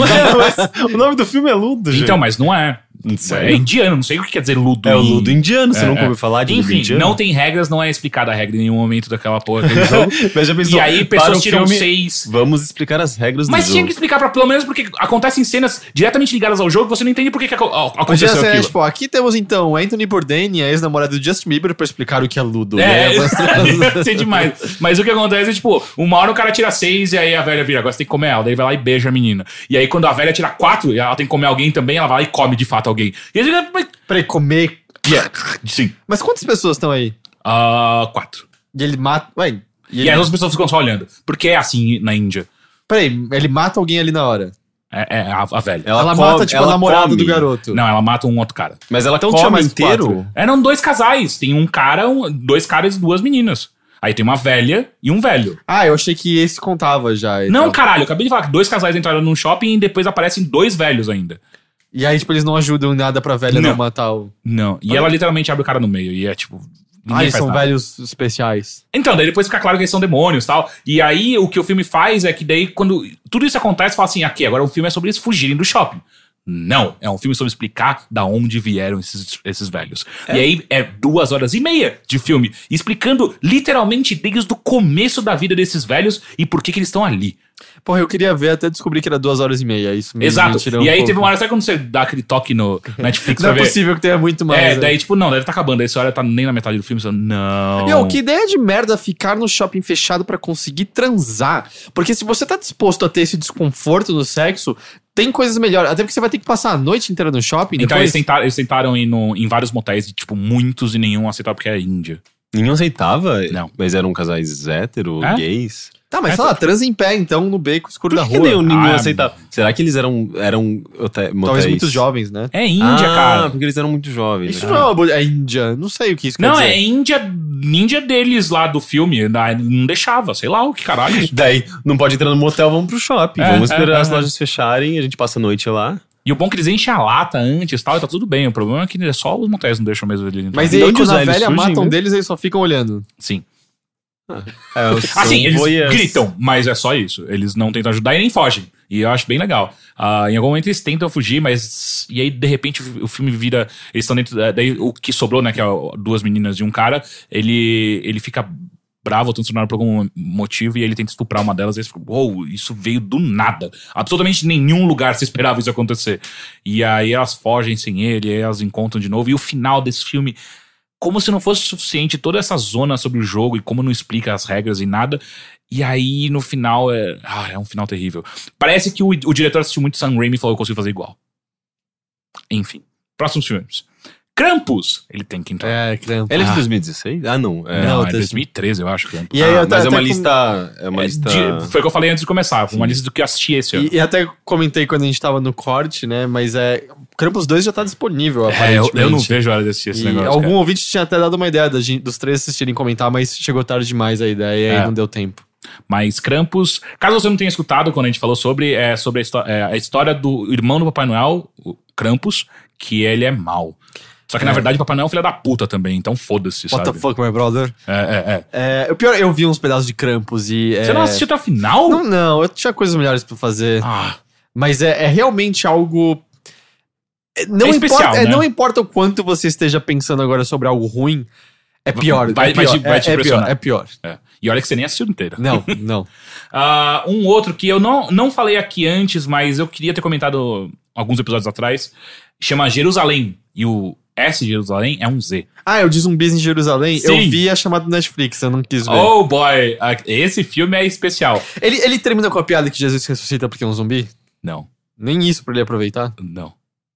Speaker 3: o nome do filme é Ludo, gente.
Speaker 2: então, mas não é. É
Speaker 3: Sério?
Speaker 2: indiano, não sei o que quer dizer ludo.
Speaker 3: É o
Speaker 2: em-
Speaker 3: Ludo indiano, você
Speaker 2: É,
Speaker 3: nunca
Speaker 2: é.
Speaker 3: ouviu falar de Ludo
Speaker 2: Enfim,
Speaker 3: indiano?
Speaker 2: não tem regras, não é explicada a regra em nenhum momento daquela porra daquele jogo.
Speaker 3: Então, Mas já pensou,
Speaker 2: e aí
Speaker 3: para
Speaker 2: pessoas
Speaker 3: o
Speaker 2: tiram
Speaker 3: filme,
Speaker 2: seis.
Speaker 3: Vamos explicar as regras
Speaker 2: Mas
Speaker 3: do
Speaker 2: tinha
Speaker 3: jogo.
Speaker 2: que explicar pra, pelo menos porque acontecem cenas diretamente ligadas ao jogo que você não entende por que, que aco- ó,
Speaker 1: Podia
Speaker 2: aconteceu
Speaker 1: ser,
Speaker 2: aquilo.
Speaker 1: tipo, aqui temos então Anthony Bourdain, a ex-namorada do Justin Bieber, pra explicar o que é Ludo.
Speaker 2: É,
Speaker 1: né? Mas-
Speaker 2: ia ser demais. Mas o que acontece é, tipo, uma hora o cara tira seis e aí a velha vira, agora você tem que comer ela. Daí vai lá e beija a menina. E aí quando a velha tira quatro e ela tem que comer alguém também, ela vai lá e come de fato alguém. E aí fica, mas...
Speaker 1: Peraí, comer.
Speaker 2: Yeah. Sim.
Speaker 1: Mas quantas pessoas estão aí?
Speaker 2: Ah, quatro.
Speaker 1: E ele mata. Ué, e
Speaker 2: E
Speaker 1: ele...
Speaker 2: aí as pessoas ficam só olhando. Porque é assim na Índia.
Speaker 1: Peraí, ele mata alguém ali na hora.
Speaker 2: É, é a, a velha.
Speaker 1: Ela,
Speaker 3: come-
Speaker 1: mata, tipo,
Speaker 3: ela
Speaker 1: a namorada
Speaker 3: come.
Speaker 1: do garoto.
Speaker 2: Não, ela mata um outro cara.
Speaker 3: Mas ela
Speaker 1: Então tinha
Speaker 3: come
Speaker 1: mais
Speaker 3: inteiro?
Speaker 1: quatro.
Speaker 2: Eram dois casais. Tem um cara, um- dois caras e duas meninas. Aí tem uma velha e um velho.
Speaker 1: Ah, eu achei que esse contava já. então. e
Speaker 2: Não,
Speaker 1: tal.
Speaker 2: caralho, acabei de falar que dois casais entraram num shopping e depois aparecem dois velhos ainda.
Speaker 1: E aí, tipo, eles não ajudam em nada pra velha não,
Speaker 2: Não.
Speaker 1: matar o.
Speaker 2: Não. E ela literalmente abre o cara no meio e é tipo.
Speaker 1: Ah,
Speaker 2: Ninguém
Speaker 1: eles
Speaker 2: faz
Speaker 1: são
Speaker 2: nada.
Speaker 1: velhos especiais.
Speaker 2: Então, daí depois fica claro que eles são demônios e tal. E aí o que o filme faz é que daí, quando tudo isso acontece, fala assim: aqui, agora o filme é sobre eles fugirem do shopping. Não, é um filme sobre explicar da onde vieram esses, esses velhos. E aí é duas horas e meia de filme, explicando literalmente desde o começo da vida desses velhos e por que, que eles estão ali.
Speaker 1: Porra, eu queria ver até descobrir que era duas horas e meia. Isso me, me
Speaker 2: Exato.
Speaker 1: tirou
Speaker 2: E
Speaker 1: um
Speaker 2: aí
Speaker 1: pouco.
Speaker 2: teve uma hora, sabe quando você dá aquele toque no Netflix
Speaker 1: Não
Speaker 2: pra
Speaker 1: é
Speaker 2: ver?
Speaker 1: possível que tenha muito mais.
Speaker 2: É,
Speaker 1: né?
Speaker 2: daí tipo, não, deve estar acabando. Essa hora tá nem na metade do filme, você não.
Speaker 1: Meu, que ideia de merda ficar no shopping fechado pra conseguir transar. Porque se você tá disposto a ter esse desconforto no sexo, tem coisas melhores. Até porque você vai ter que passar a noite inteira no shopping.
Speaker 2: Então
Speaker 1: depois.
Speaker 2: eles tentaram, eles tentaram ir no- em vários motéis, e, tipo, muitos e nenhum aceitar porque é Índia.
Speaker 3: Ninguém aceitava?
Speaker 2: Não.
Speaker 3: Mas eram casais hétero,
Speaker 2: É?
Speaker 3: gays?
Speaker 1: Tá, mas sei lá, transa em pé então no beco escuro
Speaker 3: Por
Speaker 1: da
Speaker 3: que que
Speaker 1: rua.
Speaker 3: nenhum- ninguém
Speaker 2: Ah,
Speaker 3: aceitava? Será que eles eram, eram hote-
Speaker 1: Talvez
Speaker 3: motéis?
Speaker 1: muitos jovens, né?
Speaker 2: É Índia,
Speaker 3: ah,
Speaker 2: cara.
Speaker 3: porque eles eram muito jovens.
Speaker 1: Isso
Speaker 3: né?
Speaker 1: não é uma bolha. É Índia. Não sei o que isso quer
Speaker 2: Não,
Speaker 1: dizer.
Speaker 2: é Índia, Índia deles lá do filme. na- Não deixava, sei lá o que caralho.
Speaker 3: Daí, não pode entrar no motel, vamos pro shopping.
Speaker 2: É,
Speaker 3: vamos
Speaker 2: é,
Speaker 3: esperar
Speaker 2: é,
Speaker 3: as
Speaker 2: é.
Speaker 3: lojas fecharem, a gente passa a noite lá.
Speaker 2: E o bom é que eles enchem a lata antes e tal, e tá tudo bem. O problema é que só os motéis não deixam mesmo ele entrar.
Speaker 1: Mas e
Speaker 3: De
Speaker 1: aí,
Speaker 3: onde
Speaker 1: quando
Speaker 3: os
Speaker 1: a
Speaker 3: velhos
Speaker 1: velha
Speaker 3: surgem,
Speaker 1: matam
Speaker 3: né?
Speaker 1: deles, eles só ficam olhando.
Speaker 2: Sim.
Speaker 3: É, são
Speaker 2: Assim, eles
Speaker 3: voyeurs.
Speaker 2: gritam, mas é só isso. Eles não tentam ajudar e nem fogem. E eu acho bem legal. Ah, em algum momento eles tentam fugir, mas. E aí, de repente, o filme vira. Eles estão dentro. da- Daí o que sobrou, né? Que é o- duas meninas e um cara. Ele, ele fica bravo, transformado por algum motivo, e ele tenta estuprar uma delas. E eles ficam, uou, isso veio do nada. Absolutamente em nenhum lugar se esperava isso acontecer. E aí elas fogem sem ele, e aí elas encontram de novo. E o final desse filme como se não fosse suficiente toda essa zona sobre o jogo e como não explica as regras e nada. E aí, no final, é, ah, é um final terrível. Parece que o, o diretor assistiu muito Sam Raimi e falou: eu consigo fazer igual. Enfim, próximos filmes. Krampus, ele tem que entrar.
Speaker 1: É, crampo.
Speaker 3: Ele é de
Speaker 2: Ah.
Speaker 3: 2016? Ah, não. É.
Speaker 2: não,
Speaker 1: não,
Speaker 2: é
Speaker 1: tá-
Speaker 2: 2013, eu acho. Krampus.
Speaker 1: E aí,
Speaker 3: Ah,
Speaker 1: eu
Speaker 3: mas
Speaker 1: até-
Speaker 3: é uma
Speaker 1: até
Speaker 3: lista. É uma
Speaker 2: É,
Speaker 3: lista.
Speaker 2: de- foi o que eu falei antes de começar. Foi uma lista do que eu assisti esse ano.
Speaker 1: E, e até comentei quando a gente tava no corte, né? Mas é. Krampus 2 já tá disponível,
Speaker 2: É, eu,
Speaker 1: aparentemente.
Speaker 2: eu não vejo a hora de assistir esse
Speaker 1: E
Speaker 2: negócio.
Speaker 1: algum
Speaker 2: cara.
Speaker 1: ouvinte tinha até dado uma ideia da gente- dos três assistirem e comentar, mas chegou tarde demais a ideia e aí
Speaker 2: É.
Speaker 1: não deu tempo.
Speaker 2: Mas Krampus, caso você não tenha escutado quando a gente falou sobre, é sobre a, histó- é, a história do irmão do Papai Noel, o Krampus, que ele é mau. Só que na verdade o Papai Noel é filho da puta também, então foda-se,
Speaker 1: What
Speaker 2: sabe?
Speaker 1: the fuck, my brother?
Speaker 2: É, é, é.
Speaker 1: É, o pior, eu vi uns pedaços de Krampus e.
Speaker 2: Você
Speaker 1: é,
Speaker 2: não assistiu até o final?
Speaker 1: Não, não, eu tinha coisas melhores pra fazer.
Speaker 2: Ah,
Speaker 1: Mas é, é realmente algo. é, Não,
Speaker 2: É
Speaker 1: importa,
Speaker 2: especial,
Speaker 1: é,
Speaker 2: né?
Speaker 1: não importa o quanto você esteja pensando agora sobre algo ruim, é pior.
Speaker 2: Vai-
Speaker 1: é pior,
Speaker 2: vai te- vai te
Speaker 1: é- é, pior
Speaker 2: impressionar.
Speaker 1: é pior.
Speaker 2: é. E olha que você nem assistiu inteira.
Speaker 1: Não, não.
Speaker 2: Ah, um outro que eu não, não falei aqui antes, mas eu queria ter comentado alguns episódios atrás, chama Jerusalém. E o S de Jerusalém é um Z.
Speaker 1: Ah, eu de zumbis em Jerusalém, eu
Speaker 2: Sim.
Speaker 1: vi a chamada Netflix, eu não quis ver.
Speaker 2: Oh boy, a- esse filme é especial.
Speaker 1: Ele, ele termina com a piada que Jesus ressuscita porque é um zumbi?
Speaker 2: Não,
Speaker 1: Nem isso pra ele aproveitar.
Speaker 2: não.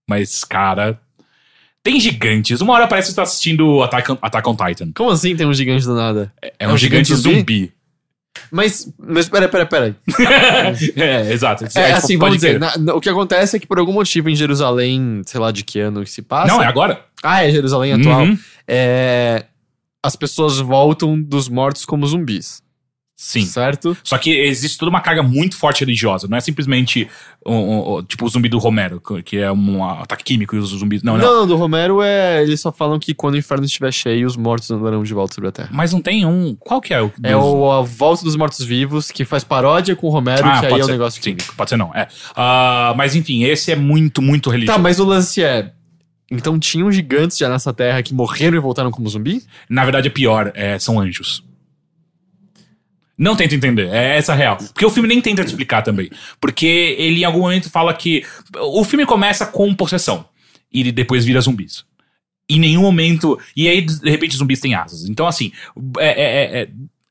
Speaker 2: Mas, cara. Tem gigantes. Uma hora parece que você tá assistindo Attack on, Attack on Titan.
Speaker 1: Como assim tem um gigante do nada?
Speaker 2: É um, gigante, zumbi.
Speaker 1: Mas, mas pera, pera, pera.
Speaker 2: é, exato.
Speaker 1: É,
Speaker 2: tipo,
Speaker 1: assim, vamos
Speaker 2: pode
Speaker 1: dizer,
Speaker 2: crer.
Speaker 1: na- na- o que acontece é que por algum motivo em Jerusalém, sei lá de que ano que se passa.
Speaker 2: Não, é agora.
Speaker 1: Ah, é Jerusalém atual.
Speaker 2: Uhum.
Speaker 1: É, as pessoas voltam dos mortos como zumbis,
Speaker 2: Sim.
Speaker 1: certo?
Speaker 2: Só que existe toda uma carga muito forte religiosa. Não é simplesmente um, um, um, tipo o zumbi do Romero, que é um ataque químico e os zumbis. Não,
Speaker 1: Não,
Speaker 2: não.
Speaker 1: não, do Romero é. Eles só falam que quando o inferno estiver cheio, os mortos andarão de volta sobre a terra.
Speaker 2: Mas não tem um. Qual que é o.
Speaker 1: É o A Volta dos Mortos Vivos, que faz paródia com o Romero,
Speaker 2: Ah,
Speaker 1: que aí
Speaker 2: pode
Speaker 1: é o
Speaker 2: ser.
Speaker 1: negócio
Speaker 2: Sim,
Speaker 1: que.
Speaker 2: pode ser não. É. Ah, mas enfim, esse é muito, muito
Speaker 1: Tá,
Speaker 2: religioso.
Speaker 1: mas o lance é. Então tinham gigantes já nessa terra que morreram e voltaram como zumbi?
Speaker 2: Na verdade, é pior, é, são anjos. Não tenta entender, é essa a real. Porque o filme nem tenta te explicar também. Porque ele em algum momento fala que. O filme começa com possessão. E ele depois vira zumbis. Em nenhum momento. E aí, de repente, zumbis têm asas. Então, assim. É, é- é- é-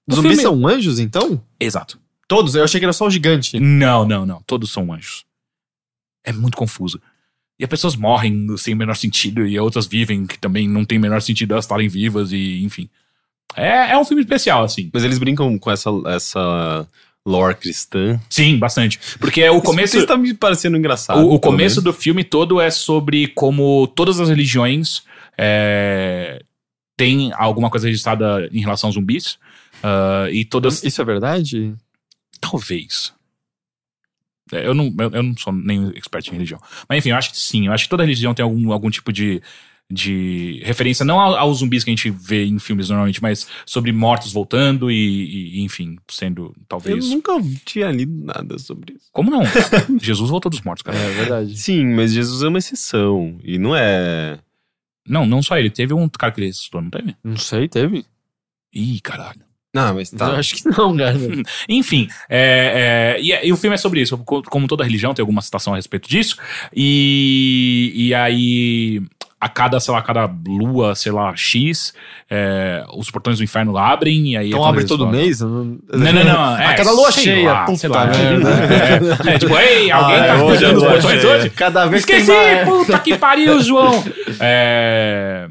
Speaker 2: o
Speaker 1: zumbis
Speaker 2: filme-
Speaker 1: são anjos, então?
Speaker 2: Exato.
Speaker 1: Todos? Eu achei que era só o gigante.
Speaker 2: Não, não, não. Todos são anjos. É muito confuso. E as pessoas morrem sem o menor sentido, e outras vivem, que também não tem o menor sentido elas estarem vivas, e enfim. É, é um filme especial, assim.
Speaker 3: Mas eles brincam com essa, essa lore cristã.
Speaker 2: Sim, bastante. Porque é o começo.
Speaker 3: Isso tá me parecendo engraçado.
Speaker 2: O, o
Speaker 3: pelo
Speaker 2: começo
Speaker 3: menos.
Speaker 2: do filme todo é sobre como todas as religiões é, têm alguma coisa registrada em relação a zumbis. ah, e todas.
Speaker 1: Isso é verdade?
Speaker 2: Talvez. É, Eu não, eu, eu não sou nem expert em religião. Mas enfim, eu acho que sim. Eu acho que toda religião tem algum, algum tipo de, de referência, não ao- aos zumbis que a gente vê em filmes normalmente, mas sobre mortos voltando e, e, enfim, sendo
Speaker 3: Eu
Speaker 2: talvez.
Speaker 3: nunca tinha lido nada sobre isso.
Speaker 2: Como não? Jesus voltou dos mortos, cara.
Speaker 1: É verdade.
Speaker 3: Sim, mas Jesus é uma exceção. E não é.
Speaker 2: Não, não só ele. Teve um cara que ele ressuscitou, não teve?
Speaker 1: Não sei, teve?
Speaker 2: Ih, caralho.
Speaker 3: Não, mas
Speaker 2: Tá.
Speaker 1: Eu acho que não, cara.
Speaker 2: Enfim, é, é, e, é- e o filme é sobre isso. Co- Como toda religião, tem alguma citação a respeito disso. E, e aí, a cada, sei lá, cada lua, sei lá, X, é, os portões do inferno lá abrem. E aí é
Speaker 1: Então
Speaker 2: quando
Speaker 1: abre
Speaker 2: eles
Speaker 1: todo
Speaker 2: falam-
Speaker 1: mês? Eu Não,
Speaker 2: Não, não, não. É,
Speaker 1: a cada lua
Speaker 2: sei
Speaker 1: cheia,
Speaker 2: lá,
Speaker 1: puta
Speaker 2: sei lá,
Speaker 1: merda.
Speaker 2: é, é, é, tipo, ei, alguém
Speaker 1: Ah,
Speaker 2: tá
Speaker 1: é, hoje é
Speaker 2: cuidando dos
Speaker 1: lua
Speaker 2: portões
Speaker 3: cheia.
Speaker 2: hoje?
Speaker 1: Cada vez que
Speaker 2: Esqueci,
Speaker 1: tem mais-
Speaker 2: puta que pariu, João. É,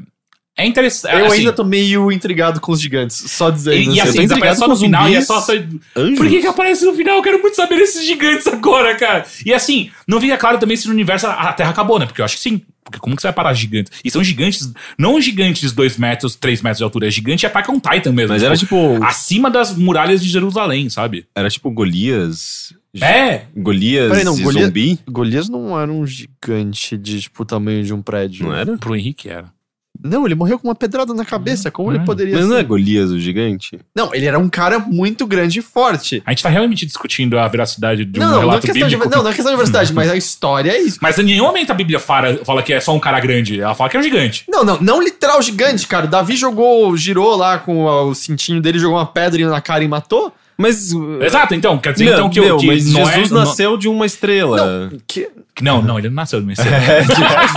Speaker 2: é interessante.
Speaker 1: Eu
Speaker 2: assim,
Speaker 1: ainda tô meio intrigado com os gigantes, só dizer
Speaker 2: E, e
Speaker 1: isso. Eu tô
Speaker 2: assim,
Speaker 1: intrigado
Speaker 2: aparece só
Speaker 1: com
Speaker 2: no
Speaker 1: os
Speaker 2: final e é
Speaker 1: zumbis.
Speaker 2: só. só-
Speaker 3: é Anjos?
Speaker 2: Por que, que aparece no final? Eu quero muito saber esses gigantes agora, cara. E assim, não fica claro também se no universo a a Terra acabou, né? Porque eu acho que sim. Porque como que você vai parar gigantes? E são gigantes, não gigantes de 2 metros, 3 metros de altura, é gigante e ataca um Titan mesmo.
Speaker 3: Mas era tipo.
Speaker 2: Acima das muralhas de Jerusalém, sabe?
Speaker 3: Era tipo Golias.
Speaker 2: É,
Speaker 3: Golias
Speaker 1: Peraí, não,
Speaker 3: e
Speaker 1: Golias-
Speaker 3: zumbi?
Speaker 1: Golias não era um gigante de, tipo, tamanho de um prédio.
Speaker 3: Não era?
Speaker 2: pro Henrique era.
Speaker 1: Não, ele morreu com uma pedrada na cabeça. Como
Speaker 2: Hum.
Speaker 1: ele poderia
Speaker 3: Mas não é
Speaker 1: ser?
Speaker 3: Golias o gigante?
Speaker 1: Não, ele era um cara muito grande e forte.
Speaker 2: A gente tá realmente discutindo a veracidade de um
Speaker 1: não, não, não é
Speaker 2: relato
Speaker 1: questão
Speaker 2: bíblico.
Speaker 1: de, não, não é questão de verdade, mas a história é isso.
Speaker 2: Mas em nenhum momento a Bíblia fala, fala que é só um cara grande. Ela fala que é um gigante.
Speaker 1: Não, não, não literal gigante, cara. O Davi jogou, girou lá com o cintinho dele, jogou uma pedra na cara e matou.
Speaker 3: Mas.
Speaker 2: Exato, então. Quer dizer,
Speaker 3: Não,
Speaker 2: então, que, o-
Speaker 3: É, meu,
Speaker 2: que
Speaker 3: mas
Speaker 2: não é-
Speaker 3: Jesus
Speaker 2: não-
Speaker 3: nasceu de uma estrela.
Speaker 1: Que...
Speaker 2: Não, não, ele não nasceu de uma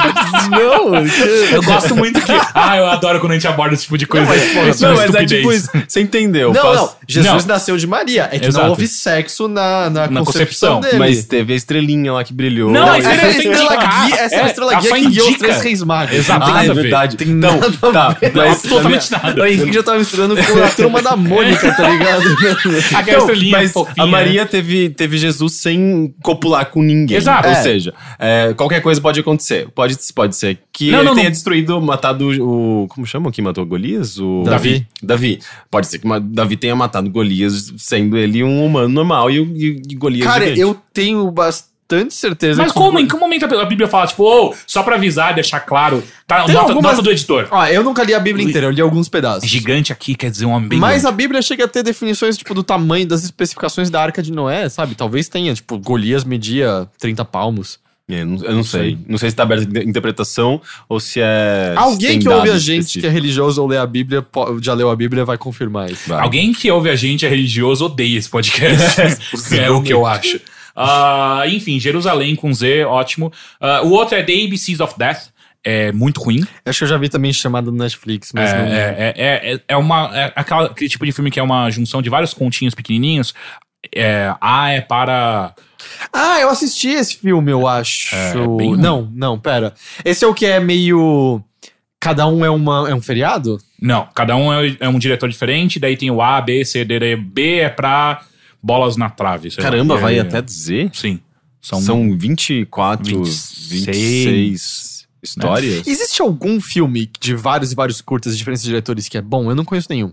Speaker 1: Não, que...
Speaker 2: Eu gosto muito que. Ah, eu adoro quando a gente aborda esse tipo de coisa.
Speaker 1: mas, porra,
Speaker 2: Isso é
Speaker 3: Não,
Speaker 2: uma
Speaker 3: mas é
Speaker 2: estupidez.
Speaker 3: tipo isso. Você entendeu?
Speaker 1: não,
Speaker 3: Faz-
Speaker 1: não. Jesus
Speaker 2: Não.
Speaker 1: nasceu de Maria. É que
Speaker 2: Exato.
Speaker 1: não houve sexo na, na,
Speaker 2: Na
Speaker 1: concepção,
Speaker 2: concepção,
Speaker 1: dele.
Speaker 3: Mas teve a estrelinha lá que brilhou.
Speaker 2: Não,
Speaker 1: Não,
Speaker 2: a
Speaker 1: essa é
Speaker 2: estrela
Speaker 1: a estrela
Speaker 2: indica.
Speaker 1: guia, essa é
Speaker 2: É,
Speaker 1: a estrela
Speaker 2: ela
Speaker 1: guia
Speaker 2: só
Speaker 1: que guiou os
Speaker 2: indica.
Speaker 1: três reis magos.
Speaker 2: Exato.
Speaker 1: Ah,
Speaker 2: tem
Speaker 3: Ah, é
Speaker 2: nada a ver.
Speaker 3: verdade.
Speaker 1: Tem
Speaker 3: não,
Speaker 1: nada a
Speaker 3: tá.
Speaker 1: ver.
Speaker 2: Não, é
Speaker 3: Mas,
Speaker 2: absolutamente nada.
Speaker 1: o Henrique já tava misturando com a turma da Mônica, tá ligado?
Speaker 2: Aquela
Speaker 3: Então,
Speaker 2: estrelinha
Speaker 3: mas
Speaker 2: fofinha. né?
Speaker 3: a Maria teve, teve Jesus sem copular com ninguém.
Speaker 2: Exato.
Speaker 3: Ou
Speaker 2: É.
Speaker 3: seja, é, qualquer coisa pode acontecer. Pode, pode ser que
Speaker 2: Não,
Speaker 3: ele
Speaker 2: não,
Speaker 3: tenha
Speaker 2: não.
Speaker 3: destruído, matado o. Como chama que matou Golias? O
Speaker 1: Davi.
Speaker 3: Davi. Pode ser que ma- Davi tenha matado Golias, sendo ele um humano normal e, o- e, e Golias.
Speaker 1: Cara,
Speaker 3: gigante.
Speaker 1: eu tenho bastante certeza
Speaker 2: Mas
Speaker 1: que-
Speaker 2: como? Em que momento a Bíblia fala, tipo, ô, só pra avisar, deixar claro, tá,
Speaker 1: Tem
Speaker 2: nota,
Speaker 1: algumas-
Speaker 2: nota do editor.
Speaker 1: Ó, Ah, eu nunca li a Bíblia inteira, eu li alguns pedaços.
Speaker 2: Gigante aqui quer dizer um homem bem
Speaker 1: Mas
Speaker 2: grande.
Speaker 1: a Bíblia chega a ter definições, tipo, do tamanho das especificações da Arca de Noé, sabe? Talvez tenha, tipo, Golias media 30 palmos.
Speaker 3: É, não- eu, não sei. Não sei se tá aberta a interpretação ou se é.
Speaker 1: Alguém
Speaker 3: tem
Speaker 1: que ouve a
Speaker 3: dados
Speaker 1: gente que é
Speaker 3: específicos.
Speaker 1: religioso ou lê a Bíblia, po- já leu a Bíblia, vai confirmar isso.
Speaker 3: Vai.
Speaker 2: Alguém que ouve a gente é religioso odeia esse podcast. é o que eu acho. Ah, enfim, Jerusalém com Z, ótimo. Ah, o outro é The ABCs of Death. é muito ruim.
Speaker 1: Acho que eu já vi também chamada no Netflix,
Speaker 2: É,
Speaker 1: mas não.
Speaker 2: é, é, é, é uma, é aquela- aquele tipo de filme que é uma junção de vários continhos pequenininhos. É, A é para.
Speaker 1: Ah, eu assisti esse filme, eu acho.
Speaker 2: É, é bem ruim.
Speaker 1: não, não, pera. Esse é o que é meio. Cada um é, uma, é um feriado?
Speaker 2: Não, cada um é, é um diretor diferente, daí tem o A, B, C, D, D. B é pra bolas na trave. sei lá.
Speaker 3: Caramba,
Speaker 2: É,
Speaker 3: vai
Speaker 2: é,
Speaker 3: até dizer.
Speaker 2: Sim. São,
Speaker 3: São, 24,
Speaker 2: 26,
Speaker 3: 26,
Speaker 1: né?
Speaker 3: histórias.
Speaker 1: Existe algum filme de vários e vários curtas de diferentes diretores que é bom? Eu não conheço nenhum.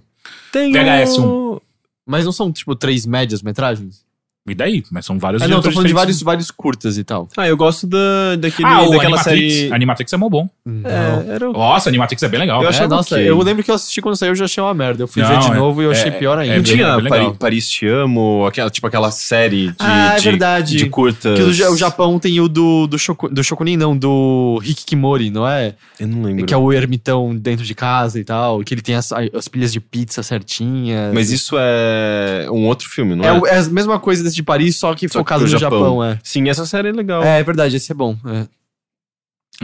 Speaker 3: Tem
Speaker 2: VHS
Speaker 3: um-
Speaker 1: Mas não são, tipo, três médias metragens?
Speaker 2: E daí? Mas são vários
Speaker 1: Ah, não, tô
Speaker 2: diretores
Speaker 1: falando de vários,
Speaker 2: diferentes.
Speaker 1: vários curtas e tal.
Speaker 3: Ah, eu gosto da, daquele,
Speaker 2: Ah, o
Speaker 3: daquela
Speaker 2: Animatrix.
Speaker 3: série.
Speaker 2: Animatrix é mó bom.
Speaker 1: Não.
Speaker 3: É, era o...
Speaker 2: Nossa, Animatrix é bem legal.
Speaker 3: Eu
Speaker 1: É,
Speaker 2: né?
Speaker 3: achava
Speaker 1: nossa,
Speaker 3: ok.
Speaker 1: eu lembro que eu assisti quando saiu e já achei uma merda. Eu fui
Speaker 2: Não,
Speaker 1: ver de
Speaker 2: é-
Speaker 1: novo e eu
Speaker 2: é-
Speaker 1: achei pior
Speaker 2: é
Speaker 1: ainda.
Speaker 2: bem-
Speaker 3: Não tinha
Speaker 2: bem legal.
Speaker 3: Paris, Paris Te Amo, aquela, tipo aquela série de,
Speaker 1: Ah, é
Speaker 3: de,
Speaker 1: verdade.
Speaker 3: de curtas.
Speaker 1: Que o, Ja- o Japão tem o do, do, Shoku- do Shokunin, não, do Hikikimori, não é?
Speaker 3: Eu não lembro.
Speaker 1: Que é o ermitão dentro de casa e tal, que ele tem as, as pilhas de pizza certinhas.
Speaker 3: Mas isso é um outro filme, não
Speaker 1: é,
Speaker 3: é?
Speaker 1: o- é a mesma coisa desse de Paris, só que
Speaker 3: Só que
Speaker 1: focado
Speaker 3: pro
Speaker 1: no Japão, é.
Speaker 3: Sim, essa série é legal.
Speaker 1: É, é verdade, esse é bom. é.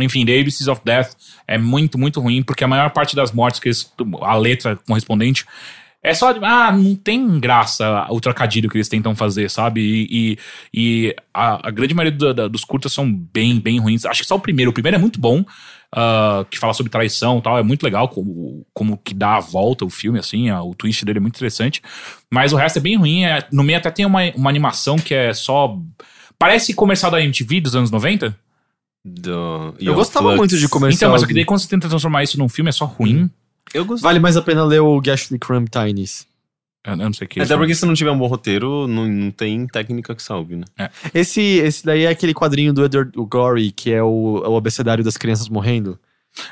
Speaker 2: Enfim, The ABCs of Death é muito, muito ruim, porque a maior parte das mortes, que eles, a letra correspondente, é só. de- Ah, não tem graça o trocadilho que eles tentam fazer, sabe? E, e, e a, a grande maioria da- da- dos curtas são bem, bem ruins. Acho que só o primeiro. O primeiro é muito bom, ah, que fala sobre traição e tal. É muito legal como, como que dá a volta o filme, assim. ah, o twist dele é muito interessante. Mas o resto é bem ruim. é- no meio até tem uma, uma animação que é só. Parece comercial da MTV dos anos 90.
Speaker 3: Do- e
Speaker 1: Eu
Speaker 3: o
Speaker 1: gostava
Speaker 3: Flux.
Speaker 1: muito de
Speaker 2: Então,
Speaker 1: comercial.
Speaker 2: mas só que daí quando você tenta transformar isso num filme é só ruim.
Speaker 3: Eu gostava.
Speaker 1: Vale mais a pena ler o Gashly Crumb Tinies.
Speaker 2: Eu, eu não sei o que. é
Speaker 3: Até
Speaker 2: isso.
Speaker 3: porque se não tiver um bom roteiro, não, não tem técnica que salve, né?
Speaker 1: Esse, esse daí é aquele quadrinho do Edward Gorey, que é o, o abecedário das crianças morrendo.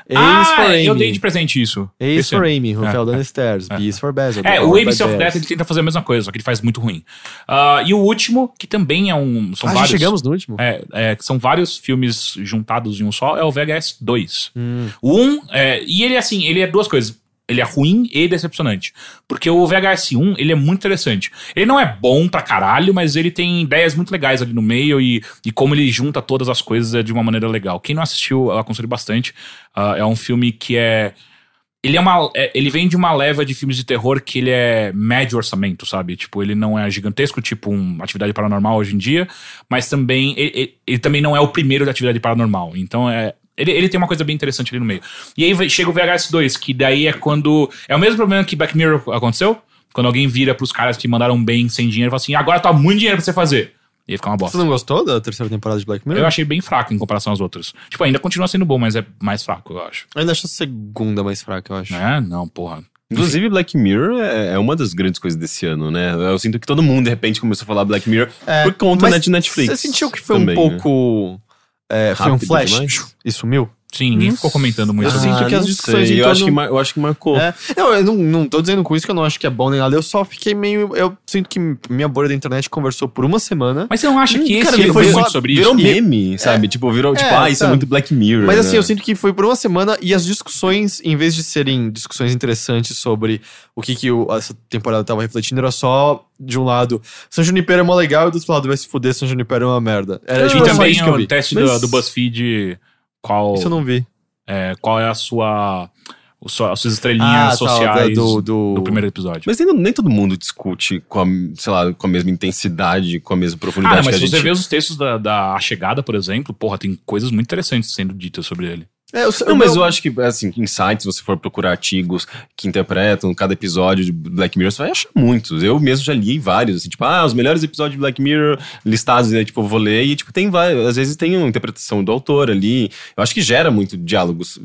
Speaker 1: A is for
Speaker 2: Ah,
Speaker 1: Amy.
Speaker 2: eu dei de presente isso.
Speaker 1: A is
Speaker 2: Esse
Speaker 1: for
Speaker 2: é.
Speaker 1: Amy,
Speaker 3: Ah.
Speaker 1: who
Speaker 2: É,
Speaker 1: fell down the stairs. B is for Basil.
Speaker 2: É,
Speaker 1: D
Speaker 2: o
Speaker 1: for
Speaker 2: ABC of
Speaker 1: Badass.
Speaker 2: Death ele tenta fazer a mesma coisa, só que ele faz muito ruim. Ah, e o último, que também é um. São
Speaker 1: Ah, já
Speaker 2: vários.
Speaker 1: chegamos no último?
Speaker 2: É, é, que são vários filmes juntados em um só, é o VHS 2. O 1, é, e ele assim, ele é duas coisas. Ele é ruim e decepcionante. Porque o VHS 1, ele é muito interessante. Ele não é bom pra caralho, mas ele tem ideias muito legais ali no meio e, e como ele junta todas as coisas é de uma maneira legal. Quem não assistiu, eu aconselho bastante. Ah, é um filme que é. Ele, é uma, é- ele vem de uma leva de filmes de terror que ele é médio orçamento, sabe? Tipo, ele não é gigantesco, tipo uma atividade paranormal hoje em dia, mas também ele, ele- ele também não é o primeiro da atividade paranormal. Então é. Ele, ele tem uma coisa bem interessante ali no meio. E aí vai- chega o VHS 2, que daí é quando. É o mesmo problema que Black Mirror aconteceu. Quando alguém vira pros caras que mandaram bem sem dinheiro e fala assim: agora tá muito dinheiro pra você fazer. E aí fica uma
Speaker 1: Você
Speaker 2: bosta.
Speaker 1: não gostou da terceira temporada de Black Mirror?
Speaker 2: Eu achei bem fraco em comparação às outras. Tipo, ainda continua sendo bom, mas é mais fraco, eu acho.
Speaker 1: Eu ainda acho a segunda mais fraca, eu acho.
Speaker 2: É, não, porra.
Speaker 3: Inclusive, Black Mirror é, é uma das grandes coisas desse ano, né? Eu sinto que todo mundo, de repente, começou a falar Black Mirror
Speaker 1: É,
Speaker 3: por conta
Speaker 1: mas
Speaker 3: né, de Netflix.
Speaker 1: Você sentiu que foi
Speaker 3: também,
Speaker 1: um
Speaker 3: né?
Speaker 1: pouco. é, foi um
Speaker 3: Rápido
Speaker 1: flash
Speaker 3: demais?
Speaker 1: e sumiu?
Speaker 2: Sim, ninguém ficou comentando muito.
Speaker 1: Eu
Speaker 3: Ah,
Speaker 2: sobre isso.
Speaker 1: sinto que as
Speaker 3: não
Speaker 1: discussões
Speaker 3: sei.
Speaker 1: em
Speaker 3: eu, acho
Speaker 1: torno-
Speaker 3: que mar- eu acho que marcou.
Speaker 1: É. Não, eu não, não tô dizendo com isso que eu não acho que é bom nem nada. Eu só fiquei meio. Eu sinto que minha bolha da internet conversou por uma semana.
Speaker 2: Mas você não acha que
Speaker 1: Hum, cara,
Speaker 2: esse ano
Speaker 1: foi
Speaker 2: foi
Speaker 1: só-
Speaker 2: muito sobre isso?
Speaker 3: Virou meme, sabe? Tipo, virou, tipo,
Speaker 1: É,
Speaker 3: ah, isso é
Speaker 1: sabe?
Speaker 3: muito Black Mirror.
Speaker 1: Mas assim,
Speaker 3: né?
Speaker 1: eu sinto que foi por uma semana e as discussões, em vez de serem discussões interessantes sobre o que, que o- essa temporada tava refletindo, era só, de um lado, San Junipero é mó legal e do outro lado, vai se fuder, San Junipero é uma merda. Era
Speaker 2: E
Speaker 1: tipo, só
Speaker 2: também
Speaker 1: isso que eu
Speaker 2: o
Speaker 1: vi.
Speaker 2: teste
Speaker 1: Mas
Speaker 2: do, do BuzzFeed, qual,
Speaker 1: Isso eu não vi.
Speaker 2: é, qual é a sua, o sua- as suas
Speaker 1: Ah,
Speaker 2: estrelinhas
Speaker 1: tá,
Speaker 2: sociais
Speaker 1: da- do-
Speaker 2: do,
Speaker 1: do-
Speaker 2: primeiro episódio.
Speaker 3: Mas ainda nem todo mundo discute com a, sei lá, com a mesma intensidade, com a mesma
Speaker 2: ah,
Speaker 3: profundidade
Speaker 2: não, mas
Speaker 3: que
Speaker 2: se
Speaker 3: a gente.
Speaker 2: você vê os textos da, da A Chegada, por exemplo, porra, tem coisas muito interessantes sendo ditas sobre ele.
Speaker 1: É, eu,
Speaker 3: Não, mas eu acho que, assim, em sites, se você for procurar artigos que interpretam cada episódio de Black Mirror, você vai achar muitos. Eu mesmo já li vários, assim, tipo, ah, os melhores episódios de Black Mirror listados, né, tipo, eu vou ler, e, tipo, tem vários. Às vezes tem uma interpretação do autor ali. Eu acho que gera muito diálogos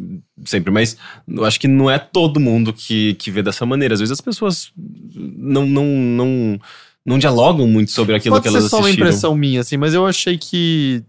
Speaker 3: sempre, mas eu acho que não é todo mundo que, que vê dessa maneira. Às vezes as pessoas não. não, não não dialogam muito sobre aquilo
Speaker 1: Pode
Speaker 3: que
Speaker 1: ser
Speaker 3: elas
Speaker 1: só uma
Speaker 3: assistiram.
Speaker 1: impressão minha, assim, mas eu achei
Speaker 2: Uhum.
Speaker 1: que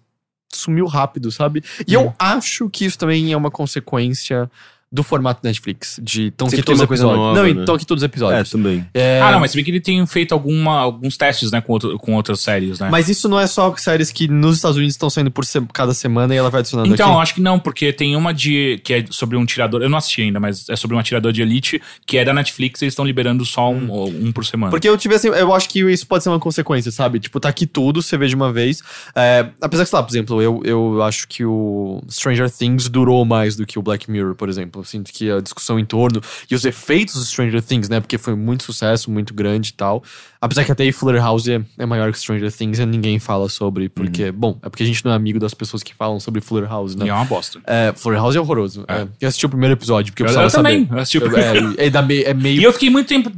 Speaker 1: sumiu rápido, sabe? E eu acho que isso também é uma consequência do formato Netflix. De tão que todos
Speaker 3: Sempre tem
Speaker 1: os
Speaker 3: uma coisa
Speaker 1: episódios.
Speaker 3: nova,
Speaker 1: não,
Speaker 3: né?
Speaker 1: então tão que todos os
Speaker 3: É,
Speaker 1: episódios.
Speaker 3: também.
Speaker 1: É,
Speaker 2: Ah, não, mas se bem que ele tem feito alguma, alguns testes, né, com, outro, com outras séries, né?
Speaker 1: Mas isso não é só séries que nos Estados Unidos estão saindo por se- cada semana e ela vai adicionando
Speaker 2: Então,
Speaker 1: aqui.
Speaker 2: acho que não, porque tem uma de que é sobre um tirador. Eu não assisti ainda, mas é sobre um atirador de elite que é da Netflix. Eles estão liberando só um, um por semana.
Speaker 1: Hum. Porque eu tive assim, eu acho que isso pode ser uma consequência, sabe? Tipo, tá aqui tudo, você vê de uma vez. É, apesar que, sei lá, por exemplo, eu, eu acho que o Stranger Things durou mais do que o Black Mirror, por exemplo. Eu sinto que a discussão em torno e os efeitos do Stranger Things, né? Porque foi muito sucesso, muito grande e tal. Apesar que até aí Fuller House é, é maior que Stranger Things e ninguém fala sobre, porque, bom, é porque a gente não é amigo das pessoas que falam sobre Fuller House, né?
Speaker 2: E é uma bosta.
Speaker 1: É, Fuller House é horroroso. É. eu assisti o primeiro episódio, porque eu
Speaker 2: Eu,
Speaker 1: precisava
Speaker 2: eu também.
Speaker 1: saber.
Speaker 2: eu assisti o
Speaker 1: Eu-
Speaker 2: primeiro.
Speaker 1: é, é da me- é meio.
Speaker 2: E eu fiquei muito tempo.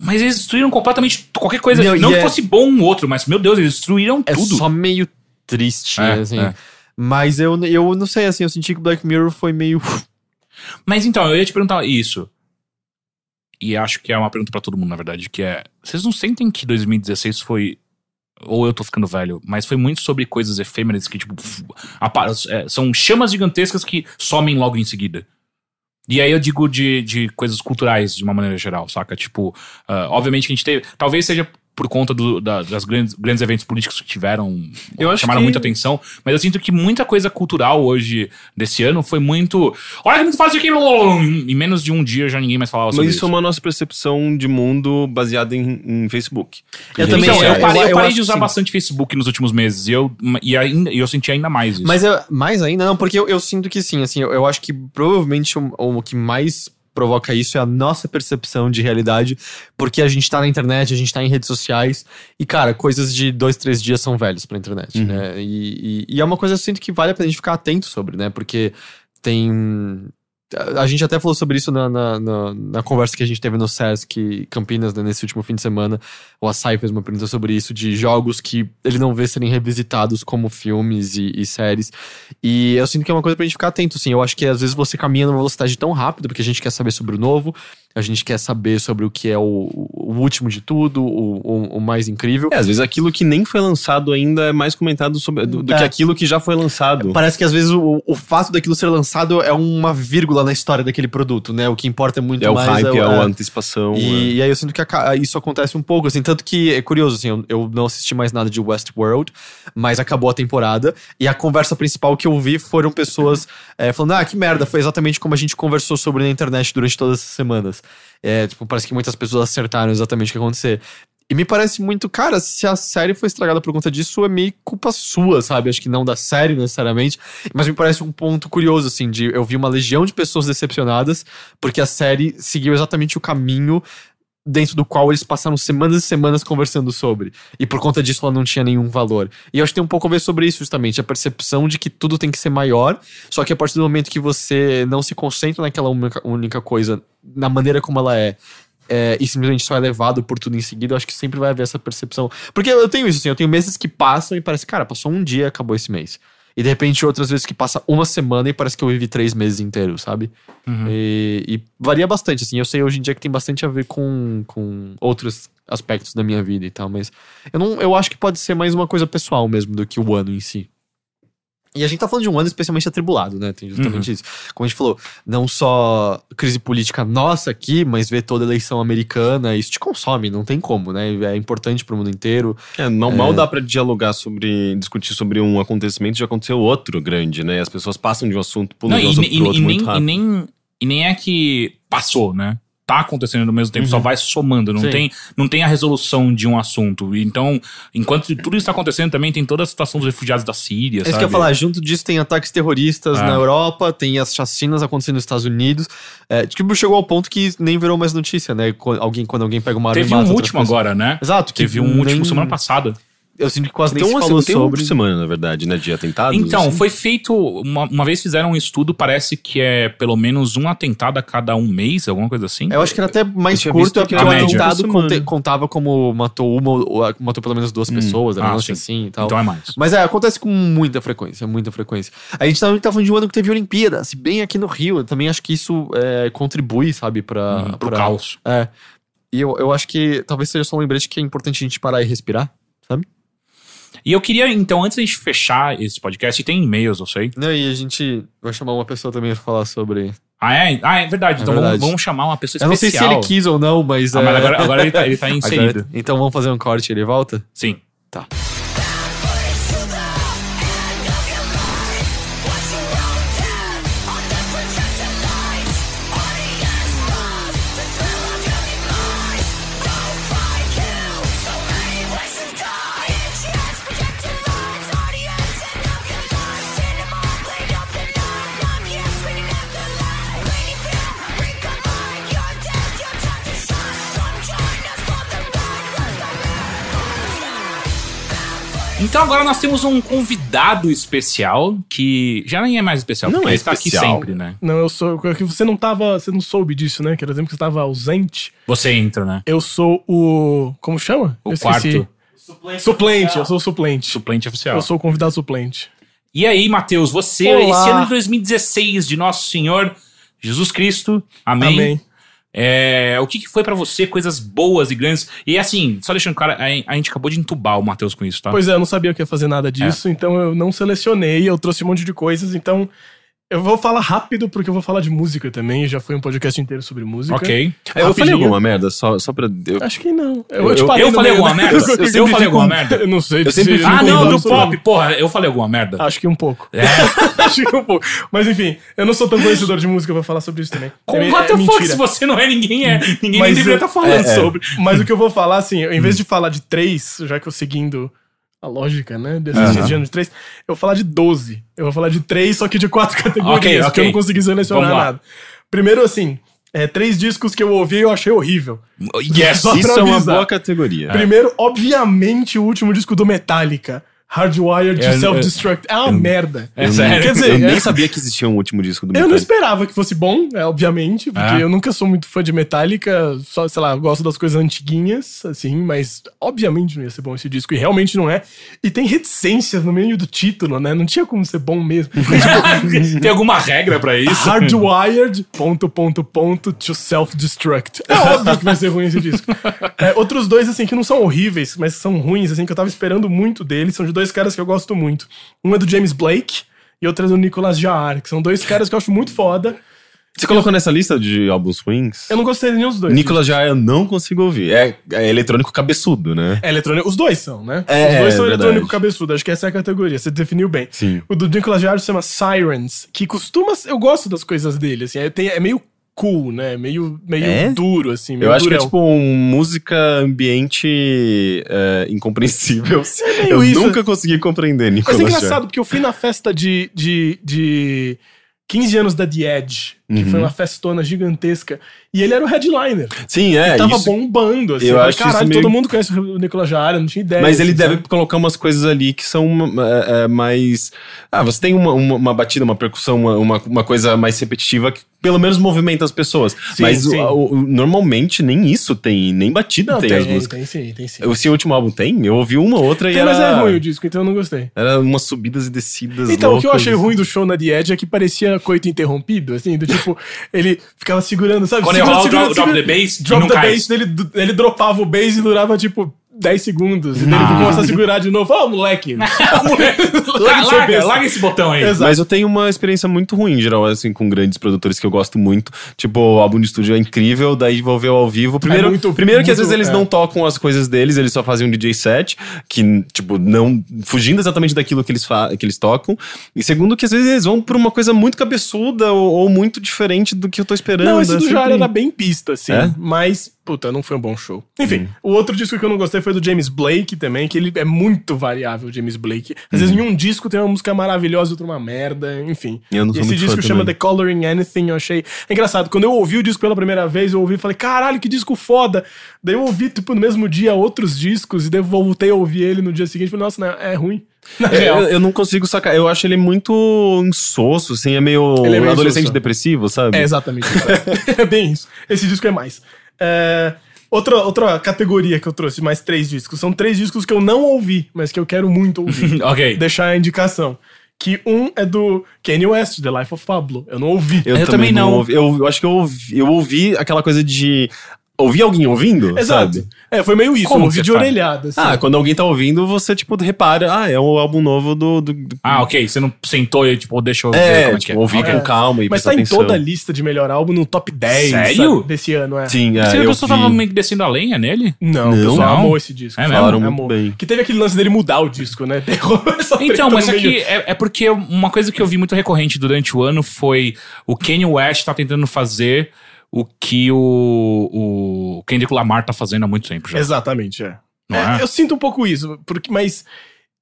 Speaker 2: Mas eles destruíram completamente qualquer coisa.
Speaker 1: Não,
Speaker 2: Não,
Speaker 1: e
Speaker 2: que
Speaker 1: é-
Speaker 2: fosse bom um outro, mas meu Deus, eles destruíram
Speaker 1: é
Speaker 2: tudo.
Speaker 1: só meio triste,
Speaker 2: É,
Speaker 1: assim.
Speaker 2: é.
Speaker 1: Mas eu, eu não sei, assim, eu senti que Black Mirror foi meio.
Speaker 2: Mas então, eu ia te perguntar isso. E acho que é uma pergunta pra todo mundo, na verdade, que é. Vocês não sentem que 2016 foi. Ou eu tô ficando velho, mas foi muito sobre coisas efêmeras que, tipo, pf, apa- é, são chamas gigantescas que somem logo em seguida. E aí eu digo de, de coisas culturais, de uma maneira geral, saca? Tipo, ah, obviamente que a gente teve. Talvez seja por conta do, da- das grandes, grandes eventos políticos que tiveram,
Speaker 3: Eu acho
Speaker 2: chamaram
Speaker 3: que-
Speaker 2: muita atenção, mas eu sinto que muita coisa cultural hoje, desse ano, foi muito. Olha que fácil aqui! Em menos de um dia já ninguém mais falava sobre
Speaker 3: Mas
Speaker 2: isso.
Speaker 3: isso é uma nossa percepção de mundo baseada em, em Facebook.
Speaker 1: Eu
Speaker 3: Em
Speaker 1: também
Speaker 3: redes
Speaker 2: Então, eu
Speaker 1: acho.
Speaker 3: sociais.
Speaker 1: Eu-
Speaker 2: parei, eu
Speaker 1: é eu
Speaker 2: parei
Speaker 1: acho
Speaker 2: de usar
Speaker 1: que sim.
Speaker 2: bastante Facebook nos últimos meses. E eu, e ainda, e eu senti ainda mais isso.
Speaker 1: Mas eu, mais ainda, não, porque eu, eu sinto que sim, assim, eu, eu acho que provavelmente o, o que mais provoca isso é a nossa percepção de realidade, porque a gente tá na internet, a gente tá em redes sociais, e cara, coisas de dois, três dias são velhos pra internet,
Speaker 3: Uhum.
Speaker 1: né? E, e- e é uma coisa que eu sinto que vale a pena a gente ficar atento sobre, né? Porque tem. A a gente até falou sobre isso na, na, na- na conversa que a gente teve no SESC Campinas, né, nesse último fim de semana. O Açaí fez uma pergunta sobre isso, de jogos que ele não vê serem revisitados como filmes e, e séries. E eu sinto que é uma coisa pra gente ficar atento, assim. Eu acho que às vezes você caminha numa velocidade tão rápida, porque a gente quer saber sobre o novo, a gente quer saber sobre o que é o, o último de tudo, o, o- o mais incrível.
Speaker 3: É, às vezes aquilo que nem foi lançado ainda é mais comentado sobre- do, do
Speaker 1: É.
Speaker 3: que aquilo que já foi lançado.
Speaker 1: Parece que às vezes o, o fato daquilo ser lançado é uma vírgula na história daquele produto, né? O que importa muito
Speaker 3: É o
Speaker 1: mais
Speaker 3: hype, é, a
Speaker 1: é-
Speaker 3: antecipação. é.
Speaker 1: E, e aí eu sinto que aca- isso acontece um pouco, assim. Tanto que é curioso, assim, eu, eu não assisti mais nada de Westworld, mas acabou a temporada. E a conversa principal que eu vi foram pessoas é, falando: ah, que merda, foi exatamente como a gente conversou sobre na internet durante todas essas semanas. É, tipo, parece que muitas pessoas acertaram exatamente o que ia acontecer. E me parece muito, cara, se a série foi estragada por conta disso, é meio culpa sua, sabe? Acho que não da série necessariamente. Mas me parece um ponto curioso, assim, de eu vi uma legião de pessoas decepcionadas, porque a série seguiu exatamente o caminho dentro do qual eles passaram semanas e semanas conversando sobre. E por conta disso ela não tinha nenhum valor. E eu acho que tem um pouco a ver sobre isso, justamente. A percepção de que tudo tem que ser maior, só que a partir do momento que você não se concentra naquela única, única coisa, na maneira como ela é, é, e simplesmente só é levado por tudo em seguida, eu acho que sempre vai haver essa percepção. Porque eu tenho isso, assim, eu tenho meses que passam e parece, cara, passou um dia, acabou esse mês. E de repente outras vezes que passa uma semana e parece que eu vivi três meses inteiros, sabe? E, e varia bastante, assim. Eu sei hoje em dia que tem bastante a ver com, com outros aspectos da minha vida e tal, mas eu, não, eu acho que pode ser mais uma coisa pessoal mesmo do que o ano em si. E a gente tá falando de um ano especialmente atribulado, né? Tem justamente isso. Como a gente falou, não só crise política nossa aqui, mas ver toda a eleição americana, isso te consome, não tem como, né? É importante pro mundo inteiro.
Speaker 3: É, não, mal dá pra dialogar sobre, discutir sobre um acontecimento, já aconteceu outro grande, né? As pessoas passam de um assunto pro
Speaker 2: Não,
Speaker 1: é
Speaker 3: outro,
Speaker 2: e,
Speaker 3: pro
Speaker 2: ne- e,
Speaker 3: outro
Speaker 2: e
Speaker 3: muito
Speaker 2: nem, e,
Speaker 3: rápido.
Speaker 2: nem, e nem é que passou, né? Tá acontecendo no mesmo tempo,
Speaker 1: Uhum.
Speaker 2: só vai somando. Não
Speaker 1: Sim.
Speaker 2: tem, não tem a resolução de um assunto. Então, enquanto tudo isso tá acontecendo, também tem toda a situação dos refugiados da Síria.
Speaker 1: É isso
Speaker 2: sabe?
Speaker 1: que eu ia falar, junto disso tem ataques terroristas
Speaker 2: Ah.
Speaker 1: na Europa, tem as chacinas acontecendo nos Estados Unidos. É, tipo, chegou ao ponto que nem virou mais notícia, né? Quando alguém, quando alguém pega uma arma e
Speaker 2: Teve
Speaker 1: mata
Speaker 2: um
Speaker 1: outras
Speaker 2: último
Speaker 1: pessoas.
Speaker 2: agora, né?
Speaker 1: Exato, que
Speaker 2: Teve um último
Speaker 1: nem-
Speaker 2: semana passada.
Speaker 1: Eu sinto que quase nem
Speaker 3: Então,
Speaker 1: se
Speaker 3: assim,
Speaker 1: falou
Speaker 3: tem um
Speaker 1: sobre.
Speaker 3: por semana, na verdade, né? De atentados.
Speaker 2: Então,
Speaker 3: assim.
Speaker 2: foi feito. Uma, uma vez fizeram um estudo, parece que é pelo menos um atentado a cada um mês, alguma coisa assim.
Speaker 1: Eu acho que era até mais
Speaker 3: Eu tinha
Speaker 1: curto,
Speaker 3: visto
Speaker 1: é porque o
Speaker 3: que
Speaker 2: era média.
Speaker 1: atentado
Speaker 3: Por
Speaker 1: conte-
Speaker 3: semana.
Speaker 1: contava como matou uma, ou- ou matou pelo menos duas pessoas, era um
Speaker 2: Ah,
Speaker 1: negócio
Speaker 2: sim.
Speaker 1: assim e tal.
Speaker 2: então é mais.
Speaker 1: Mas é, acontece com muita frequência, muita frequência. A gente também tá falando de um ano que teve Olimpíada, se bem aqui no Rio, eu também acho que isso é, contribui, sabe, pra,
Speaker 2: Hum, pro
Speaker 1: pra-
Speaker 2: caos.
Speaker 1: É. E eu, eu acho que talvez seja só um lembrete que é importante a gente parar e respirar.
Speaker 2: E eu queria, então, antes da gente fechar esse podcast, tem e-mails, eu sei.
Speaker 1: Não, e a gente vai chamar uma pessoa também pra falar sobre.
Speaker 2: Ah, é? Ah, é verdade.
Speaker 1: É
Speaker 2: então
Speaker 1: verdade.
Speaker 2: Vamos, vamos chamar uma pessoa
Speaker 1: Eu
Speaker 2: especial.
Speaker 1: não sei se ele quis ou não, mas.
Speaker 2: Ah,
Speaker 1: é-
Speaker 2: mas agora, agora ele, tá, ele tá
Speaker 1: Agora-
Speaker 2: inserido.
Speaker 1: Então vamos fazer um corte e ele volta?
Speaker 2: Sim.
Speaker 1: Tá.
Speaker 2: Então agora nós temos um convidado especial que já nem é mais especial,
Speaker 3: Não
Speaker 2: porque
Speaker 3: é
Speaker 2: ele tá aqui
Speaker 3: especial.
Speaker 2: sempre, né?
Speaker 6: Não, eu sou. é que Você não tava. Você não soube disso, né? Quer dizer que você tava ausente.
Speaker 2: Você entra, né?
Speaker 6: Eu sou o. Como chama?
Speaker 2: O
Speaker 6: eu esqueci.
Speaker 2: quarto
Speaker 6: Suplente, eu sou o suplente.
Speaker 2: suplente oficial.
Speaker 6: Eu sou o convidado suplente.
Speaker 2: E aí, Matheus, você,
Speaker 6: Olá.
Speaker 2: esse ano de 2016 de Nosso Senhor Jesus Cristo, amém.
Speaker 6: Amém.
Speaker 2: É, o que, que foi pra você, coisas boas e grandes? E assim, só deixando claro, a, a gente acabou de entubar o Matheus com isso, tá?
Speaker 6: Pois é, eu não sabia que ia fazer nada disso, então eu não selecionei, eu trouxe um monte de coisas, então eu vou falar rápido, porque eu vou falar de música também, já foi um podcast inteiro sobre música.
Speaker 2: ok.
Speaker 3: É, eu falei
Speaker 6: Rapidinho.
Speaker 3: alguma merda, só, só pra. Eu,
Speaker 6: Acho que não.
Speaker 3: Eu-
Speaker 6: te
Speaker 3: eu-
Speaker 6: parei
Speaker 2: eu
Speaker 6: no
Speaker 2: falei
Speaker 6: meio,
Speaker 2: alguma
Speaker 6: né?
Speaker 2: merda? Eu
Speaker 6: sempre
Speaker 2: falei
Speaker 6: fico-
Speaker 2: alguma merda?
Speaker 6: Eu não sei.
Speaker 3: Eu sempre
Speaker 6: se-
Speaker 3: fico
Speaker 2: Ah, não, do
Speaker 6: sei lá.
Speaker 2: pop, porra, eu falei alguma merda.
Speaker 6: Acho que um pouco.
Speaker 2: É.
Speaker 6: Acho que um pouco. Mas enfim, eu não sou tão conhecedor de música pra falar sobre isso também.
Speaker 2: Como
Speaker 6: é,
Speaker 2: what the
Speaker 6: é
Speaker 2: fuck,
Speaker 6: mentira.
Speaker 2: se você não é, ninguém é. Ninguém nem
Speaker 6: Mas
Speaker 2: deveria
Speaker 6: eu-
Speaker 2: estar falando
Speaker 3: é, é.
Speaker 2: sobre.
Speaker 6: Mas o que eu vou falar, assim, eu, em vez de falar de três, já que eu seguindo a lógica, né, desse
Speaker 3: Aham.
Speaker 6: gênero de três, eu vou falar de 12. Eu vou falar de três, só que de quatro categorias,
Speaker 2: Ok,
Speaker 6: porque
Speaker 2: ok.
Speaker 6: eu não consegui selecionar
Speaker 2: Vamos lá.
Speaker 6: nada. Primeiro, assim, é, três discos que eu ouvi e eu achei horrível.
Speaker 2: Yes.
Speaker 6: Só
Speaker 3: isso
Speaker 6: pra
Speaker 3: é uma
Speaker 6: avisar.
Speaker 3: boa
Speaker 2: É.
Speaker 3: categoria.
Speaker 6: Primeiro, obviamente, o último disco do Metallica. Hardwired
Speaker 2: Eu-
Speaker 6: to
Speaker 2: eu-
Speaker 6: Self-Destruct. É uma merda.
Speaker 2: É sério.
Speaker 6: Quer dizer,
Speaker 3: eu
Speaker 6: é-
Speaker 3: nem sabia que existia um último disco do
Speaker 6: Eu não
Speaker 3: Metallica.
Speaker 6: esperava que fosse bom, é, obviamente, porque
Speaker 2: Ah.
Speaker 6: eu nunca sou muito fã de Metallica, só, sei lá, eu gosto das coisas antiguinhas, assim, mas obviamente não ia ser bom esse disco, e realmente não é. E tem reticências no meio do título, né? Não tinha como ser bom mesmo.
Speaker 2: Tem alguma regra pra isso?
Speaker 6: Hardwired, ponto, ponto, ponto, to self-destruct. É óbvio que vai ser ruim esse disco. É, outros dois, assim, que não são horríveis, mas são ruins, assim, que eu tava esperando muito deles, são de dois caras que eu gosto muito. Um é do James Blake e outro é do Nicolas Jaar, que são dois caras que eu acho muito foda.
Speaker 3: Você colocou nessa lista de álbuns ruins?
Speaker 6: Eu não gostei de nenhum dos dois.
Speaker 3: Nicolas já eu não consigo ouvir. É, é eletrônico cabeçudo, né?
Speaker 6: É eletrônico. Os dois são, né?
Speaker 3: É,
Speaker 6: Os dois são
Speaker 3: é
Speaker 6: eletrônico
Speaker 3: verdade.
Speaker 6: cabeçudo. Acho que essa é a categoria. Você definiu bem.
Speaker 3: Sim.
Speaker 6: O do Nicolas Diário se chama Sirens, que costuma. Eu gosto das coisas dele, assim. É, tem- é meio cool, né? Meio, meio
Speaker 3: É?
Speaker 6: duro, assim. Meio
Speaker 3: Eu acho que é
Speaker 6: durão.
Speaker 3: tipo um música ambiente é, incompreensível.
Speaker 6: É meio
Speaker 3: eu
Speaker 6: isso.
Speaker 3: nunca consegui compreender,
Speaker 6: Mas
Speaker 3: Nicolas.
Speaker 6: é
Speaker 3: Jarre.
Speaker 6: engraçado, porque eu fui na festa de, de, de 15 anos da The Edge, que foi
Speaker 3: Uhum.
Speaker 6: uma festona gigantesca, e ele era o headliner.
Speaker 3: Sim, é.
Speaker 6: Tava
Speaker 3: isso-
Speaker 6: bombando, assim.
Speaker 3: eu
Speaker 6: falei,
Speaker 3: acho isso
Speaker 6: caralho,
Speaker 3: meio-
Speaker 6: todo mundo conhece o Nicolas Diário, não tinha ideia.
Speaker 3: Mas ele
Speaker 6: assim,
Speaker 3: deve
Speaker 6: sabe?
Speaker 3: colocar umas coisas ali que são é, é, mais. Ah, você tem uma, uma, uma batida, uma percussão, uma, uma, uma coisa mais repetitiva que pelo menos movimenta as pessoas. Mas o-
Speaker 6: sim.
Speaker 3: o- o- normalmente nem isso tem, nem batida
Speaker 6: Não,
Speaker 3: tem,
Speaker 6: tem,
Speaker 3: as
Speaker 6: tem,
Speaker 3: músicas.
Speaker 6: tem sim, tem sim.
Speaker 3: Esse último álbum tem? Eu ouvi uma outra e
Speaker 6: Tem,
Speaker 3: era.
Speaker 6: mas é ruim o disco, então eu não gostei.
Speaker 3: Era umas subidas e descidas.
Speaker 6: Então, o que eu
Speaker 3: loucas.
Speaker 6: achei ruim do show na The Edge é que parecia coito interrompido, assim, do tipo, ele ficava segurando, sabe?
Speaker 2: Quando ia
Speaker 6: segura,
Speaker 2: rolar o
Speaker 6: segura,
Speaker 2: drop, drop the
Speaker 6: segura.
Speaker 2: bass,
Speaker 6: Drop
Speaker 2: não
Speaker 6: the
Speaker 2: cai.
Speaker 6: bass, ele, ele dropava o bass e durava tipo 10 segundos. E daí ele começa a segurar de novo. Ó, moleque!
Speaker 2: larga,
Speaker 6: seu
Speaker 2: larga,
Speaker 6: besta.
Speaker 2: larga esse botão aí.
Speaker 6: Exato.
Speaker 3: Mas eu tenho uma experiência muito ruim, em geral, assim, com grandes produtores que eu gosto muito. Tipo, o álbum de estúdio é incrível, daí envolveu ao vivo. Primeiro,
Speaker 6: É muito-
Speaker 3: primeiro que às
Speaker 6: muito-
Speaker 3: vezes eles
Speaker 6: é.
Speaker 3: não tocam as coisas deles, eles só fazem um DJ set, que, tipo, não. fugindo exatamente daquilo que eles, fa- que eles tocam. E segundo, que às vezes eles vão por uma coisa muito cabeçuda ou, ou muito diferente do que eu tô esperando.
Speaker 6: Não, esse
Speaker 3: é
Speaker 6: do
Speaker 3: sempre-
Speaker 6: Jar era bem pista, assim.
Speaker 3: É?
Speaker 6: Mas, puta, não foi um bom show. Enfim, o outro disco que eu não gostei foi do James Blake também, que ele é muito variável, o James Blake. Às
Speaker 3: Uhum.
Speaker 6: vezes em um disco tem uma música maravilhosa, outro uma merda, enfim.
Speaker 3: Eu não sou
Speaker 6: E esse
Speaker 3: muito fã
Speaker 6: disco chama
Speaker 3: também.
Speaker 6: The Coloring Anything, eu achei. É engraçado, quando eu ouvi o disco pela primeira vez, eu ouvi e falei, caralho, que disco foda. Daí eu ouvi, tipo, no mesmo dia outros discos, e daí eu voltei a ouvir ele no dia seguinte e falei, nossa, não, é ruim. Na
Speaker 3: É,
Speaker 6: real.
Speaker 3: Eu, eu não consigo sacar. Eu acho ele muito insosso, assim, é meio,
Speaker 6: Ele é meio
Speaker 3: adolescente
Speaker 6: insosso.
Speaker 3: depressivo, sabe?
Speaker 6: É exatamente. isso. é bem isso. Esse disco é mais. É, outra, outra categoria que eu trouxe, mais três discos. São três discos que eu não ouvi, mas que eu quero muito ouvir.
Speaker 2: Ok.
Speaker 6: Deixar a indicação. Que um é do Kanye West, The Life of Pablo. Eu não ouvi.
Speaker 3: Eu, também, não. ouvi. Eu, eu acho que eu ouvi, eu ouvi aquela coisa de ouvir alguém ouvindo,
Speaker 6: Exato.
Speaker 3: sabe?
Speaker 6: É, foi meio isso,
Speaker 2: Como
Speaker 6: um ouvi
Speaker 2: que
Speaker 6: de
Speaker 2: você faz?
Speaker 6: orelhada. assim.
Speaker 3: Ah, quando alguém tá ouvindo, você, tipo, repara, ah, é um álbum novo do... do- do-
Speaker 2: Ah, ok. Você não sentou e, tipo, deixou
Speaker 3: é,
Speaker 2: como é que
Speaker 3: tipo,
Speaker 2: é.
Speaker 3: ouvir
Speaker 2: Ok.
Speaker 3: com calma e
Speaker 6: Mas
Speaker 3: prestar
Speaker 6: tá em
Speaker 3: atenção.
Speaker 6: toda a lista de melhor álbum no top 10
Speaker 2: Sério?
Speaker 6: sabe, desse ano, é.
Speaker 3: Sim,
Speaker 2: Você
Speaker 3: é,
Speaker 2: viu que
Speaker 3: eu
Speaker 2: o pessoal tava
Speaker 3: vi.
Speaker 2: meio que descendo a lenha nele?
Speaker 6: Não, o pessoal
Speaker 2: Não?
Speaker 6: amou esse disco.
Speaker 2: É mesmo?
Speaker 3: Falaram muito
Speaker 6: amou.
Speaker 3: bem.
Speaker 6: Que teve aquele lance dele mudar o disco, né? Derrubou essa treta
Speaker 2: Então, mas
Speaker 6: no meio.
Speaker 2: aqui é, é porque uma coisa que eu vi muito recorrente durante o ano foi o Kanye West tá tentando fazer o que o, o Kendrick Lamar tá fazendo há muito tempo já.
Speaker 6: Exatamente, é.
Speaker 2: Não
Speaker 6: É,
Speaker 2: é?
Speaker 6: Eu sinto um pouco isso, porque, mas.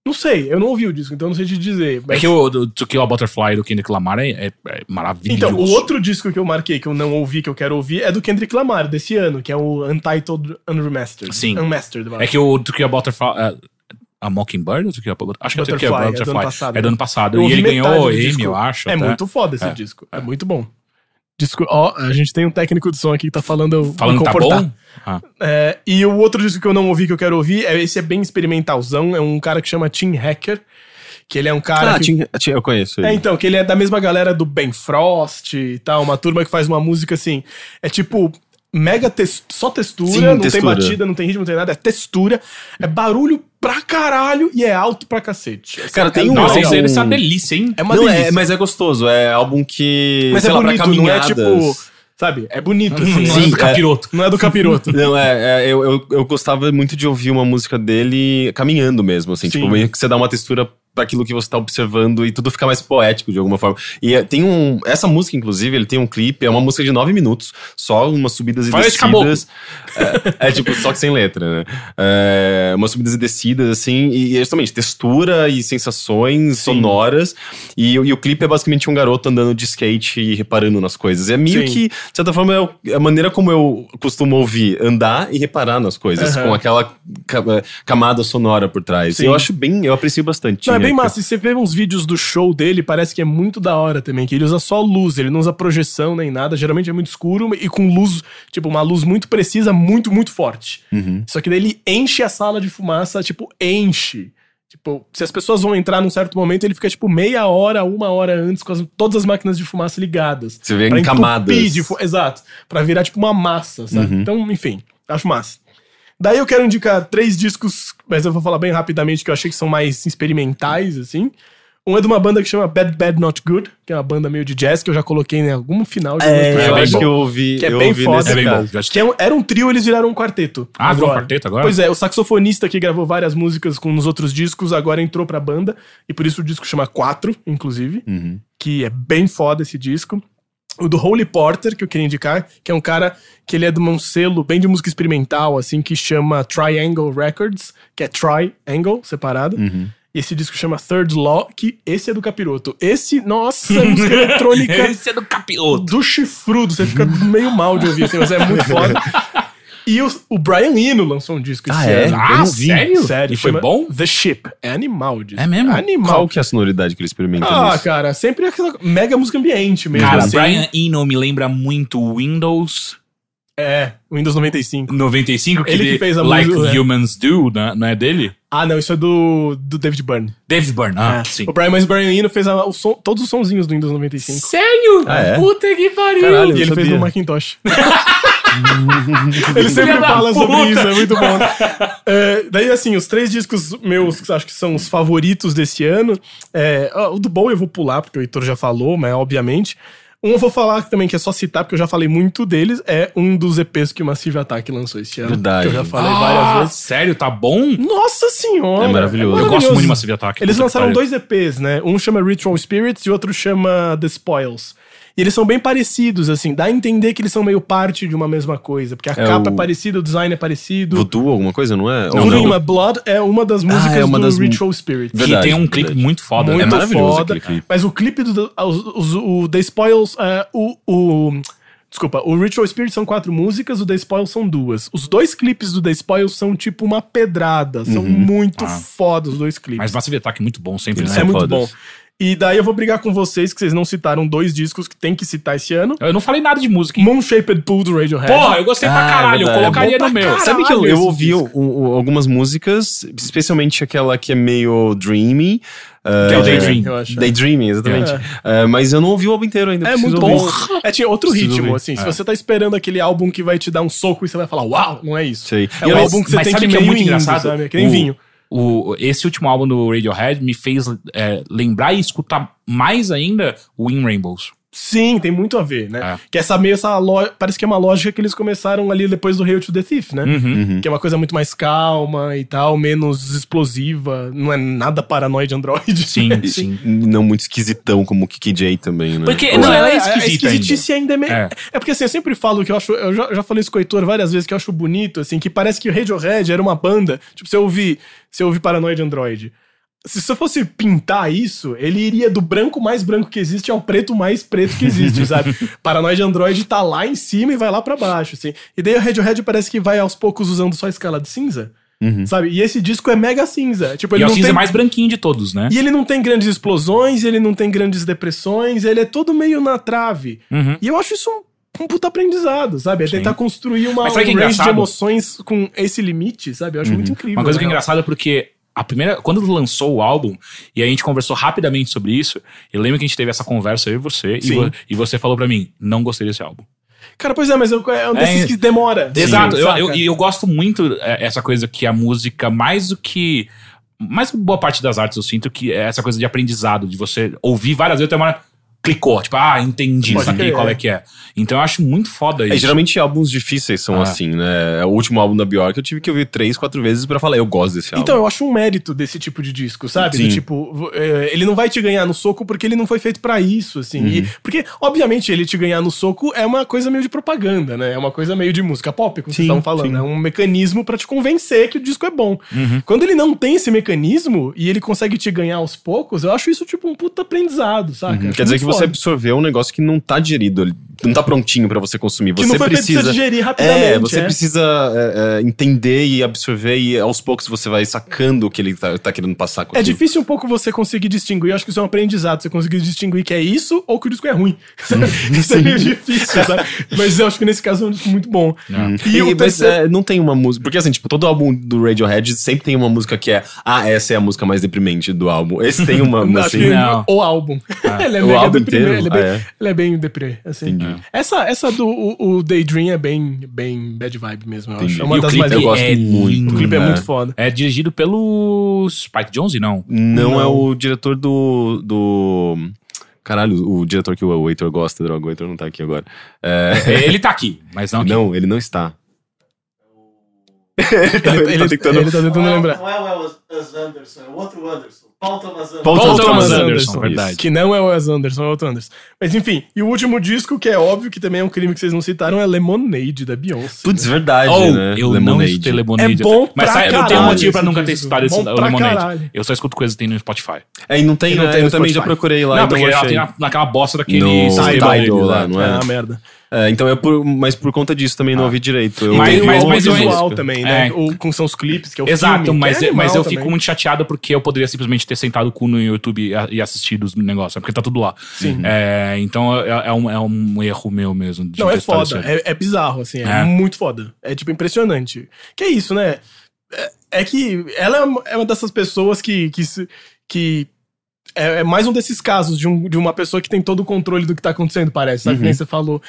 Speaker 6: Não sei, eu não ouvi o disco, então eu não sei te dizer.
Speaker 2: É
Speaker 6: mas-
Speaker 2: que o do- To Kill a Butterfly do Kendrick Lamar é, é- é maravilhoso.
Speaker 6: Então, o outro disco que eu marquei, que eu não ouvi, que eu quero ouvir, é do Kendrick Lamar, desse ano, que é o Untitled Unremastered.
Speaker 2: Sim.
Speaker 6: Unmastered, eu
Speaker 2: É
Speaker 6: acho.
Speaker 2: que o To Kill a Butterfly... é, a Mockingbird ou To Kill a Butterfly? Acho que é To Kill a
Speaker 6: Butterfly, é do ano
Speaker 2: Butterfly.
Speaker 6: passado,
Speaker 2: É do
Speaker 6: né?
Speaker 2: ano passado.
Speaker 6: Eu
Speaker 2: E
Speaker 6: ouvi
Speaker 2: ele
Speaker 6: metade
Speaker 2: ganhou
Speaker 6: do
Speaker 2: M,
Speaker 6: disco.
Speaker 2: eu acho.
Speaker 6: É
Speaker 2: até.
Speaker 6: muito foda esse
Speaker 2: É.
Speaker 6: disco. É muito bom. Disco, ó, a gente tem um técnico de som aqui que tá falando. eu vou
Speaker 2: Falando que tá
Speaker 6: comportar.
Speaker 2: bom? Ah.
Speaker 6: É, e o outro disco que eu não ouvi, que eu quero ouvir, é, esse é bem experimentalzão, é um cara que chama Tim Hacker, que ele é um cara
Speaker 3: Ah,
Speaker 6: que...
Speaker 3: tinha- tinha- eu conheço ele.
Speaker 6: É, então, que ele é da mesma galera do Ben Frost e tal, uma turma que faz uma música assim, é tipo mega tes- só textura,
Speaker 3: Sim,
Speaker 6: não tem
Speaker 3: textura.
Speaker 6: batida, não tem ritmo, não tem nada, é textura, é barulho pra caralho e é alto pra cacete. Assim,
Speaker 3: Cara, tem
Speaker 6: é
Speaker 3: um
Speaker 2: Nossa,
Speaker 3: álbum-
Speaker 2: isso aí deve ser uma delícia, hein?
Speaker 6: É uma
Speaker 3: não,
Speaker 6: delícia.
Speaker 3: é, mas é gostoso. É álbum que,
Speaker 6: Mas
Speaker 3: sei
Speaker 6: é
Speaker 3: lá,
Speaker 6: bonito,
Speaker 3: pra
Speaker 6: não é
Speaker 3: caminhadas. Uhum.
Speaker 6: tipo, sabe, é bonito assim,
Speaker 2: Sim,
Speaker 6: não, é,
Speaker 2: capiroto.
Speaker 6: não é do capiroto.
Speaker 3: Não, é, é, eu, eu, eu gostava muito de ouvir uma música dele caminhando mesmo, assim,
Speaker 6: Sim.
Speaker 3: tipo, meio que você dá uma textura para aquilo que você tá observando e tudo fica mais poético de alguma forma. E é, tem um. Essa música, inclusive, ele tem um clipe, é uma música de nove minutos, só umas subidas e
Speaker 2: Fala esse caboclo.
Speaker 3: descidas. É, é tipo, só que sem letra, né? É, umas subidas e descidas, assim, e, e justamente textura e sensações sonoras. E, o- e o clipe é basicamente um garoto andando de skate e reparando nas coisas. É meio
Speaker 6: Sim.
Speaker 3: que, de certa forma, é o- é a maneira como eu costumo ouvir, andar e reparar nas coisas,
Speaker 6: Aham.
Speaker 3: com aquela ca- é, camada sonora por trás.
Speaker 6: Sim.
Speaker 3: Eu acho bem, eu aprecio bastante.
Speaker 6: Não, é
Speaker 3: né,
Speaker 6: bem
Speaker 3: cara?
Speaker 6: massa. E você vê uns vídeos do show dele, parece que é muito da hora também, que ele usa só luz, ele não usa projeção nem nada, geralmente é muito escuro e com luz, tipo, uma luz muito precisa, muito, muito forte. Só que daí ele enche a sala de fumaça, tipo, enche. Tipo, se as pessoas vão entrar num certo momento, ele fica, tipo, meia hora, uma hora antes, com as- todas as máquinas de fumaça ligadas.
Speaker 3: Você vê em
Speaker 6: Pra entupir
Speaker 3: camadas.
Speaker 6: de fu- Exato. Pra virar, tipo, uma massa,
Speaker 2: Uhum.
Speaker 6: sabe? Então, enfim, acho massa. Daí eu quero indicar três discos, mas eu vou falar bem rapidamente que eu achei que são mais experimentais, assim. Um é de uma banda que chama Bad Bad Not Good, que é uma banda meio de jazz que eu já coloquei em algum final de algum
Speaker 3: É, eu
Speaker 2: bem
Speaker 3: acho
Speaker 2: bom.
Speaker 3: que eu ouvi.
Speaker 6: Que é
Speaker 3: eu
Speaker 6: bem
Speaker 3: ouvi
Speaker 6: foda.
Speaker 3: nesse
Speaker 2: É bem
Speaker 3: caso.
Speaker 2: bom. Já te-
Speaker 6: Que é um- era um trio, eles viraram um quarteto.
Speaker 2: Ah, virou um quarteto agora?
Speaker 6: Pois é, o saxofonista que gravou várias músicas com nos outros discos agora entrou pra banda, e por isso o disco chama Quatro, inclusive,
Speaker 2: Uhum.
Speaker 6: que é bem foda esse disco. O do Holy Porter, que eu queria indicar, que é um cara que ele é de um selo bem de música experimental, assim, que chama Triangle Records, que é Triangle, separado.
Speaker 2: Uhum.
Speaker 6: E esse disco chama Third Law, que esse é do Capiroto. Esse, nossa, é música eletrônica
Speaker 2: Esse é do capiroto.
Speaker 6: do chifrudo. Você fica meio mal de ouvir, assim, mas é muito foda. E o, o Brian Eno lançou um disco
Speaker 3: Ah,
Speaker 6: esse
Speaker 3: é?
Speaker 6: ano.
Speaker 2: Ah,
Speaker 3: não vi.
Speaker 2: sério?
Speaker 6: Sério.
Speaker 2: E foi
Speaker 6: chama
Speaker 2: bom?
Speaker 6: The Ship. É animal o disco.
Speaker 2: É mesmo?
Speaker 6: Animal.
Speaker 3: Qual que é a sonoridade que ele experimenta
Speaker 6: Ah,
Speaker 3: nisso?
Speaker 6: cara, sempre aquela mega música ambiente mesmo.
Speaker 2: Cara,
Speaker 6: assim.
Speaker 2: Brian Eno me lembra muito Windows
Speaker 6: É, Windows 95.
Speaker 2: 95, que
Speaker 6: Ele que
Speaker 2: ele-
Speaker 6: fez a
Speaker 2: Like
Speaker 6: música, né?
Speaker 2: Humans Do, né? não é dele?
Speaker 6: Ah, não, isso é do, do David Byrne.
Speaker 2: David Byrne, ah, sim.
Speaker 6: O Brian, mas o Brian Eno fez a- o som- todos os sonzinhos do Windows 95.
Speaker 2: Sério?
Speaker 3: Ah, é?
Speaker 2: Puta que pariu!
Speaker 3: Caralho, eu
Speaker 6: E ele fez
Speaker 3: sabia.
Speaker 6: no Macintosh. ele sempre
Speaker 2: Filha da
Speaker 6: fala sobre
Speaker 2: puta.
Speaker 6: isso, é muito bom. É, daí, assim, os três discos meus, que acho que são os favoritos desse ano. é, ó, o do Bowie eu vou pular, porque o Heitor já falou, mas obviamente. Um eu vou falar também, que é só citar, porque eu já falei muito deles, é um dos EPs que o Massive Attack lançou esse ano.
Speaker 3: Verdade.
Speaker 6: Que eu já falei várias
Speaker 2: Ah,
Speaker 6: vezes.
Speaker 2: sério, tá bom?
Speaker 6: Nossa
Speaker 3: É
Speaker 6: senhora!
Speaker 3: maravilhoso.
Speaker 2: Eu gosto muito de Massive Attack.
Speaker 6: Eles
Speaker 2: puta que
Speaker 6: lançaram
Speaker 2: pariu.
Speaker 6: dois EPs, né? Um chama Ritual Spirits e outro chama The Spoils. E eles são bem parecidos, assim. Dá a entender que eles são meio parte de uma mesma coisa. Porque a
Speaker 3: É
Speaker 6: capa
Speaker 3: o-
Speaker 6: é parecida, o design é parecido.
Speaker 3: Voodoo, alguma coisa, não é?
Speaker 6: Voodoo in My Blood é uma das músicas
Speaker 3: é uma
Speaker 6: do
Speaker 3: das mu-
Speaker 6: Ritual Spirits.
Speaker 3: Verdade,
Speaker 2: e tem um clipe
Speaker 3: verdade.
Speaker 2: muito foda.
Speaker 6: Muito
Speaker 2: né?
Speaker 3: maravilhoso
Speaker 6: foda.
Speaker 3: aquele clipe.
Speaker 6: Mas o clipe do, do- os- os- o The Spoils, é, o, o- Desculpa, o Ritual Spirit são quatro músicas, o The Spoils são duas. Os dois clipes do The Spoils são tipo uma pedrada. São muito
Speaker 2: Ah.
Speaker 6: foda os dois clipes.
Speaker 2: Mas Massive Attack é muito bom sempre,
Speaker 3: Eles
Speaker 2: né?
Speaker 6: É, muito
Speaker 3: fodas.
Speaker 6: bom. E daí eu vou brigar com vocês que vocês não citaram dois discos que tem que citar esse ano.
Speaker 2: Eu não falei nada de música, hein?
Speaker 6: Moon Shaped Pool do Radiohead.
Speaker 2: Porra, eu gostei pra
Speaker 3: Ah,
Speaker 2: caralho. Eu
Speaker 3: verdade.
Speaker 2: colocaria
Speaker 6: É bom
Speaker 2: no
Speaker 6: pra
Speaker 2: meu.
Speaker 6: caralho.
Speaker 3: Sabe que eu, eu
Speaker 6: esse
Speaker 3: ouvi o- o- algumas músicas, especialmente aquela que é meio dreamy, Ah,
Speaker 2: Que é o
Speaker 3: é,
Speaker 2: Daydream.
Speaker 6: Eu acho.
Speaker 3: Daydreaming, exatamente. Ah, mas eu não ouvi o álbum inteiro ainda.
Speaker 6: É
Speaker 3: preciso
Speaker 6: muito
Speaker 3: ouvir.
Speaker 6: bom. É tinha outro
Speaker 3: Preciso
Speaker 6: ritmo,
Speaker 3: ouvir.
Speaker 2: É.
Speaker 6: assim. Se você tá esperando aquele álbum que vai te dar um soco e você vai falar, uau, não é isso.
Speaker 3: Sei.
Speaker 6: É um
Speaker 2: Mas-
Speaker 6: álbum que você
Speaker 2: mas
Speaker 6: tem
Speaker 2: sabe
Speaker 6: que,
Speaker 2: que é
Speaker 6: meio
Speaker 2: muito
Speaker 6: indo,
Speaker 2: engraçado?
Speaker 6: sabe? É que nem
Speaker 2: O-
Speaker 6: vinho.
Speaker 2: O, esse último álbum do Radiohead me fez é, lembrar e escutar mais ainda o In Rainbows.
Speaker 6: Sim, tem muito a ver, né?
Speaker 2: É.
Speaker 6: Que essa meio essa lo- parece que é uma lógica que eles começaram ali depois do Hail to the Thief, né?
Speaker 2: Uhum,
Speaker 6: Que é uma coisa muito mais calma e tal, menos explosiva, não é nada paranoide android.
Speaker 2: Sim,
Speaker 3: E-
Speaker 2: sim.
Speaker 3: Não muito esquisitão como o Kiki J também, né?
Speaker 2: Porque- não, ela é esquisita
Speaker 6: esquisitice ainda. é meio...
Speaker 2: É.
Speaker 6: é. porque assim, eu sempre falo que eu acho. Eu já, já falei isso com o Heitor várias vezes que eu acho bonito, assim, que parece que o Radiohead era uma banda. Tipo, se eu ouvir, se eu ouvir Paranoid Android. Se você fosse pintar isso, ele iria do branco mais branco que existe ao preto mais preto que existe, sabe? Paranoid Android tá lá em cima e vai lá pra baixo, assim. E daí o Radiohead parece que vai aos poucos usando só a escala de cinza, sabe? E esse disco é mega cinza. Tipo,
Speaker 2: Uhum. E
Speaker 6: ele
Speaker 2: é o
Speaker 6: não
Speaker 2: cinza
Speaker 6: tem...
Speaker 2: mais branquinho de todos, né?
Speaker 6: E é ele não tem grandes explosões, ele não tem grandes depressões, ele é todo meio na trave.
Speaker 2: Uhum.
Speaker 6: E eu acho isso um, um puta aprendizado, sabe? É tentar construir uma
Speaker 2: Mas sabe que é
Speaker 6: um range de
Speaker 2: engraçado?
Speaker 6: emoções com esse limite, sabe? Eu acho muito incrível.
Speaker 2: Uma coisa que é
Speaker 6: na real.
Speaker 2: engraçada é porque a primeira, quando lançou o álbum e a gente conversou rapidamente sobre isso, eu lembro que a gente teve essa conversa eu e você, e,
Speaker 6: Sim.
Speaker 2: vo- e você falou pra mim, não gostei desse álbum.
Speaker 6: Cara, pois é, mas eu, é um desses
Speaker 2: É,
Speaker 6: que demora.
Speaker 2: Exato,
Speaker 6: Sim,
Speaker 2: eu,
Speaker 6: saca?
Speaker 2: eu, e eu gosto muito é, essa coisa que a música, mais do que. Mais que boa parte das artes, eu sinto que é essa coisa de aprendizado, de você ouvir várias vezes até uma hora clicou, tipo, ah, entendi,
Speaker 6: Pode
Speaker 2: saquei
Speaker 6: crer,
Speaker 2: qual é
Speaker 6: é.
Speaker 2: que é. Então eu acho muito foda isso.
Speaker 3: É, geralmente álbuns difíceis são
Speaker 2: Ah.
Speaker 3: assim, né? O último álbum da Bjork eu tive que ouvir três, quatro vezes pra falar, eu gosto desse álbum.
Speaker 6: Então, eu acho um mérito desse tipo de disco, sabe?
Speaker 3: Sim.
Speaker 6: Do tipo, vo- é, ele não vai te ganhar no soco porque ele não foi feito pra isso, assim. E-
Speaker 3: Uhum.
Speaker 6: porque, obviamente, ele te ganhar no soco é uma coisa meio de propaganda, né? É uma coisa meio de música pop, como vocês estavam falando. É um mecanismo pra te convencer que o disco é bom.
Speaker 3: Uhum.
Speaker 6: Quando ele não tem esse mecanismo e ele consegue te ganhar aos poucos, eu acho isso, tipo, um puta aprendizado, saca? Acho
Speaker 3: Uhum. Quer dizer
Speaker 6: é muito
Speaker 3: que você
Speaker 6: foda.
Speaker 3: absorveu um negócio que não tá digerido, ele não tá prontinho pra você consumir. Você
Speaker 6: Que não foi feito pra
Speaker 3: precisa.
Speaker 6: você digerir rapidamente.
Speaker 3: é, você precisa é, é, entender e absorver, e aos poucos você vai sacando o que ele tá, tá querendo passar com
Speaker 6: É
Speaker 3: aquilo.
Speaker 6: difícil um pouco você conseguir distinguir. Eu acho que isso é um aprendizado. Você conseguir distinguir que é isso ou que o disco é ruim. isso é meio difícil, sabe? Mas eu acho que nesse caso é um disco muito bom.
Speaker 3: E,
Speaker 6: E o
Speaker 3: mas
Speaker 6: terceiro...
Speaker 3: é, não tem uma música. Porque assim, tipo, todo álbum do Radiohead sempre tem uma música que é. Ah, essa é a música mais deprimente do álbum. Esse tem uma.
Speaker 6: Não, acho
Speaker 3: assim,
Speaker 6: que
Speaker 2: Não.
Speaker 6: o álbum. ele é
Speaker 3: O
Speaker 6: mega
Speaker 3: álbum
Speaker 6: deprê,
Speaker 3: inteiro?
Speaker 6: Ele é bem,
Speaker 3: Ah, é.
Speaker 6: ele é bem deprê, assim.
Speaker 3: Entendi.
Speaker 6: Essa, essa do o, o Daydream é bem, bem bad vibe mesmo, eu
Speaker 3: Entendi.
Speaker 6: acho. É uma
Speaker 2: E o
Speaker 6: das
Speaker 2: clipe
Speaker 6: mais...
Speaker 3: eu gosto
Speaker 2: é
Speaker 3: muito.
Speaker 2: lindo,
Speaker 6: O clipe é
Speaker 3: né?
Speaker 6: muito foda.
Speaker 2: É dirigido pelo Spike Jonze, não?
Speaker 3: Não, é o diretor do. do... Caralho, o diretor que o Heitor gosta, droga, o Heitor não tá aqui agora. É,
Speaker 2: Ele tá aqui, mas não aqui.
Speaker 3: Não, é ele não está. ele, tá, ele, tá tentando.
Speaker 6: Ele tá tentando lembrar.
Speaker 7: Não é o Wes Anderson, é o outro Anderson. Paul Thomas Anderson.
Speaker 3: Paul
Speaker 2: Paul
Speaker 3: Thomas
Speaker 2: Thomas
Speaker 3: Anderson,
Speaker 2: Anderson,
Speaker 3: isso.
Speaker 2: verdade.
Speaker 6: Que não é o Wes Anderson, é outro Anderson. Mas enfim, e o último disco, que é óbvio que também é um crime que vocês não citaram, é Lemonade, da Beyoncei.
Speaker 3: Putz, verdade,
Speaker 2: Ou
Speaker 3: né?
Speaker 2: Oh, eu não
Speaker 3: Lemonade.
Speaker 2: escutei Lemonade.
Speaker 6: É bom
Speaker 2: mas
Speaker 6: pra
Speaker 2: sabe, eu tenho um
Speaker 6: caralho
Speaker 2: motivo pra
Speaker 6: esse
Speaker 2: nunca ter
Speaker 6: disco.
Speaker 2: escutado esse
Speaker 6: Bom pra
Speaker 2: Lemonade.
Speaker 6: caralho.
Speaker 2: Eu só escuto coisas que tem no Spotify.
Speaker 3: É, e não tem,
Speaker 6: E não
Speaker 3: né?
Speaker 6: tem
Speaker 3: eu
Speaker 6: no
Speaker 3: também já
Speaker 6: Spotify.
Speaker 3: procurei lá.
Speaker 2: não,
Speaker 3: então
Speaker 2: porque ela
Speaker 3: achei.
Speaker 2: tem na- naquela bosta daquele
Speaker 3: No
Speaker 2: sistema
Speaker 3: Tidal,
Speaker 2: deles,
Speaker 3: lá,
Speaker 2: né?
Speaker 3: não é?
Speaker 6: Ah, merda.
Speaker 3: É, então eu por, mas por conta disso também não ouvi direito. Eu
Speaker 2: Mas-
Speaker 3: ouvi um
Speaker 2: mas-
Speaker 3: uma
Speaker 2: mas
Speaker 3: outra
Speaker 2: eu-
Speaker 6: é um visual
Speaker 3: música.
Speaker 6: também, né?
Speaker 2: É.
Speaker 6: O, com são os clipes, que é o
Speaker 2: Exato,
Speaker 6: filme,
Speaker 2: mas,
Speaker 6: que é
Speaker 2: mas
Speaker 6: animal
Speaker 2: eu
Speaker 6: também.
Speaker 2: fico muito chateado porque eu poderia simplesmente ter sentado o cu no YouTube e a- e assistido os negócios, porque tá tudo lá. Sim. então é, é um, é um erro meu mesmo. de
Speaker 3: Tipo,
Speaker 6: Não, é
Speaker 2: ter
Speaker 3: tá
Speaker 2: escutado
Speaker 6: foda.
Speaker 2: isso aí.
Speaker 6: É, é bizarro, assim. É,
Speaker 2: É.
Speaker 6: muito foda. É, tipo, impressionante. Que é isso, né? É, é que ela é uma- é uma dessas pessoas que... que, se- que é, é mais um desses casos de, um- de uma pessoa que tem todo o controle do que tá acontecendo, parece. Sabe? Que nem
Speaker 3: Uhum.
Speaker 6: você falou.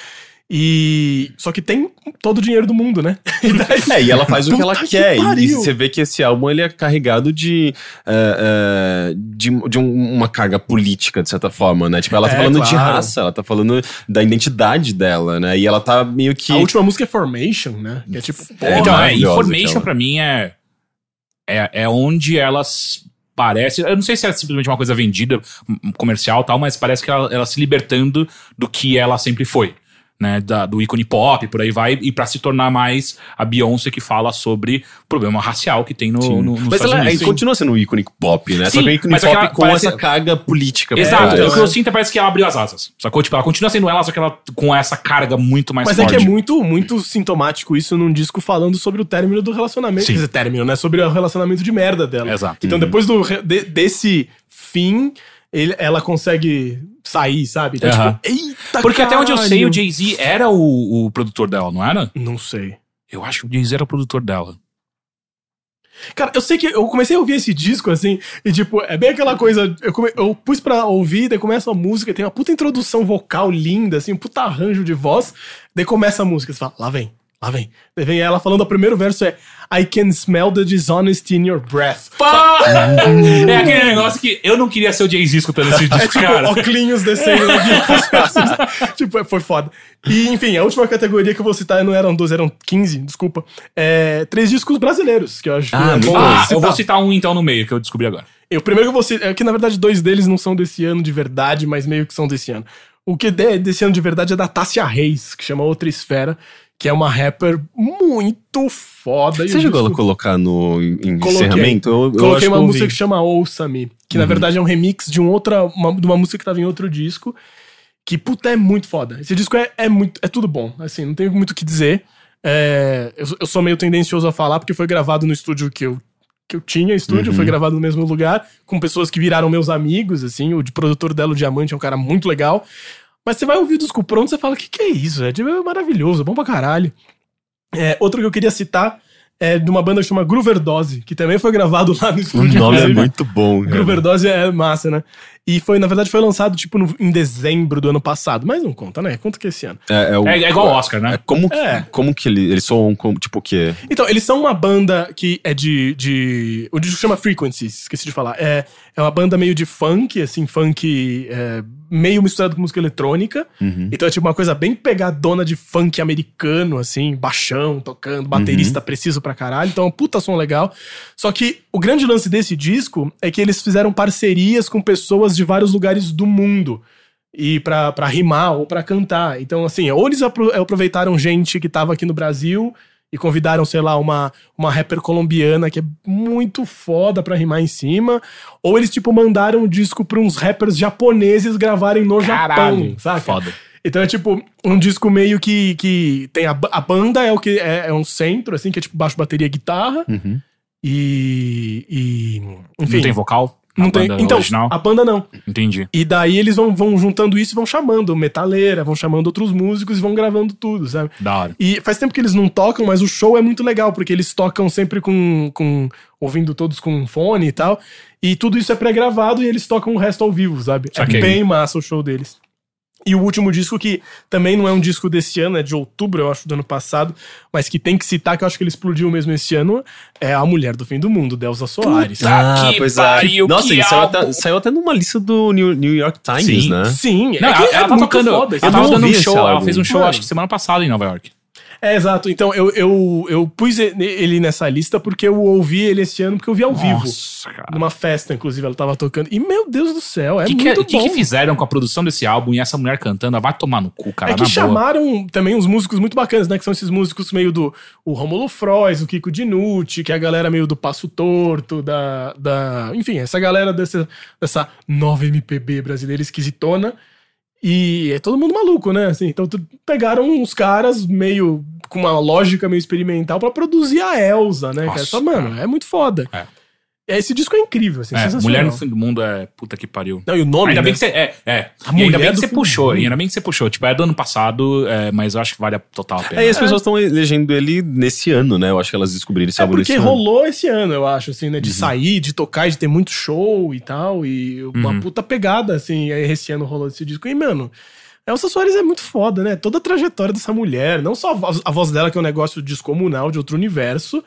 Speaker 6: E... Só que tem todo o dinheiro do mundo, né? E daí-
Speaker 3: É, e ela faz o que ela
Speaker 6: Puta que
Speaker 3: quer. e- E
Speaker 6: pariu.
Speaker 3: você vê que esse álbum ele é carregado de, eh, eh, de, de um- uma carga política, de certa forma, né? Tipo, ela tá
Speaker 6: É,
Speaker 3: falando de
Speaker 6: claro.
Speaker 3: raça, ela tá falando da identidade dela, né? E ela tá meio que.
Speaker 6: A última música é Formation, né? Que é tipo...
Speaker 3: É,
Speaker 2: então, é,
Speaker 3: maravilhosa
Speaker 2: Information
Speaker 3: aquela.
Speaker 2: pra mim é, é, é onde elas parece eu não sei se é simplesmente uma coisa vendida m- comercial e tal mas parece que ela, ela se libertando do que ela sempre foi né da- do ícone pop por aí vai e pra se tornar mais a Beyoncé que fala sobre o problema racial que tem no, no nos
Speaker 3: mas
Speaker 2: Estados
Speaker 3: ela
Speaker 2: Unidos.
Speaker 3: eh, continua sendo um ícone pop, né? Só
Speaker 2: Sim,
Speaker 3: que um ícone
Speaker 2: mas
Speaker 3: pop
Speaker 2: aquela-
Speaker 3: com
Speaker 2: parece-
Speaker 3: essa carga política. por
Speaker 2: Exato,
Speaker 3: trás.
Speaker 2: o que eu sinto é parece que ela abriu as asas. Sacou? Tipo, ela continua sendo ela, só que ela com essa carga muito mais
Speaker 6: Mas
Speaker 2: forte.
Speaker 6: é que é muito, muito sintomático isso num disco falando sobre o término do relacionamento.
Speaker 2: Sim.
Speaker 6: Quer dizer, término, né? Sobre o relacionamento de merda dela.
Speaker 2: Exato. Uhum.
Speaker 6: Então, depois do, re- de- desse fim, ele- ela consegue sair, sabe? Então,
Speaker 2: Aham.
Speaker 6: tipo, eita,
Speaker 2: Porque até onde eu sei,
Speaker 6: caralho.
Speaker 2: o Jay-Z era o, o produtor dela, não era?
Speaker 6: Não sei.
Speaker 2: Eu acho que o Jay-Z era o produtor dela.
Speaker 6: Cara, eu sei que eu comecei a ouvir esse disco assim, e tipo, é bem aquela coisa. Eu, come- eu pus pra ouvir, daí começa a música, tem uma puta introdução vocal linda, assim, um puta arranjo de voz, daí começa a música. Você fala, lá vem, lá vem. Daí vem ela falando, o primeiro verso é I can smell the dishonesty in your breath.
Speaker 2: É aquele negócio que eu não queria ser o Jay-Z escutando esse
Speaker 6: É
Speaker 2: disco, É
Speaker 6: tipo,
Speaker 2: cara. Ah,
Speaker 6: Oclinhos descendo aqui. tipo, foi foda. E, enfim, a última categoria que eu vou citar não eram 12, eram 15, desculpa. É, três discos brasileiros, que eu acho
Speaker 3: Ah,
Speaker 6: que é
Speaker 3: muito
Speaker 6: bom
Speaker 3: bom.
Speaker 2: Ah,
Speaker 6: citar.
Speaker 2: eu vou citar um então no meio, que eu descobri agora.
Speaker 6: E O primeiro que eu vou citar, é que na verdade dois deles não são desse ano de verdade, mas meio que são desse ano. O que é desse ano de verdade é da Tássia Reis, que chama Outra Esfera, que é uma rapper muito foda. E
Speaker 3: Você
Speaker 6: o
Speaker 3: chegou a
Speaker 6: disco-
Speaker 3: colocar no em- em
Speaker 6: Coloquei.
Speaker 3: encerramento? Eu, eu acho que
Speaker 6: Coloquei
Speaker 3: eu
Speaker 6: uma
Speaker 3: ouvi. Uhum.
Speaker 6: música que chama Ouça-me, que na verdade é um remix de, um outra, uma, de uma música que tava em outro disco, que puta é muito foda. Esse disco é, é muito, é tudo bom, assim, não tenho muito o que dizer. É, eu, eu sou meio tendencioso a falar porque foi gravado no estúdio que eu, que eu tinha, estúdio,
Speaker 3: Uhum.
Speaker 6: foi gravado no mesmo lugar, com pessoas que viraram meus amigos, assim, o de produtor dela, o Diamante, é um cara muito legal. Mas você vai ouvir o disco pronto, você fala, o que, que é isso? É, tipo, é maravilhoso, é bom pra caralho. É, outro que eu queria citar é de uma banda que chama Grooverdose, que também foi gravado lá no
Speaker 3: O
Speaker 6: estúdio.
Speaker 3: nome é
Speaker 6: inclusive.
Speaker 3: muito bom. cara.
Speaker 6: Grooverdose é massa, né? E foi, na verdade, foi lançado tipo no- em dezembro do ano passado, mas não conta, né? Conta que esse ano.
Speaker 3: É, o-
Speaker 2: É, é igual o Oscar,
Speaker 3: é
Speaker 2: né?
Speaker 3: como,
Speaker 6: É.
Speaker 3: como que ele, eles soam como, tipo o quê?
Speaker 6: Então, eles são uma banda que é de. de o disco chama Frequencies, esqueci de falar. É, é uma banda meio de funk, assim, funk é, meio misturado com música eletrônica. Então é tipo uma coisa bem pegadona de funk americano, assim, baixão, tocando, baterista preciso pra caralho. Então é um puta som legal. Só que o grande lance desse disco é que eles fizeram parcerias com pessoas de vários lugares do mundo e pra pra rimar ou pra cantar. Então, assim, ou eles apro- aproveitaram gente que tava aqui no Brasil e convidaram, sei lá, uma, uma rapper colombiana que é muito foda pra rimar em cima, ou eles, tipo, mandaram o disco pra uns rappers japoneses gravarem no Japão, saca?
Speaker 2: Foda.
Speaker 6: Então é tipo um disco meio que, que tem a, ba- a banda, é o que é, é um centro, assim, que é tipo baixo, bateria, guitarra. E, e. Enfim.
Speaker 2: Não tem vocal?
Speaker 6: não
Speaker 2: na
Speaker 6: tem-
Speaker 2: banda
Speaker 6: Então,
Speaker 2: original?
Speaker 6: a banda não.
Speaker 2: Entendi.
Speaker 6: E daí eles vão, vão juntando isso e vão chamando metaleira, vão chamando outros músicos e vão gravando tudo, sabe?
Speaker 2: Da hora.
Speaker 6: E faz tempo que eles não tocam, mas o show é muito legal, porque eles tocam sempre com. com ouvindo todos com um fone e tal. E tudo isso é pré-gravado e eles tocam o resto ao vivo, sabe?
Speaker 2: Saquei.
Speaker 6: É bem massa o show deles. E o último disco, que também não é um disco desse ano, é de outubro, eu acho, do ano passado, mas que tem que citar, que eu acho que ele explodiu mesmo esse ano, é A Mulher do Fim do Mundo, Delza Soares.
Speaker 2: Tá que pariu,
Speaker 3: Nossa,
Speaker 2: que
Speaker 3: ele saiu
Speaker 2: álbum.
Speaker 1: Ah,
Speaker 3: até, saiu até numa lista do New, New York Times,
Speaker 2: Sim.
Speaker 3: né?
Speaker 6: Sim,
Speaker 2: Não,
Speaker 6: é que
Speaker 2: ela,
Speaker 6: é
Speaker 2: ela tá
Speaker 6: muito
Speaker 2: tocando.
Speaker 6: foda esse
Speaker 2: ela tava
Speaker 3: álbum.
Speaker 2: dando um
Speaker 3: Eu não
Speaker 2: show.
Speaker 3: ouvi esse
Speaker 2: Ela
Speaker 3: álbum.
Speaker 2: fez um show,
Speaker 6: Mano.
Speaker 2: acho que semana passada em Nova York.
Speaker 6: É, exato. Então, eu, eu, eu pus e- ele nessa lista porque eu ouvi ele esse ano, porque eu vi ao vivo.
Speaker 2: Nossa, cara.
Speaker 6: Numa festa, inclusive, ela tava tocando. E, meu Deus do céu, é
Speaker 2: O que, que,
Speaker 6: muito
Speaker 2: que,
Speaker 6: bom.
Speaker 2: que fizeram com a produção desse álbum e essa mulher cantando? Ela vai tomar no cu, cara.
Speaker 6: é que
Speaker 2: na boa.
Speaker 6: chamaram também uns músicos muito bacanas, né? Que são esses músicos meio do o Romulo Frois, o Kiko Dinucci, que é a galera meio do Passo Torto, da. da enfim, essa galera dessa, dessa nova MPB brasileira esquisitona. E é todo mundo maluco, né? Assim, então tu- pegaram uns caras meio com uma lógica meio experimental pra produzir a Elsa, né? cara?
Speaker 2: Nossa,
Speaker 6: Só, mano, é muito foda.
Speaker 2: É.
Speaker 6: Esse disco é incrível, assim,
Speaker 2: É,
Speaker 6: sensacional.
Speaker 2: mulher no fim do mundo é puta que pariu.
Speaker 6: Não, e o nome,
Speaker 2: ainda
Speaker 6: né?
Speaker 2: bem que você. É, é.
Speaker 6: A
Speaker 2: E ainda
Speaker 6: mulher
Speaker 2: bem que
Speaker 6: do
Speaker 2: você
Speaker 6: filme.
Speaker 2: puxou, e ainda bem que você puxou. Tipo, é do ano passado, é, mas eu acho que vale a total a pena.
Speaker 3: É, e as pessoas estão elegendo ele nesse ano, né? Eu acho que elas descobriram esse
Speaker 6: É
Speaker 3: álbum
Speaker 6: porque
Speaker 3: nesse ano.
Speaker 6: rolou esse ano, eu acho, assim, né? De
Speaker 2: Uhum.
Speaker 6: sair, de tocar, de ter muito show e tal. E uma
Speaker 2: Uhum.
Speaker 6: puta pegada, assim. aí Esse ano rolou esse disco. E, mano, Elsa Soares é muito foda, né? Toda a trajetória dessa mulher. Não só a voz, a voz dela, que é um negócio descomunal, de outro universo.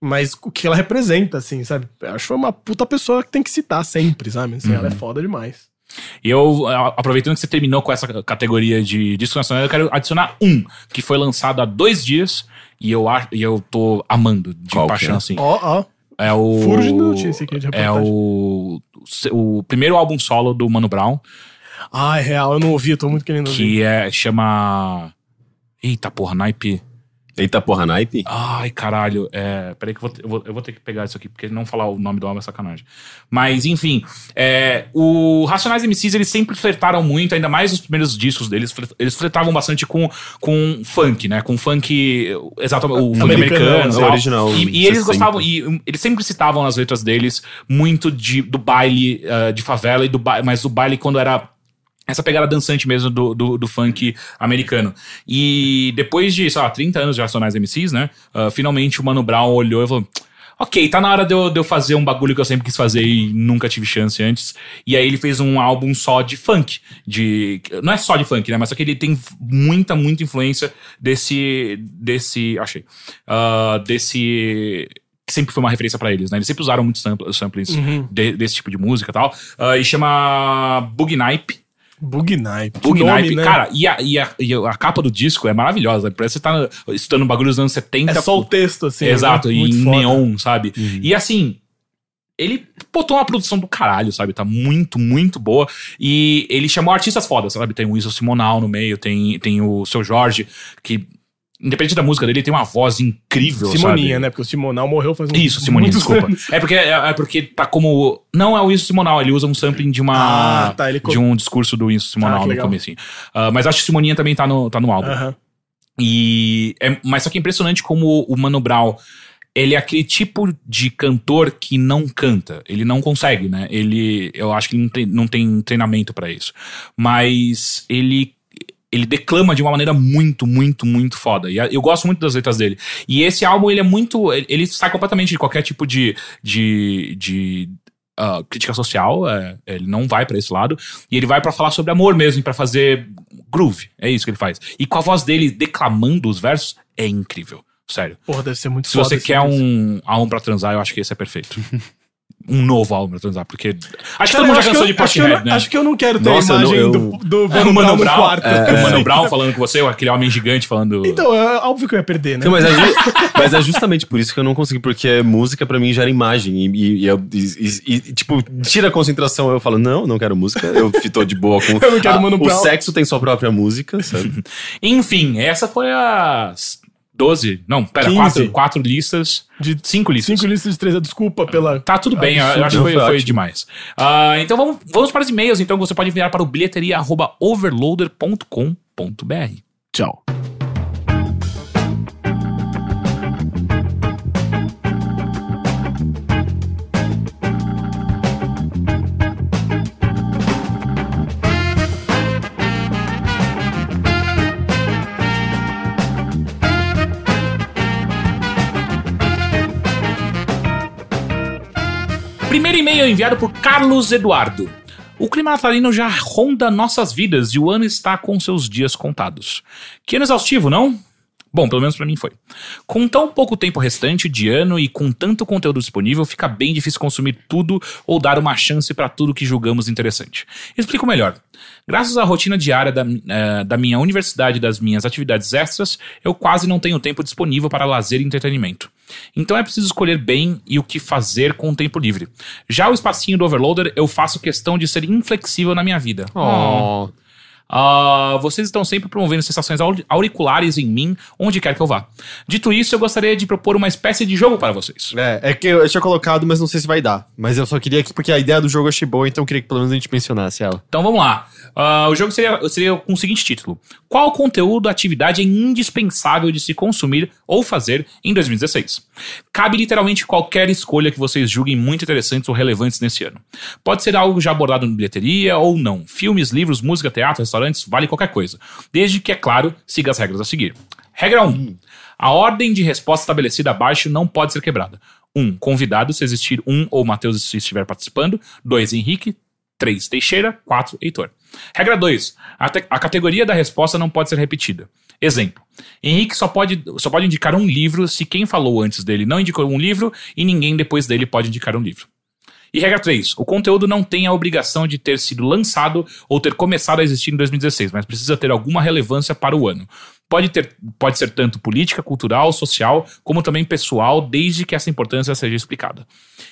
Speaker 6: Mas o que ela representa, assim, sabe? Eu acho uma puta pessoa que tem que citar sempre, sabe? Assim, Ela é
Speaker 2: Uhum.
Speaker 6: foda demais.
Speaker 2: E eu, a- aproveitando que você terminou com essa categoria de disco nacional, eu quero adicionar um, que foi lançado há dois dias, e eu, acho- e eu tô amando de
Speaker 3: Qual que
Speaker 2: paixão,
Speaker 3: é?
Speaker 2: assim.
Speaker 6: Ó, ó.
Speaker 2: É o.
Speaker 6: Furo de notícia aqui, de
Speaker 2: É
Speaker 6: reportagem.
Speaker 2: o, o primeiro álbum solo do Mano Brown,
Speaker 6: Ah, é real, eu não ouvi, eu tô muito querendo ouvir.
Speaker 2: que é, chama. Eita porra, naipe.
Speaker 3: Eita porra, naipe.
Speaker 6: Ah,
Speaker 2: Ai, caralho. É, peraí que eu vou, ter- eu, vou, eu vou ter que pegar isso aqui, porque não falar o nome do álbum é sacanagem. Mas, enfim, é, o Racionais MCs, eles sempre flertaram muito, ainda mais nos primeiros discos deles, flet- eles flertavam bastante com, com funk, né? Com funk, exatamente, o funk
Speaker 6: Americano,
Speaker 2: americano.
Speaker 3: é o
Speaker 2: tal.
Speaker 3: original,
Speaker 2: E, e eles
Speaker 3: 60.
Speaker 2: gostavam, e um, eles sempre citavam nas letras deles muito de, do baile ah, de favela, e do ba- mas do baile quando era essa pegada dançante mesmo do, do, do funk americano. E depois de, sei lá, 30 anos de Racionais MCs, né? ah, finalmente o Mano Brown olhou e falou. ok, tá na hora de eu, de eu fazer um bagulho que eu sempre quis fazer e nunca tive chance antes. E aí ele fez um álbum só de funk. De, não é só de funk, né? Mas só que ele tem muita, muita influência desse. desse. Achei. Ah, desse. Que sempre foi uma referência pra eles, né? Eles sempre usaram muitos sampl- samplings de- desse tipo de música e tal. Ah, e chama Boogie Nipe.
Speaker 6: Bugnipe.
Speaker 2: Bug Nipe,
Speaker 6: né?
Speaker 2: cara, e a, e, a, e a capa do disco é maravilhosa. Parece que você tá estudando bagulho dos anos 70.
Speaker 6: É só o texto, assim.
Speaker 2: Exato,
Speaker 6: né?
Speaker 2: e
Speaker 6: Muito
Speaker 2: em
Speaker 6: foda. Uhum.
Speaker 2: neon, sabe? E assim, ele botou uma produção do caralho, sabe? Tá muito, muito boa. E ele chamou artistas fodas, sabe? Tem o Iso Simonal no meio, tem, tem o Seu Jorge, que, independente da música dele, tem uma voz incrível,
Speaker 6: Simoninha,
Speaker 2: sabe?
Speaker 6: né? Porque o Simonal morreu faz um
Speaker 2: Isso, Simoninha,
Speaker 6: muitos
Speaker 2: desculpa.
Speaker 6: anos.
Speaker 2: É porque, é, é porque tá como. Não é o Iso Simonal, ele usa um sampling de uma.
Speaker 6: Ah, tá, ele co-
Speaker 2: De um discurso do Iso
Speaker 6: Ah,
Speaker 2: Simonal
Speaker 6: que
Speaker 2: no
Speaker 6: legal.
Speaker 2: comecinho. Ah, mas acho que Simoninha também tá no, tá no álbum.
Speaker 6: Aham.
Speaker 2: E é- mas só que é impressionante como o Mano Brown, ele é aquele tipo de cantor que não canta. Ele não consegue, né? Ele, eu acho que ele não tem, não tem treinamento pra isso. Mas ele ele declama de uma maneira muito, muito, muito foda. E a- eu gosto muito das letras dele. E esse álbum, ele é muito. Ele, ele sai completamente de qualquer tipo de. de, de ah, crítica social, é, ele não vai pra esse lado. E ele vai pra falar sobre amor mesmo, pra fazer groove. É isso que ele faz. E com a voz dele declamando os versos, é incrível. Sério.
Speaker 6: Porra, deve ser muito
Speaker 2: Se
Speaker 6: foda
Speaker 2: você
Speaker 6: esse
Speaker 2: quer
Speaker 6: disco.
Speaker 2: um álbum pra transar, eu acho que esse é perfeito. um novo álbum pra transar, porque. Acho que
Speaker 6: Cara,
Speaker 2: todo mundo
Speaker 6: eu
Speaker 2: já
Speaker 6: acho que
Speaker 2: cansou
Speaker 6: eu-
Speaker 2: de
Speaker 6: acho que eu
Speaker 2: Portishead,
Speaker 6: não-
Speaker 2: né?
Speaker 6: Acho que eu não quero ter
Speaker 3: Nossa,
Speaker 6: a
Speaker 3: eu não-
Speaker 6: imagem
Speaker 3: eu-
Speaker 6: do, do
Speaker 2: É, o Mano
Speaker 6: Mano, Brown no
Speaker 2: Brown,
Speaker 6: quarto.
Speaker 2: é, o Mano Brown falando com você, aquele homem gigante falando.
Speaker 6: Então, é óbvio que eu ia perder, né?
Speaker 3: Então, mas, é ju- mas é justamente por isso que eu não consegui, porque música pra mim gera imagem. E, e- e eu- e- e- e, tipo, tira a concentração. Eu falo, não, não quero música. Eu fi- tô de boa com.
Speaker 6: Eu não quero Mano
Speaker 3: O
Speaker 6: Brown.
Speaker 3: sexo tem sua própria música, sabe?
Speaker 2: Enfim, essa foi as 12. Não, pera,
Speaker 6: 15.
Speaker 2: quatro, quatro listas.
Speaker 6: De
Speaker 2: Cinco listas.
Speaker 6: Cinco Ah, listas de três, é, desculpa pela...
Speaker 2: Tá tudo bem, eu
Speaker 6: Absurdo.
Speaker 2: acho que foi,
Speaker 3: Não, foi
Speaker 2: foi
Speaker 3: ótimo.
Speaker 2: demais. Ah, então vamos, vamos para os e-mails, então que você pode enviar para o bilheteria@overloader.com.br.
Speaker 6: Tchau.
Speaker 2: Primeiro e-mail é enviado por Carlos Eduardo. O clima natalino já ronda nossas vidas e o ano está com seus dias contados. Que ano exaustivo, não? Bom, pelo menos pra mim foi. Com tão pouco tempo restante de ano e com tanto conteúdo disponível, fica bem difícil consumir tudo ou dar uma chance pra tudo que julgamos interessante. Explico melhor. Graças à rotina diária da, eh, da minha universidade e das minhas atividades extras, eu quase não tenho tempo disponível para lazer e entretenimento. Então é preciso escolher bem e o que fazer com o tempo livre. Já o espacinho do Overloader, eu faço questão de ser inflexível na minha vida.
Speaker 1: Oh.
Speaker 2: Ah, vocês estão sempre promovendo sensações auri- auriculares em mim, onde quer que eu vá. Dito isso, eu gostaria de propor uma espécie de jogo para vocês.
Speaker 1: É, é que eu, eu tinha colocado, mas não sei se vai dar. Mas eu só queria que, porque a ideia do jogo eu achei boa, então eu queria que pelo menos a gente mencionasse ela.
Speaker 2: Então vamos lá. Ah, o jogo seria, seria com o seguinte título: Qual conteúdo ou atividade é indispensável de se consumir ou fazer em 2016? Cabe literalmente qualquer escolha que vocês julguem muito interessantes ou relevantes nesse ano. Pode ser algo já abordado na bilheteria ou não. Filmes, livros, música, teatro, restaurantes, vale qualquer coisa. Desde que, é claro, siga as regras a seguir. Regra 1. A ordem de resposta estabelecida abaixo não pode ser quebrada. 1. Um, convidado, se existir um ou Matheus se estiver participando. 2. Henrique. 3. Teixeira. 4. Heitor. Regra 2. A, te- a categoria da resposta não pode ser repetida. Exemplo. Henrique só pode, só pode indicar um livro se quem falou antes dele não indicou um livro e ninguém depois dele pode indicar um livro. E regra 3. O conteúdo não tem a obrigação de ter sido lançado ou ter começado a existir em 2016, mas precisa ter alguma relevância para o ano. Pode, ter, pode ser tanto política, cultural, social, como também pessoal, desde que essa importância seja explicada.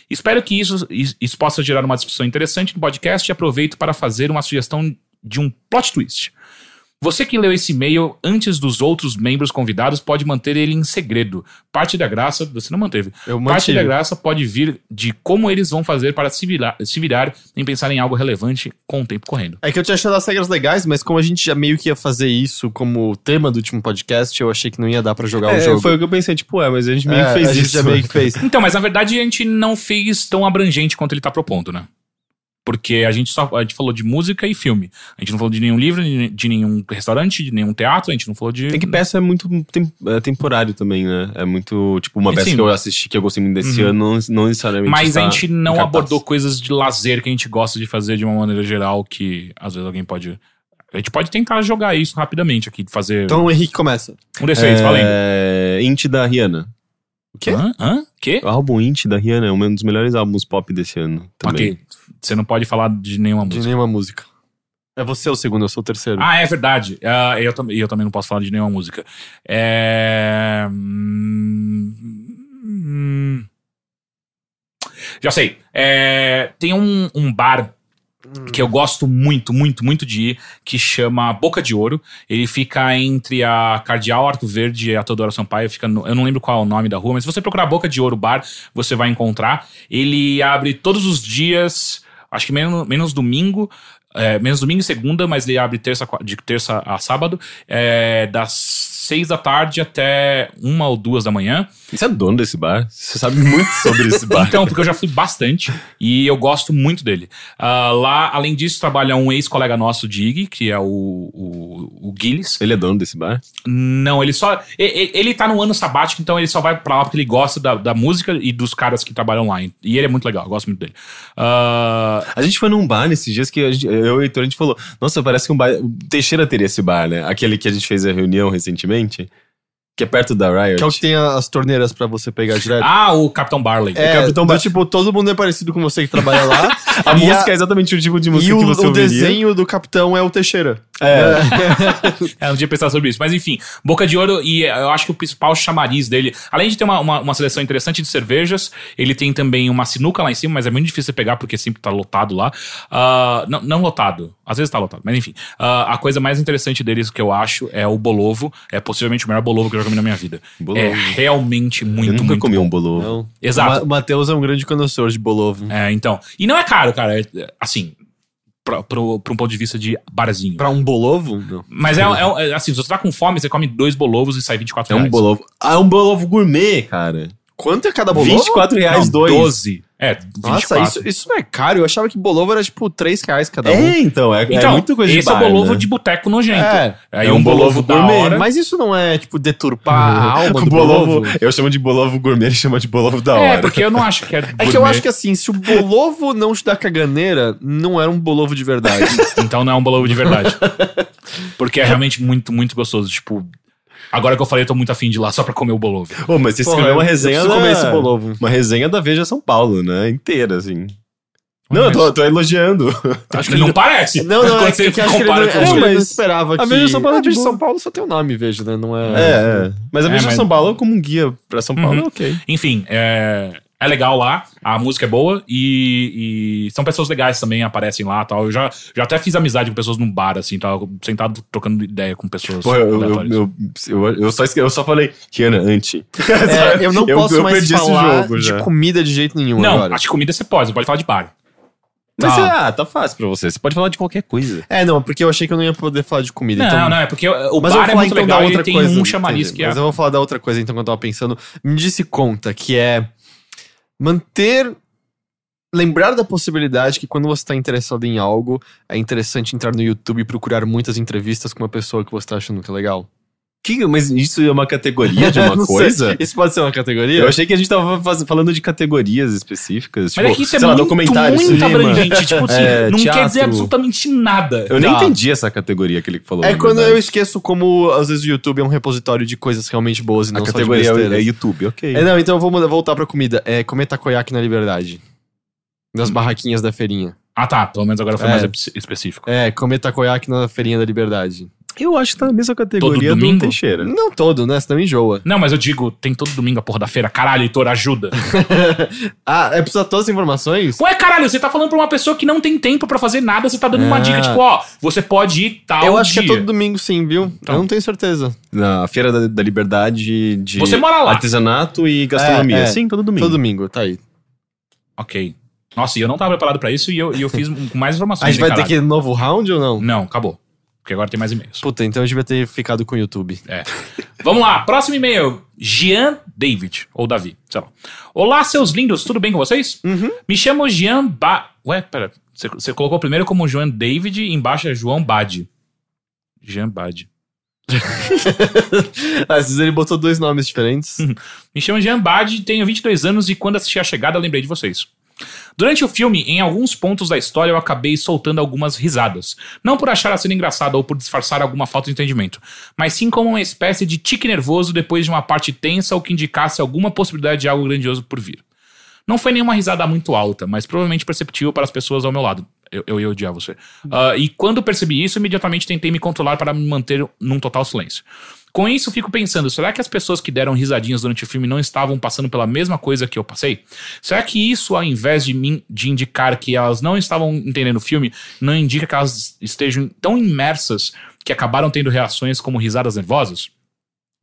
Speaker 2: Espero que isso, isso possa gerar uma discussão interessante no podcast e aproveito para fazer uma sugestão de um plot twist. Você que leu esse e-mail antes dos outros membros convidados pode manter ele em segredo. Parte da graça, você não manteve.
Speaker 1: Eu
Speaker 2: Parte
Speaker 1: mantive.
Speaker 2: da graça pode vir de como eles vão fazer para se virar, se virar em pensar em algo relevante com o tempo correndo.
Speaker 1: É que eu tinha achado as regras legais, mas como a gente já meio que ia fazer isso como tema do último podcast, eu achei que não ia dar pra jogar o É, jogo.
Speaker 3: É, foi o que eu pensei, tipo, é, mas a gente
Speaker 1: É,
Speaker 3: meio que fez
Speaker 1: a gente
Speaker 3: isso. né?
Speaker 1: já meio que fez.
Speaker 2: Então, mas na verdade a gente não fez tão abrangente quanto ele está tá propondo, né? Porque a gente só a gente falou de música e filme. A gente não falou de nenhum livro, de de nenhum restaurante, de nenhum teatro, a gente não falou de.
Speaker 3: Tem que peça é muito tem- é temporário também, né? É muito, tipo, uma
Speaker 2: Sim. Uhum.
Speaker 3: peça que eu assisti que eu gostei muito desse ano, não, não necessariamente. tá
Speaker 2: Mas a
Speaker 3: está
Speaker 2: gente não
Speaker 3: em cartaz.
Speaker 2: abordou coisas de lazer que a gente gosta de fazer de uma maneira geral, que às vezes alguém pode. A gente pode tentar jogar isso rapidamente aqui, de fazer
Speaker 1: Então o Henrique começa.
Speaker 2: um D6, valendo.
Speaker 3: É, Int da Rihanna. é, quê?
Speaker 2: Hã? Hã? Quê?
Speaker 3: O álbum Int da Rihanna é um dos melhores álbuns pop desse ano. Também.
Speaker 2: Ok. Você não pode falar de nenhuma
Speaker 1: De
Speaker 2: música.
Speaker 1: nenhuma música. É você o segundo, eu sou o terceiro.
Speaker 2: Ah, é verdade. Ah, eu, tam- eu também não posso falar de nenhuma música. É... hum, Já sei. É, Tem um, um bar que eu gosto muito, muito, muito de ir, que chama Boca de Ouro. Ele fica entre a Cardeal Arco Verde e a Teodoro Sampaio. Fica no- eu não lembro qual é o nome da rua, mas se você procurar Boca de Ouro Bar, você vai encontrar. Ele abre todos os dias, acho que menos, menos domingo. é, menos domingo e segunda, mas ele abre terça, qua- de terça a sábado, é, das seis da tarde até uma ou duas da manhã.
Speaker 3: Você é dono desse bar? Você sabe muito sobre esse bar.
Speaker 2: Então, porque eu já fui bastante e eu gosto muito dele. Ah, lá, além disso, trabalha um ex-colega nosso de IG, que é o, o, o Gilles.
Speaker 3: Ele é dono desse bar?
Speaker 2: Não, ele só. e- e- Ele tá no ano sabático, então ele só vai pra lá porque ele gosta da, da música e dos caras que trabalham lá. E ele é muito legal, eu gosto muito dele. Ah,
Speaker 3: A gente foi num bar nesses dias que a gente- eu e o Heitor, a gente falou: Nossa, parece que um bar. O Teixeira teria esse bar, né? Aquele que a gente fez a reunião recentemente, que é perto da Riot.
Speaker 1: Que é o que tem a- as torneiras pra você pegar direto.
Speaker 2: ah, o Capitão Barley.
Speaker 1: é,
Speaker 3: Capitão
Speaker 1: do
Speaker 3: Bar-
Speaker 1: tipo, todo mundo é parecido com você que trabalha lá.
Speaker 3: A
Speaker 1: E
Speaker 3: música é exatamente o tipo de
Speaker 1: E
Speaker 3: música
Speaker 1: o,
Speaker 3: que você
Speaker 1: o
Speaker 3: ouviria.
Speaker 1: desenho do capitão é o Teixeira.
Speaker 2: É, eu não tinha pensado sobre isso. Mas enfim, Boca de Ouro, e eh, eu acho que o principal chamariz dele, além de ter uma, uma, uma seleção interessante de cervejas, ele tem também uma sinuca lá em cima, mas é muito difícil você pegar porque sempre tá lotado lá. Ah, não, não lotado, às vezes tá lotado, mas enfim. Ah, a coisa mais interessante deles que eu acho é o bolovo. É possivelmente o melhor bolovo que eu já comi na minha vida.
Speaker 3: Bolovo.
Speaker 2: É realmente muito,
Speaker 3: Eu nunca
Speaker 2: muito
Speaker 3: comi
Speaker 2: bom.
Speaker 3: um bolo.
Speaker 1: Então,
Speaker 2: Exato.
Speaker 1: O Ma- Matheus é um grande conhecedor de bolovo.
Speaker 2: É, então. E não é caro, cara. É, é, assim, pra, pro, pra um ponto de vista de barzinho.
Speaker 1: Pra um bolovo? Não.
Speaker 2: Mas é, é- é assim, se você tá com fome, você come dois bolovos e sai 24
Speaker 3: É um
Speaker 2: reais.
Speaker 3: bolovo. Ah, é um bolovo gourmet, cara.
Speaker 1: Quanto é cada bolovo?
Speaker 3: 24
Speaker 2: Não,
Speaker 3: reais dois.
Speaker 2: 12. É, 24.
Speaker 1: Nossa, isso, isso não é caro. Eu achava que bolovo era tipo 3 reais cada um.
Speaker 3: É, então, é,
Speaker 2: Então,
Speaker 3: é muito coisa
Speaker 2: esse
Speaker 3: de bar,
Speaker 2: é o bolovo
Speaker 3: né?
Speaker 2: de boteco nojento.
Speaker 1: É.
Speaker 2: Aí
Speaker 3: É
Speaker 2: um
Speaker 3: um
Speaker 2: bolovo
Speaker 3: bolovo
Speaker 2: da
Speaker 3: gourmet,
Speaker 2: hora.
Speaker 1: Mas isso não é, tipo, deturpar a alma do
Speaker 3: O bolovo,
Speaker 1: bolovo?
Speaker 3: eu chamo de bolovo gourmet, ele chama de bolovo da hora.
Speaker 2: é, porque eu não acho que é
Speaker 1: É que eu acho que assim, se o bolovo não te dá caganeira, não era um bolovo de verdade.
Speaker 2: Então não é um bolovo de verdade. Porque é realmente muito, muito gostoso. Tipo, agora que eu falei, eu tô muito afim de ir lá só pra comer o bolovo.
Speaker 3: Ô, mas você
Speaker 1: Porra,
Speaker 3: escreveu uma
Speaker 1: eu
Speaker 3: resenha
Speaker 1: preciso
Speaker 3: da...
Speaker 1: comer esse bolovo.
Speaker 3: Uma resenha da Veja São Paulo, né? Inteira, assim. Não, eu tô, tô elogiando.
Speaker 2: Acho que Tipo, não parece.
Speaker 1: Não, não,
Speaker 2: Quando
Speaker 1: é que,
Speaker 2: você
Speaker 1: que acho que ele, não,
Speaker 2: compara
Speaker 1: acho
Speaker 2: com
Speaker 1: que
Speaker 2: o
Speaker 1: ele não
Speaker 3: mas
Speaker 1: esperava que...
Speaker 3: a Veja São Paulo é
Speaker 1: Ah,
Speaker 3: de
Speaker 1: Veja
Speaker 3: boa.
Speaker 1: São Paulo só tem o nome, veja, né? Não
Speaker 3: É,
Speaker 1: é...
Speaker 3: é. Mas a
Speaker 2: É,
Speaker 3: Veja
Speaker 2: mas-
Speaker 3: São Paulo, como um guia pra São Paulo, é ok.
Speaker 2: Enfim, é, é legal lá, a música é boa e, e são pessoas legais também, aparecem lá tal. Eu já, já até fiz amizade com pessoas num bar, assim, tal, sentado trocando ideia com pessoas.
Speaker 3: Pô, eu, eu,
Speaker 2: aleatórias.
Speaker 3: eu, eu, eu só, esque- eu só falei, Rihanna, anti.
Speaker 1: É, eu não
Speaker 3: Eu-
Speaker 1: posso
Speaker 3: eu
Speaker 1: mais
Speaker 3: perdi esse
Speaker 1: falar
Speaker 3: jogo
Speaker 1: de
Speaker 3: já.
Speaker 1: comida de jeito nenhum
Speaker 2: não,
Speaker 1: agora.
Speaker 2: acho que comida você pode, você pode falar de bar.
Speaker 3: Mas
Speaker 2: Tá.
Speaker 3: ah, tá fácil pra você. Você pode falar de qualquer coisa.
Speaker 1: É, não, porque eu achei que eu não ia poder falar de comida.
Speaker 2: Não,
Speaker 1: então...
Speaker 2: não, é porque o
Speaker 1: Mas eu
Speaker 2: bar
Speaker 1: vou
Speaker 2: é
Speaker 1: falar
Speaker 2: muito
Speaker 1: então
Speaker 2: legal
Speaker 1: da
Speaker 2: e
Speaker 1: outra
Speaker 2: tem
Speaker 1: coisa.
Speaker 2: um chamariz
Speaker 1: entendi.
Speaker 2: que é.
Speaker 1: Mas eu vou falar da outra coisa então que eu tava pensando. Me disse conta, que é manter. Lembrar da possibilidade que quando você está interessado em algo, é interessante entrar no YouTube e procurar muitas entrevistas com uma pessoa que você está achando que é legal.
Speaker 3: Que, mas isso é uma categoria de uma
Speaker 1: Não sei,
Speaker 3: coisa?
Speaker 1: Isso pode ser uma categoria?
Speaker 3: Eu achei que a gente tava faz- falando de categorias
Speaker 2: Mas
Speaker 3: específicas. tipo,
Speaker 2: é que isso é
Speaker 3: sei lá,
Speaker 2: muito,
Speaker 3: documentário,
Speaker 2: muito
Speaker 3: cinema.
Speaker 2: abrangente. Tipo assim,
Speaker 3: É,
Speaker 2: não quer dizer
Speaker 3: teatro.
Speaker 2: absolutamente nada.
Speaker 3: Eu nem
Speaker 1: Tá.
Speaker 3: entendi essa categoria que ele falou.
Speaker 1: É
Speaker 3: na
Speaker 1: quando eu
Speaker 3: verdade.
Speaker 1: esqueço como, às vezes, o YouTube é um repositório de coisas realmente boas e não
Speaker 3: A
Speaker 1: só
Speaker 3: categoria
Speaker 1: de
Speaker 3: é,
Speaker 1: besteiras.
Speaker 3: é YouTube, ok.
Speaker 1: É, não, então eu vou mudar- voltar pra comida. É comer takoyaki na liberdade. Das barraquinhas da feirinha.
Speaker 2: Ah tá, pelo menos agora foi
Speaker 1: É.
Speaker 2: mais espe- específico.
Speaker 1: É, comer takoyaki na feirinha da liberdade.
Speaker 3: Eu acho que tá na mesma
Speaker 2: Todo
Speaker 3: categoria
Speaker 2: domingo?
Speaker 3: do Teixeira.
Speaker 1: Não todo, né? Senão enjoa.
Speaker 2: Não, mas eu digo, tem todo domingo a porra da feira. Caralho, Heitor, ajuda.
Speaker 1: Ah, é precisar todas as informações?
Speaker 2: Ué, caralho, você tá falando pra uma pessoa que não tem tempo pra fazer nada, você tá dando uma
Speaker 1: Ah.
Speaker 2: dica, tipo, ó, você pode ir tal
Speaker 1: Eu acho
Speaker 2: dia.
Speaker 1: que é todo domingo sim, viu?
Speaker 2: Então.
Speaker 1: Eu não tenho certeza.
Speaker 3: Na Feira da, da Liberdade de
Speaker 2: Você mora lá.
Speaker 3: artesanato e gastronomia.
Speaker 1: É, é.
Speaker 3: Sim, todo domingo.
Speaker 1: Todo domingo, tá aí.
Speaker 2: Ok. Nossa, e eu não tava preparado pra isso e eu, e eu fiz um- com mais informações.
Speaker 1: a gente
Speaker 2: hein,
Speaker 1: vai ter
Speaker 2: caralho.
Speaker 1: que novo round ou não?
Speaker 2: Não, acabou. Porque agora tem mais e-mails.
Speaker 1: Puta, então eu devia ter ficado com o YouTube.
Speaker 2: É. Vamos lá, próximo e-mail. Jean David, ou Davi, sei lá. Olá, seus lindos, tudo bem com vocês? Me chamo Jean Ba... Ué, pera, você- você colocou primeiro como Jean David e embaixo é João Bade. Jean Bade.
Speaker 1: Às vezes ele botou dois nomes diferentes.
Speaker 2: Me chamo Jean Bade, tenho 22 anos e quando assisti a chegada lembrei de vocês. Durante o filme, em alguns pontos da história, eu acabei soltando algumas risadas. Não por achar a cena engraçada ou por disfarçar alguma falta de entendimento, mas sim como uma espécie de tique nervoso depois de uma parte tensa ou que indicasse alguma possibilidade de algo grandioso por vir. Não foi nenhuma risada muito alta, mas provavelmente perceptível para as pessoas ao meu lado. Eu, eu ia odiar você. Ah, e quando percebi isso, imediatamente tentei me controlar para me manter num total silêncio. Com isso, fico pensando: será que as pessoas que deram risadinhas durante o filme não estavam passando pela mesma coisa que eu passei? Será que isso, ao invés de, mim, de indicar que elas não estavam entendendo o filme, não indica que elas estejam tão imersas que acabaram tendo reações como risadas nervosas?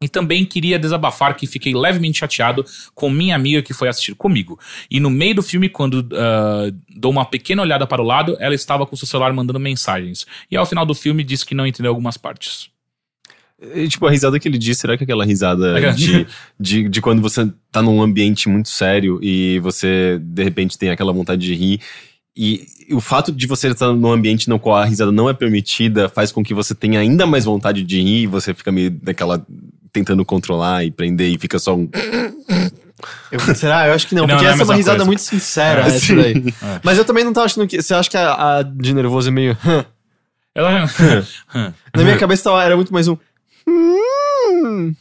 Speaker 2: E também queria desabafar que fiquei levemente chateado com minha amiga que foi assistir comigo. E no meio do filme, quando ah, dou uma pequena olhada para o lado, ela estava com seu celular mandando mensagens. E ao final do filme disse que não entendeu algumas partes.
Speaker 3: E, tipo, a risada que ele diz, será que é aquela risada
Speaker 2: Aquela-
Speaker 3: de, de, de quando você tá num ambiente muito sério e você, de repente, tem aquela vontade de rir. E o fato de você estar num ambiente no qual a risada não é permitida faz com que você tenha ainda mais vontade de rir e você fica meio daquela. tentando controlar e prender e fica só um.
Speaker 1: Eu- será? Eu acho que não,
Speaker 2: Não,
Speaker 1: porque
Speaker 2: não é a
Speaker 1: essa é uma
Speaker 2: mesma
Speaker 1: risada
Speaker 2: coisa.
Speaker 1: muito sincera. né,
Speaker 2: É,
Speaker 1: essa daí. Mas eu também não tava achando que. Você acha que a, a de nervoso é meio. "Hã?"
Speaker 2: Ela.
Speaker 1: Na minha cabeça tava- era muito mais um. "Hum."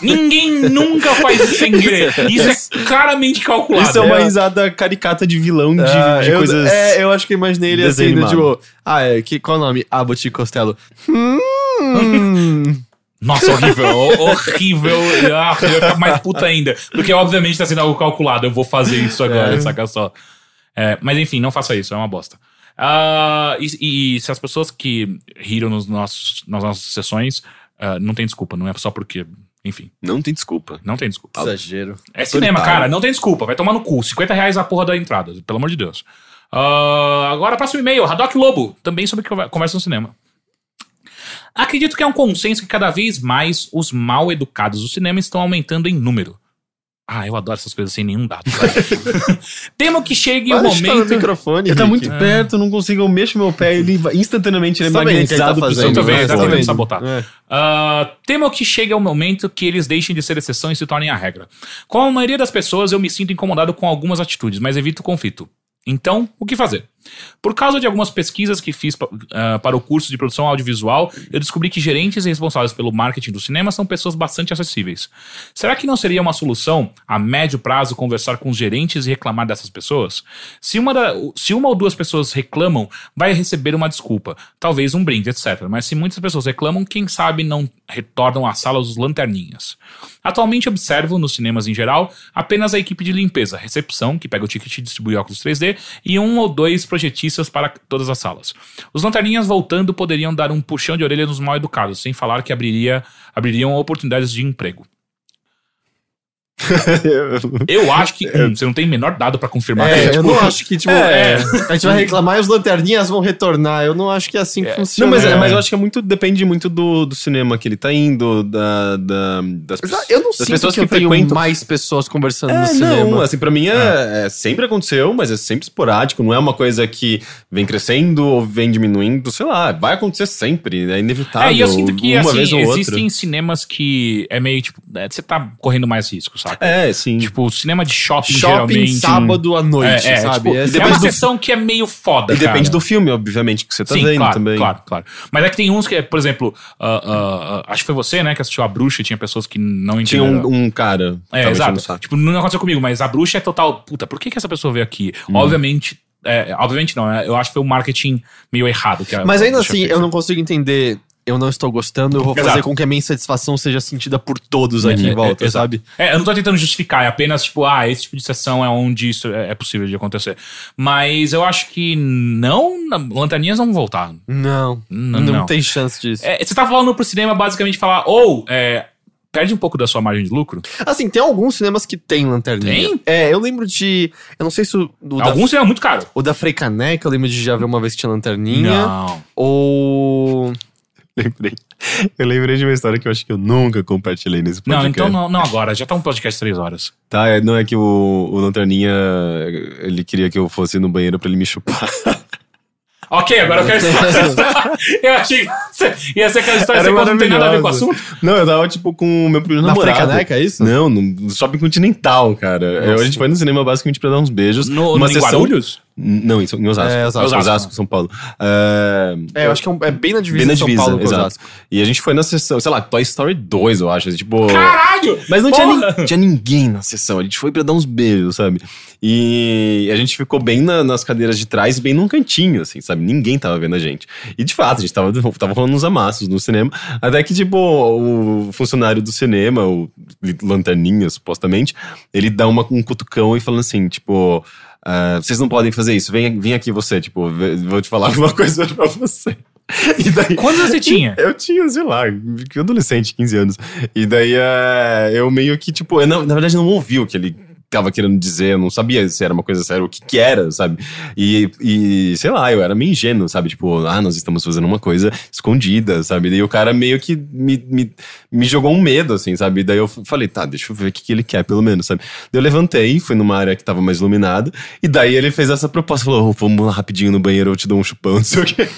Speaker 2: Ninguém nunca faz isso sem querer. Isso é claramente calculado.
Speaker 3: Isso é uma
Speaker 1: eu-
Speaker 3: risada caricata de vilão de,
Speaker 1: Ah,
Speaker 3: de
Speaker 1: eu,
Speaker 3: coisas.
Speaker 1: é, eu acho que eu imaginei ele assim, do
Speaker 3: Desanimado.
Speaker 1: tipo. Ah, é, que, qual é o nome? Ah, Boti Costello. Hum.
Speaker 2: Nossa, horrível. ho- horrível. Ah, eu ia ficar mais puta ainda. Porque, obviamente, tá sendo algo calculado. Eu vou fazer isso agora, saca só. É, mas, enfim, não faça isso. É uma bosta. Ah, e- e, e se as pessoas que riram nos nossos, nas nossas sessões, ah, não tem desculpa. Não é só porque... Enfim,
Speaker 3: Não tem desculpa.
Speaker 2: não tem desculpa.
Speaker 1: Exagero.
Speaker 2: É cinema,
Speaker 3: Solitário.
Speaker 2: cara. Não tem desculpa. Vai tomar no cu. 50 reais a porra da entrada. Pelo amor de Deus. Ah, agora, próximo e-mail. Haddock Lobo. Também sobre conver- conversa no cinema. Acredito que é um consenso que cada vez mais os mal educados do cinema estão aumentando em número. Ah, eu adoro essas coisas sem nenhum dado. cara. Temo que chegue o
Speaker 1: Para de chutar no
Speaker 2: momento.
Speaker 1: microfone.
Speaker 3: Ele tá
Speaker 1: Rick.
Speaker 3: muito perto, não consigo, eu mexo meu pé, ele vai- instantaneamente ele é
Speaker 1: Sabe o que ele tá
Speaker 3: magnetizado pro
Speaker 1: fazendo,
Speaker 3: seu
Speaker 2: Tô vendo,
Speaker 3: braço.
Speaker 2: tá tentando
Speaker 1: vendo.
Speaker 2: sabotar.
Speaker 1: É.
Speaker 2: Ah, temo que chegue ao momento que eles deixem de ser exceção e se tornem a regra. Com a maioria das pessoas, eu me sinto incomodado com algumas atitudes, mas evito conflito. Então, o que fazer? Por causa de algumas pesquisas que fiz pa- ah, para o curso de produção audiovisual, eu descobri que gerentes e responsáveis pelo marketing do cinema são pessoas bastante acessíveis. Será que não seria uma solução, a médio prazo, conversar com os gerentes e reclamar dessas pessoas? Se uma, da- se uma ou duas pessoas reclamam, vai receber uma desculpa, talvez um brinde, etc. Mas se muitas pessoas reclamam, quem sabe não retornam à sala os lanterninhas. Atualmente observo, nos cinemas em geral, apenas a equipe de limpeza, recepção, que pega o ticket e distribui óculos 3D, e um ou dois projetistas para todas as salas. Os lanterninhas voltando poderiam dar um puxão de orelha nos mal educados, sem falar que abriria, abririam oportunidades de emprego. Eu acho que hum, você não tem o menor dado para confirmar que
Speaker 1: É,
Speaker 2: tipo,
Speaker 1: eu não acho que, tipo,
Speaker 2: É.
Speaker 1: a gente vai reclamar e os lanterninhas vão retornar. Eu não acho que é assim que
Speaker 3: Não,
Speaker 1: funciona.
Speaker 3: mas,
Speaker 1: né?
Speaker 3: mas eu acho que é muito, depende muito do, do cinema que ele tá indo, da, da- das pessoas.
Speaker 1: Eu não
Speaker 3: das
Speaker 1: sinto
Speaker 3: pessoas
Speaker 1: que,
Speaker 3: que
Speaker 1: eu tenho
Speaker 3: frequentam.
Speaker 1: mais pessoas conversando no
Speaker 3: É,
Speaker 1: cinema.
Speaker 3: não, assim, pra mim é, é, sempre aconteceu, mas é sempre esporádico, não é uma coisa que vem crescendo ou vem diminuindo, sei lá, vai acontecer sempre, é inevitável,
Speaker 2: É, e eu sinto que,
Speaker 3: uma
Speaker 2: assim,
Speaker 3: vez ou
Speaker 2: existem
Speaker 3: outra.
Speaker 2: cinemas que é meio, tipo, é, você tá correndo mais risco, saca?
Speaker 3: É, sim.
Speaker 2: Tipo, o cinema de shopping,
Speaker 1: Shopping
Speaker 2: geralmente...
Speaker 1: sábado à noite,
Speaker 2: é, é,
Speaker 1: sabe?
Speaker 2: tipo,
Speaker 1: É,
Speaker 2: é uma
Speaker 3: do-
Speaker 2: sessão que é meio foda,
Speaker 3: e depende
Speaker 2: cara.
Speaker 3: do filme, obviamente, que você tá
Speaker 2: Sim,
Speaker 3: vendo
Speaker 2: claro,
Speaker 3: também.
Speaker 2: claro, claro. Mas é que tem uns que, é, por exemplo, ah, ah, ah, acho que foi você, né, que assistiu A Bruxa e tinha pessoas que não
Speaker 3: Tinha
Speaker 2: entenderam.
Speaker 3: um, um cara.
Speaker 2: É,
Speaker 3: tava enchendo o
Speaker 2: exato.
Speaker 3: saco.
Speaker 2: Tipo, não aconteceu comigo, mas a bruxa é total. Puta, por que, que essa pessoa veio aqui?
Speaker 3: Uhum.
Speaker 2: Obviamente. é, obviamente não, é, eu acho que foi um marketing meio errado. Que a-
Speaker 1: Mas
Speaker 2: a
Speaker 1: ainda
Speaker 2: bruxa
Speaker 1: assim,
Speaker 2: fez.
Speaker 1: eu não consigo entender. Eu não estou gostando, eu vou fazer
Speaker 2: Exato.
Speaker 1: com que a minha insatisfação seja sentida por todos aqui
Speaker 2: É,
Speaker 1: em volta,
Speaker 2: é, exato.
Speaker 1: sabe?
Speaker 2: É, eu não tô tentando justificar, é apenas tipo, ah, esse tipo de sessão é onde isso é, é possível de acontecer. Mas eu acho que não, na- lanterninhas não vão voltar.
Speaker 1: Não,
Speaker 2: Não,
Speaker 1: não,
Speaker 2: não.
Speaker 1: tem chance disso.
Speaker 2: É, você tá falando pro cinema basicamente falar, ou, é, perde um pouco da sua margem de lucro.
Speaker 1: Assim, tem alguns cinemas que tem lanterninha.
Speaker 2: Tem?
Speaker 1: É, eu lembro de. Eu não sei se o, o da-
Speaker 2: Alguns é muito caro.
Speaker 1: o da Frei Caneca, eu lembro de já ver uma vez que tinha lanterninha.
Speaker 2: Não.
Speaker 1: Ou.
Speaker 3: Lembrei. Eu lembrei de uma história que eu acho que eu nunca compartilhei nesse
Speaker 2: Não,
Speaker 3: podcast.
Speaker 2: então não, não agora. Já tá um podcast de três horas.
Speaker 3: Tá, é- não é que o, o Lanterninha, ele queria que eu fosse no banheiro pra ele me chupar.
Speaker 2: Ok, agora eu quero Eu achei que você- ia ser aquela história que
Speaker 3: Era
Speaker 2: você conta, não tem nada a ver com o
Speaker 3: maravilhoso.
Speaker 2: assunto.
Speaker 3: Não, eu tava tipo com o meu primeiro
Speaker 1: Na Frei
Speaker 3: namorado.
Speaker 1: Caneca, é isso?
Speaker 3: Não, no shopping continental, cara. Eu- a gente foi no cinema basicamente pra dar uns beijos.
Speaker 2: No,
Speaker 3: Numa
Speaker 2: no em Guarulhos?
Speaker 3: N- Não, em, São- em Osasco.
Speaker 1: É, Osasco.
Speaker 3: São Paulo. É,
Speaker 1: É, eu acho que é, um- é bem na
Speaker 3: bem
Speaker 1: divisa
Speaker 3: na
Speaker 1: de São
Speaker 3: divisa,
Speaker 1: Paulo com
Speaker 3: exato.
Speaker 1: Osasco.
Speaker 3: E a gente foi na sessão, sei lá, Toy Story 2, eu acho. Tipo.
Speaker 2: Caralho!
Speaker 3: Mas não tinha,
Speaker 2: Porra!
Speaker 3: nin- tinha ninguém na sessão. A gente foi pra dar uns beijos, sabe? E a gente ficou bem na- nas cadeiras de trás, bem num cantinho, assim, sabe? Ninguém tava vendo a gente. E de fato, a gente tava, tava rolando uns amassos no cinema. Até que, tipo, o funcionário do cinema, o Lanterninha, supostamente, ele dá uma, um cutucão e fala assim, tipo. "Ah, vocês não podem fazer isso, vem, vem aqui você, tipo, ve- vou te falar alguma coisa pra você. E daí,
Speaker 2: Quantos você tinha?
Speaker 3: eu tinha, sei lá, que adolescente, 15 anos. E daí eh, eu meio que, tipo, eu não- na verdade eu não ouvi o que ele tava querendo dizer, eu não sabia se era uma coisa séria, o que que era, sabe? E, e, sei lá, eu era meio ingênuo, sabe? Tipo, ah, nós estamos fazendo uma coisa escondida, sabe? E daí o cara meio que me, me, me jogou um medo, assim, sabe? E daí eu f- falei, tá, deixa eu ver o que que ele quer, pelo menos, sabe? Daí eu levantei, fui numa área que tava mais iluminada, e daí ele fez essa proposta, falou, "Ô, vamos lá rapidinho no banheiro, eu te dou um chupão, não sei o quê.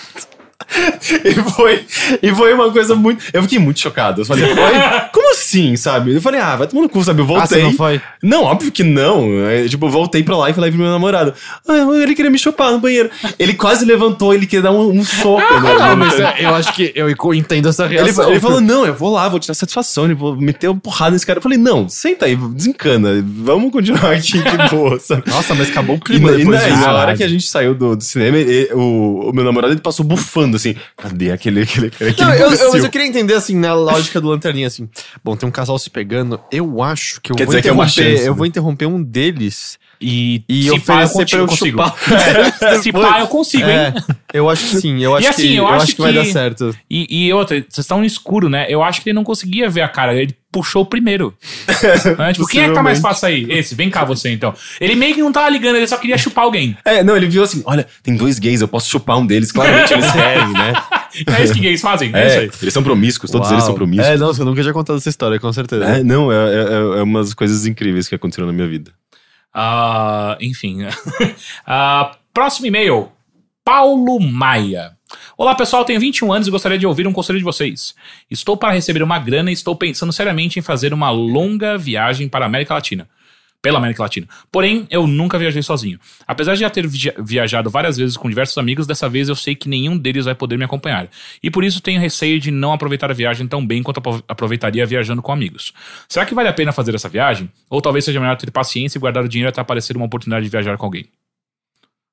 Speaker 3: E foi, e foi uma coisa muito. Eu fiquei muito chocado. Eu falei, foi? Como assim, sabe? Eu falei, ah, vai tomar no cu, sabe? Eu voltei.
Speaker 1: Ah, você não foi?
Speaker 3: Não, óbvio que não. É, tipo, eu voltei pra lá e falei pro meu namorado: ah, ele queria me chupar no banheiro. Ele quase levantou, ele queria dar um, um soco. né?
Speaker 1: Não, mas é, eu acho que eu entendo essa
Speaker 3: Ele,
Speaker 1: reação.
Speaker 3: ele falou, não, eu vou lá, vou tirar satisfação, eu vou meter uma porrada nesse cara. Eu falei, não, senta aí, desencana, vamos continuar aqui de boa, sabe?
Speaker 1: Nossa, mas acabou o
Speaker 3: E,
Speaker 1: clima
Speaker 3: na- e,
Speaker 1: depois
Speaker 3: na- e
Speaker 1: disso.
Speaker 3: na hora é, que a gente saiu do, do cinema, e- o, o meu namorado ele passou bufando assim: cadê aquele, aquele, aquele, aquele
Speaker 1: Não, eu, eu- mas
Speaker 3: imbecil?"
Speaker 1: eu queria entender, assim, na lógica do lanterninha, assim. Bom, tem um casal se pegando. Eu acho que eu
Speaker 3: Quer
Speaker 1: vou
Speaker 3: dizer que é uma
Speaker 1: interromper.
Speaker 3: chance,
Speaker 1: eu
Speaker 3: né?
Speaker 1: vou interromper um deles
Speaker 2: E,
Speaker 1: e
Speaker 2: se pá, eu
Speaker 1: oferecer pra eu
Speaker 2: contigo, consigo. É,
Speaker 1: chupar.
Speaker 2: Se pá, eu consigo, hein?
Speaker 1: É, eu acho que sim, eu acho,
Speaker 2: assim,
Speaker 1: que,
Speaker 2: eu
Speaker 1: eu
Speaker 2: acho
Speaker 1: acho que, vai
Speaker 2: que-
Speaker 1: dar certo.
Speaker 2: E, e outra, vocês estão no escuro, né? Eu acho que ele não conseguia ver a cara. Ele puxou o primeiro. É, tipo, quem é que tá mais fácil aí? Esse, vem cá você então. Ele meio que não tava ligando, ele só queria chupar alguém.
Speaker 3: É, não, ele viu assim, olha, tem dois gays, eu posso chupar um deles, claramente eles querem, né?
Speaker 2: É isso que gays fazem, é,
Speaker 3: É,
Speaker 2: isso aí.
Speaker 3: eles são promíscuos, todos
Speaker 1: Uau.
Speaker 3: eles são promíscuos.
Speaker 1: É, nossa, eu nunca tinha contado essa história, com certeza.
Speaker 3: É, não, é, é, é uma das coisas incríveis que aconteceram na minha vida.
Speaker 2: Ah, enfim. Ah, próximo e-mail. Paulo Maia. Olá pessoal, tenho 21 anos e gostaria de ouvir um conselho de vocês. Estou para receber uma grana e estou pensando seriamente em fazer uma longa viagem para a América Latina. Pela América Latina. Porém, eu nunca viajei sozinho. Apesar de já ter via- viajado várias vezes com diversos amigos, dessa vez eu sei que nenhum deles vai poder me acompanhar. E por isso tenho receio de não aproveitar a viagem tão bem quanto apro- aproveitaria viajando com amigos. Será que vale a pena fazer essa viagem? Ou talvez seja melhor ter paciência e guardar o dinheiro até aparecer uma oportunidade de viajar com alguém?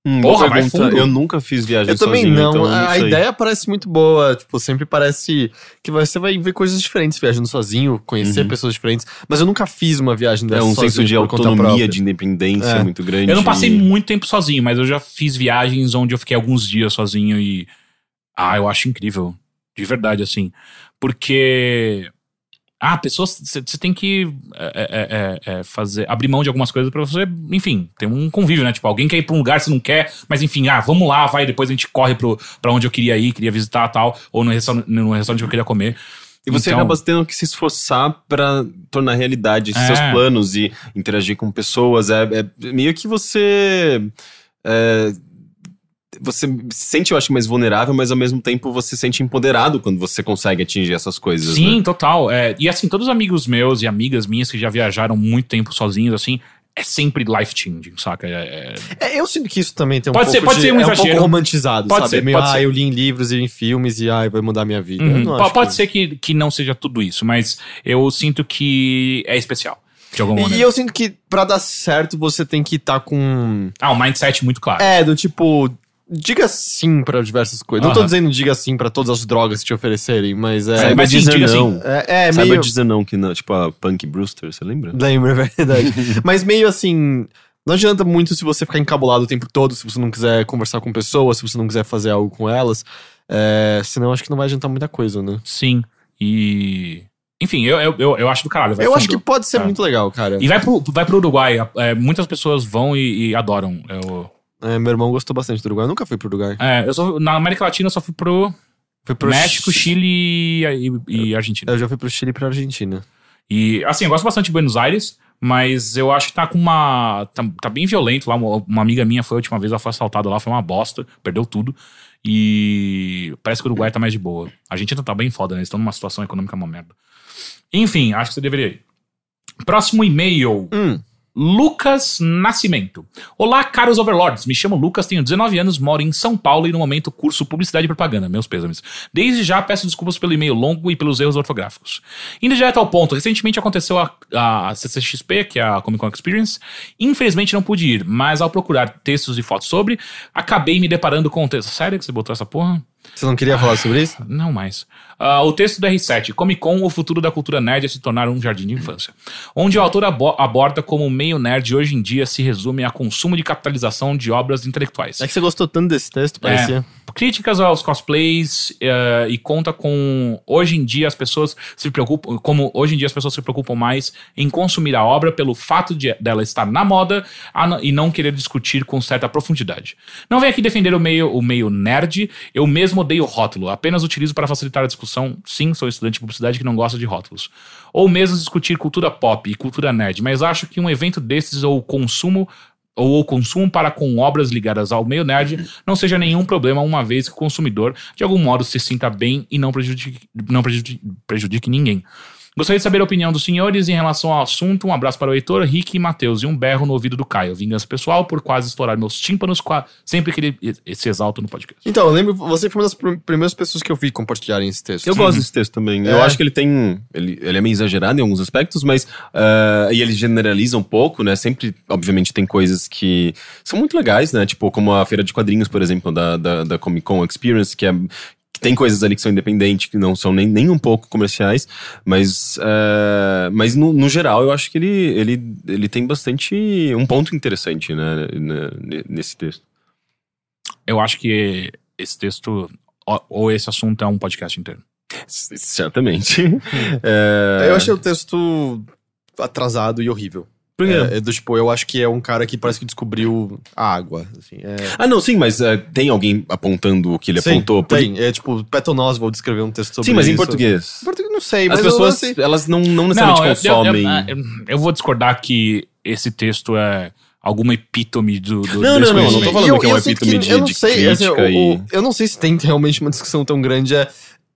Speaker 1: Hum,
Speaker 2: Porra,
Speaker 3: Boa
Speaker 2: vai
Speaker 3: pergunta.
Speaker 2: fundo.
Speaker 3: Eu nunca fiz viagem
Speaker 1: Eu também
Speaker 3: sozinho,
Speaker 1: não.
Speaker 3: então
Speaker 1: a a
Speaker 3: sei.
Speaker 1: ideia parece muito boa. Tipo, sempre parece que você vai ver coisas diferentes viajando sozinho, conhecer
Speaker 3: Uhum.
Speaker 1: pessoas diferentes. Mas eu nunca fiz uma viagem
Speaker 3: É
Speaker 1: dessa
Speaker 3: um
Speaker 1: sozinho
Speaker 3: senso de
Speaker 1: por conta própria.
Speaker 3: autonomia, de independência
Speaker 1: É.
Speaker 3: muito grande.
Speaker 2: Eu não passei muito tempo sozinho, mas eu já fiz viagens onde eu fiquei alguns dias sozinho e. Ah, eu acho incrível. De verdade, assim. Porque. Ah, pessoas. Você tem que é, é, é, é, fazer. abrir mão de algumas coisas pra você. Enfim, ter um convívio, né? Tipo, alguém quer ir pra um lugar, você não quer, mas enfim, ah, vamos lá, vai, depois a gente corre pro, pra onde eu queria ir, queria visitar tal, ou no restaurante, no restaurante que eu queria comer.
Speaker 3: E você
Speaker 2: Então-
Speaker 3: acaba tendo que se esforçar pra tornar realidade esses
Speaker 2: É.
Speaker 3: seus planos e interagir com pessoas. É, é meio que você. é, você se sente, eu acho, mais vulnerável, mas ao mesmo tempo você se sente empoderado quando você consegue atingir essas coisas.
Speaker 2: Sim,
Speaker 3: né?
Speaker 2: total. É, e assim, todos os amigos meus e amigas minhas que já viajaram muito tempo sozinhos, assim, é sempre life changing, saca? É- é-
Speaker 1: É, eu sinto que isso também tem um
Speaker 2: Pode
Speaker 1: pouco
Speaker 2: ser- pode
Speaker 1: de-
Speaker 2: ser um
Speaker 1: é um pouco
Speaker 2: exagero.
Speaker 1: romantizado,
Speaker 2: Pode
Speaker 1: sabe?
Speaker 2: ser,
Speaker 1: É meio,
Speaker 2: pode
Speaker 1: ah,
Speaker 2: ser.
Speaker 1: eu li em livros e em filmes e, ai, vai mudar minha vida. Eu
Speaker 2: Uhum.
Speaker 1: não
Speaker 2: Po-
Speaker 1: acho
Speaker 2: Pode
Speaker 1: que- é
Speaker 2: ser que, que não seja tudo isso, mas eu sinto que é especial. De alguma
Speaker 1: E
Speaker 2: maneira.
Speaker 1: eu sinto que pra dar certo você tem que estar com.
Speaker 2: Ah, um mindset muito claro.
Speaker 1: É, do tipo. Diga sim pra diversas coisas. Não tô
Speaker 2: Aham.
Speaker 1: dizendo diga sim pra todas as drogas que te oferecerem, mas é.
Speaker 3: Saiba
Speaker 2: mas sim,
Speaker 3: dizer
Speaker 2: diga assim,
Speaker 3: não.
Speaker 1: É, é
Speaker 3: Saiba
Speaker 1: meio.
Speaker 3: dizer não que não. Tipo a Punk Brewster, você lembra?
Speaker 1: Lembro, é verdade. Mas meio assim. Não adianta muito se você ficar encabulado o tempo todo, se você não quiser conversar com pessoas, se você não quiser fazer algo com elas. É, senão acho que não vai adiantar muita coisa, né?
Speaker 2: Sim. E. Enfim, eu, eu, eu, eu acho do caralho. vai
Speaker 1: Eu acho que
Speaker 2: fundo.
Speaker 1: pode ser
Speaker 2: É.
Speaker 1: muito legal, cara.
Speaker 2: E vai pro, vai pro Uruguai. é, muitas pessoas vão e, e adoram. Eu,
Speaker 1: É, meu irmão gostou bastante do Uruguai. Eu nunca fui pro Uruguai.
Speaker 2: é, eu só- na América Latina eu só fui pro
Speaker 1: Fui pro
Speaker 2: México, Chile e, e- e Argentina.
Speaker 1: Eu já fui pro Chile e pra Argentina.
Speaker 2: E assim, eu gosto bastante de Buenos Aires, mas eu acho que tá com uma. Tá, tá bem violento lá. Uma, uma amiga minha foi a última vez, ela foi assaltada lá, foi uma bosta, perdeu tudo. E parece que o Uruguai tá mais de boa. A Argentina tá bem foda, né? Eles estão numa situação econômica uma merda. Enfim, acho que você deveria ir. Próximo e-mail.
Speaker 1: Hum.
Speaker 2: Lucas Nascimento. Olá, caros overlords. Me chamo Lucas, tenho 19 anos, moro em São Paulo e no momento curso Publicidade e Propaganda. Meus pêsames. Desde já peço desculpas pelo e-mail longo e pelos erros ortográficos. Indo direto ao ponto, recentemente aconteceu a, a CCXP, que é a Comic Con Experience. Infelizmente não pude ir, mas ao procurar textos e fotos sobre, acabei me deparando com o texto. Sério que você botou essa porra?
Speaker 1: Você não queria falar sobre isso?
Speaker 2: Não mais. Ah, o texto do R7, Comic Con, o futuro da cultura nerd é se tornar um jardim de infância. Onde o autor abo- aborda como o meio nerd hoje em dia se resume a consumo de capitalização de obras intelectuais.
Speaker 1: É que você gostou tanto desse texto, parecia.
Speaker 2: É. Críticas aos cosplays eh, e conta com hoje em dia as pessoas se preocupam, como hoje em dia as pessoas se preocupam mais em consumir a obra pelo fato de, dela estar na moda a n- e não querer discutir com certa profundidade. Não venho aqui defender o meio, o meio nerd, eu mesmo odeio rótulo, apenas utilizo para facilitar a discussão. Sim, sou estudante de publicidade que não gosta de rótulos. Ou mesmo discutir cultura pop e cultura nerd, mas acho que um evento desses ou consumo ou o consumo para com obras ligadas ao meio nerd não seja nenhum problema, uma vez que o consumidor, de algum modo, se sinta bem e não prejudique, não prejudique, prejudique ninguém. Gostaria de saber a opinião dos senhores em relação ao assunto. Um abraço para o Heitor, Rick e Matheus e um berro no ouvido do Caio. Vingança pessoal por quase estourar meus tímpanos qua- sempre que ele e- se exalta no podcast.
Speaker 1: Então, eu lembro, você foi uma das prim- primeiras pessoas que eu vi compartilharem esse texto.
Speaker 3: Eu gosto desse texto também.
Speaker 1: É.
Speaker 3: Eu acho que ele tem. Ele, ele é meio exagerado em alguns aspectos, mas. ah, e ele generaliza um pouco, né? Sempre, obviamente, tem coisas que são muito legais, né? Tipo, como a feira de quadrinhos, por exemplo, da, da, da Comic Con Experience, que é. que Tem coisas ali que são independentes, que não são nem, nem um pouco comerciais, mas, ah, mas no, no geral eu acho que ele, ele, ele tem bastante. um ponto interessante né, né, nesse texto.
Speaker 2: Eu acho que esse texto ó- ou esse assunto é um podcast inteiro.
Speaker 3: C- Certamente. É,
Speaker 1: Hum. Uhum. Eu achei o texto atrasado e horrível.
Speaker 3: Por quê?
Speaker 1: É, é do tipo, eu acho que é um cara que parece que descobriu a água. Assim, é...
Speaker 3: Ah, não, sim, mas eh, tem alguém apontando o que ele
Speaker 1: Sim,
Speaker 3: apontou? Porque-
Speaker 1: Tem, é tipo, Patton Oswald escreveu um texto sobre
Speaker 3: sim, mas em
Speaker 1: isso.
Speaker 3: português.
Speaker 1: Em português, não sei,
Speaker 3: As
Speaker 1: mas
Speaker 3: pessoas,
Speaker 1: eu não sei.
Speaker 3: elas não, não necessariamente
Speaker 2: Não, eu, eu, ah,
Speaker 3: consomem...
Speaker 2: eu- eu- eu vou discordar que esse texto é alguma epítome do. do
Speaker 3: Não, não, não,
Speaker 2: desconhecimento.
Speaker 3: não tô falando
Speaker 1: E eu-
Speaker 3: que é um
Speaker 1: eu sei
Speaker 3: epítome de-
Speaker 1: eu não
Speaker 3: de
Speaker 1: sei, assim,
Speaker 3: crítica
Speaker 1: o- o-
Speaker 3: e-
Speaker 1: Eu não sei se tem realmente uma discussão tão grande. É,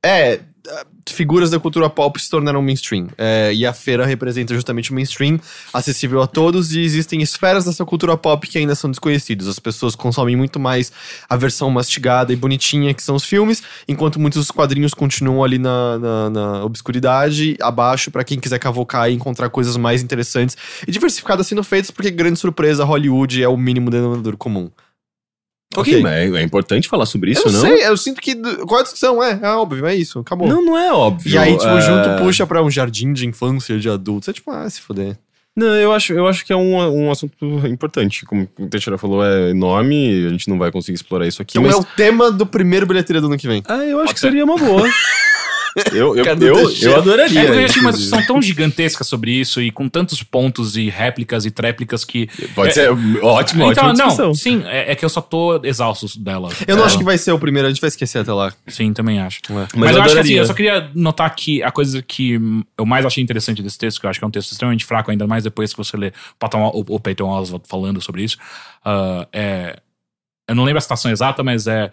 Speaker 1: é, ah, figuras da cultura pop se tornaram mainstream. é, e a feira representa justamente o mainstream, acessível a todos, e existem esferas dessa cultura pop que ainda são desconhecidas. As pessoas consomem muito mais a versão mastigada e bonitinha, que são os filmes, enquanto muitos dos quadrinhos continuam ali na, na- na obscuridade, abaixo, pra quem quiser cavocar e encontrar coisas mais interessantes e diversificadas sendo feitas, porque grande surpresa, Hollywood é o mínimo denominador comum.
Speaker 3: Ok, mas é, é importante falar sobre isso,
Speaker 1: eu não,
Speaker 3: não?
Speaker 1: sei, eu sinto que. Qual é a discussão? É, é óbvio, é isso, acabou.
Speaker 3: Não, não é óbvio.
Speaker 1: E aí, tipo,
Speaker 3: Ah,
Speaker 1: junto puxa pra um jardim de infância, de adultos. É tipo, ah, se fuder.
Speaker 3: Não, eu acho, eu acho que é um, um assunto importante. Como o Teixeira falou, é enorme, a gente não vai conseguir explorar isso aqui,
Speaker 1: Que
Speaker 3: mas...
Speaker 1: é o tema do primeiro bilheteria do ano que vem.
Speaker 3: Ah, eu acho
Speaker 2: Pode
Speaker 3: que
Speaker 2: ser.
Speaker 3: seria uma boa. eu, eu,
Speaker 1: Cara do
Speaker 3: eu,
Speaker 1: Teixeira.
Speaker 3: eu
Speaker 2: É
Speaker 3: adoraria.
Speaker 2: porque eu achei uma
Speaker 3: inclusive.
Speaker 2: discussão tão gigantesca sobre isso e com tantos pontos e réplicas e tréplicas que.
Speaker 3: Pode ser ótimo, ótimo.
Speaker 2: É, então,
Speaker 3: ótima discussão.
Speaker 2: não, sim, é, é que eu só tô exausto dela. É.
Speaker 1: Eu
Speaker 3: É.
Speaker 1: não acho que
Speaker 2: vai.
Speaker 1: vai ser o primeiro, a gente vai esquecer até lá.
Speaker 2: Sim, também acho.
Speaker 3: Mas
Speaker 2: Mas,
Speaker 3: eu
Speaker 2: eu acho que assim,
Speaker 3: adoraria.
Speaker 2: eu só queria notar que a coisa que hum, eu mais achei interessante desse texto, que eu acho que é um texto extremamente fraco, ainda mais depois que você lê Patton- o, o Peyton Oswald falando sobre isso, ah, é. Eu não lembro a citação exata, mas é.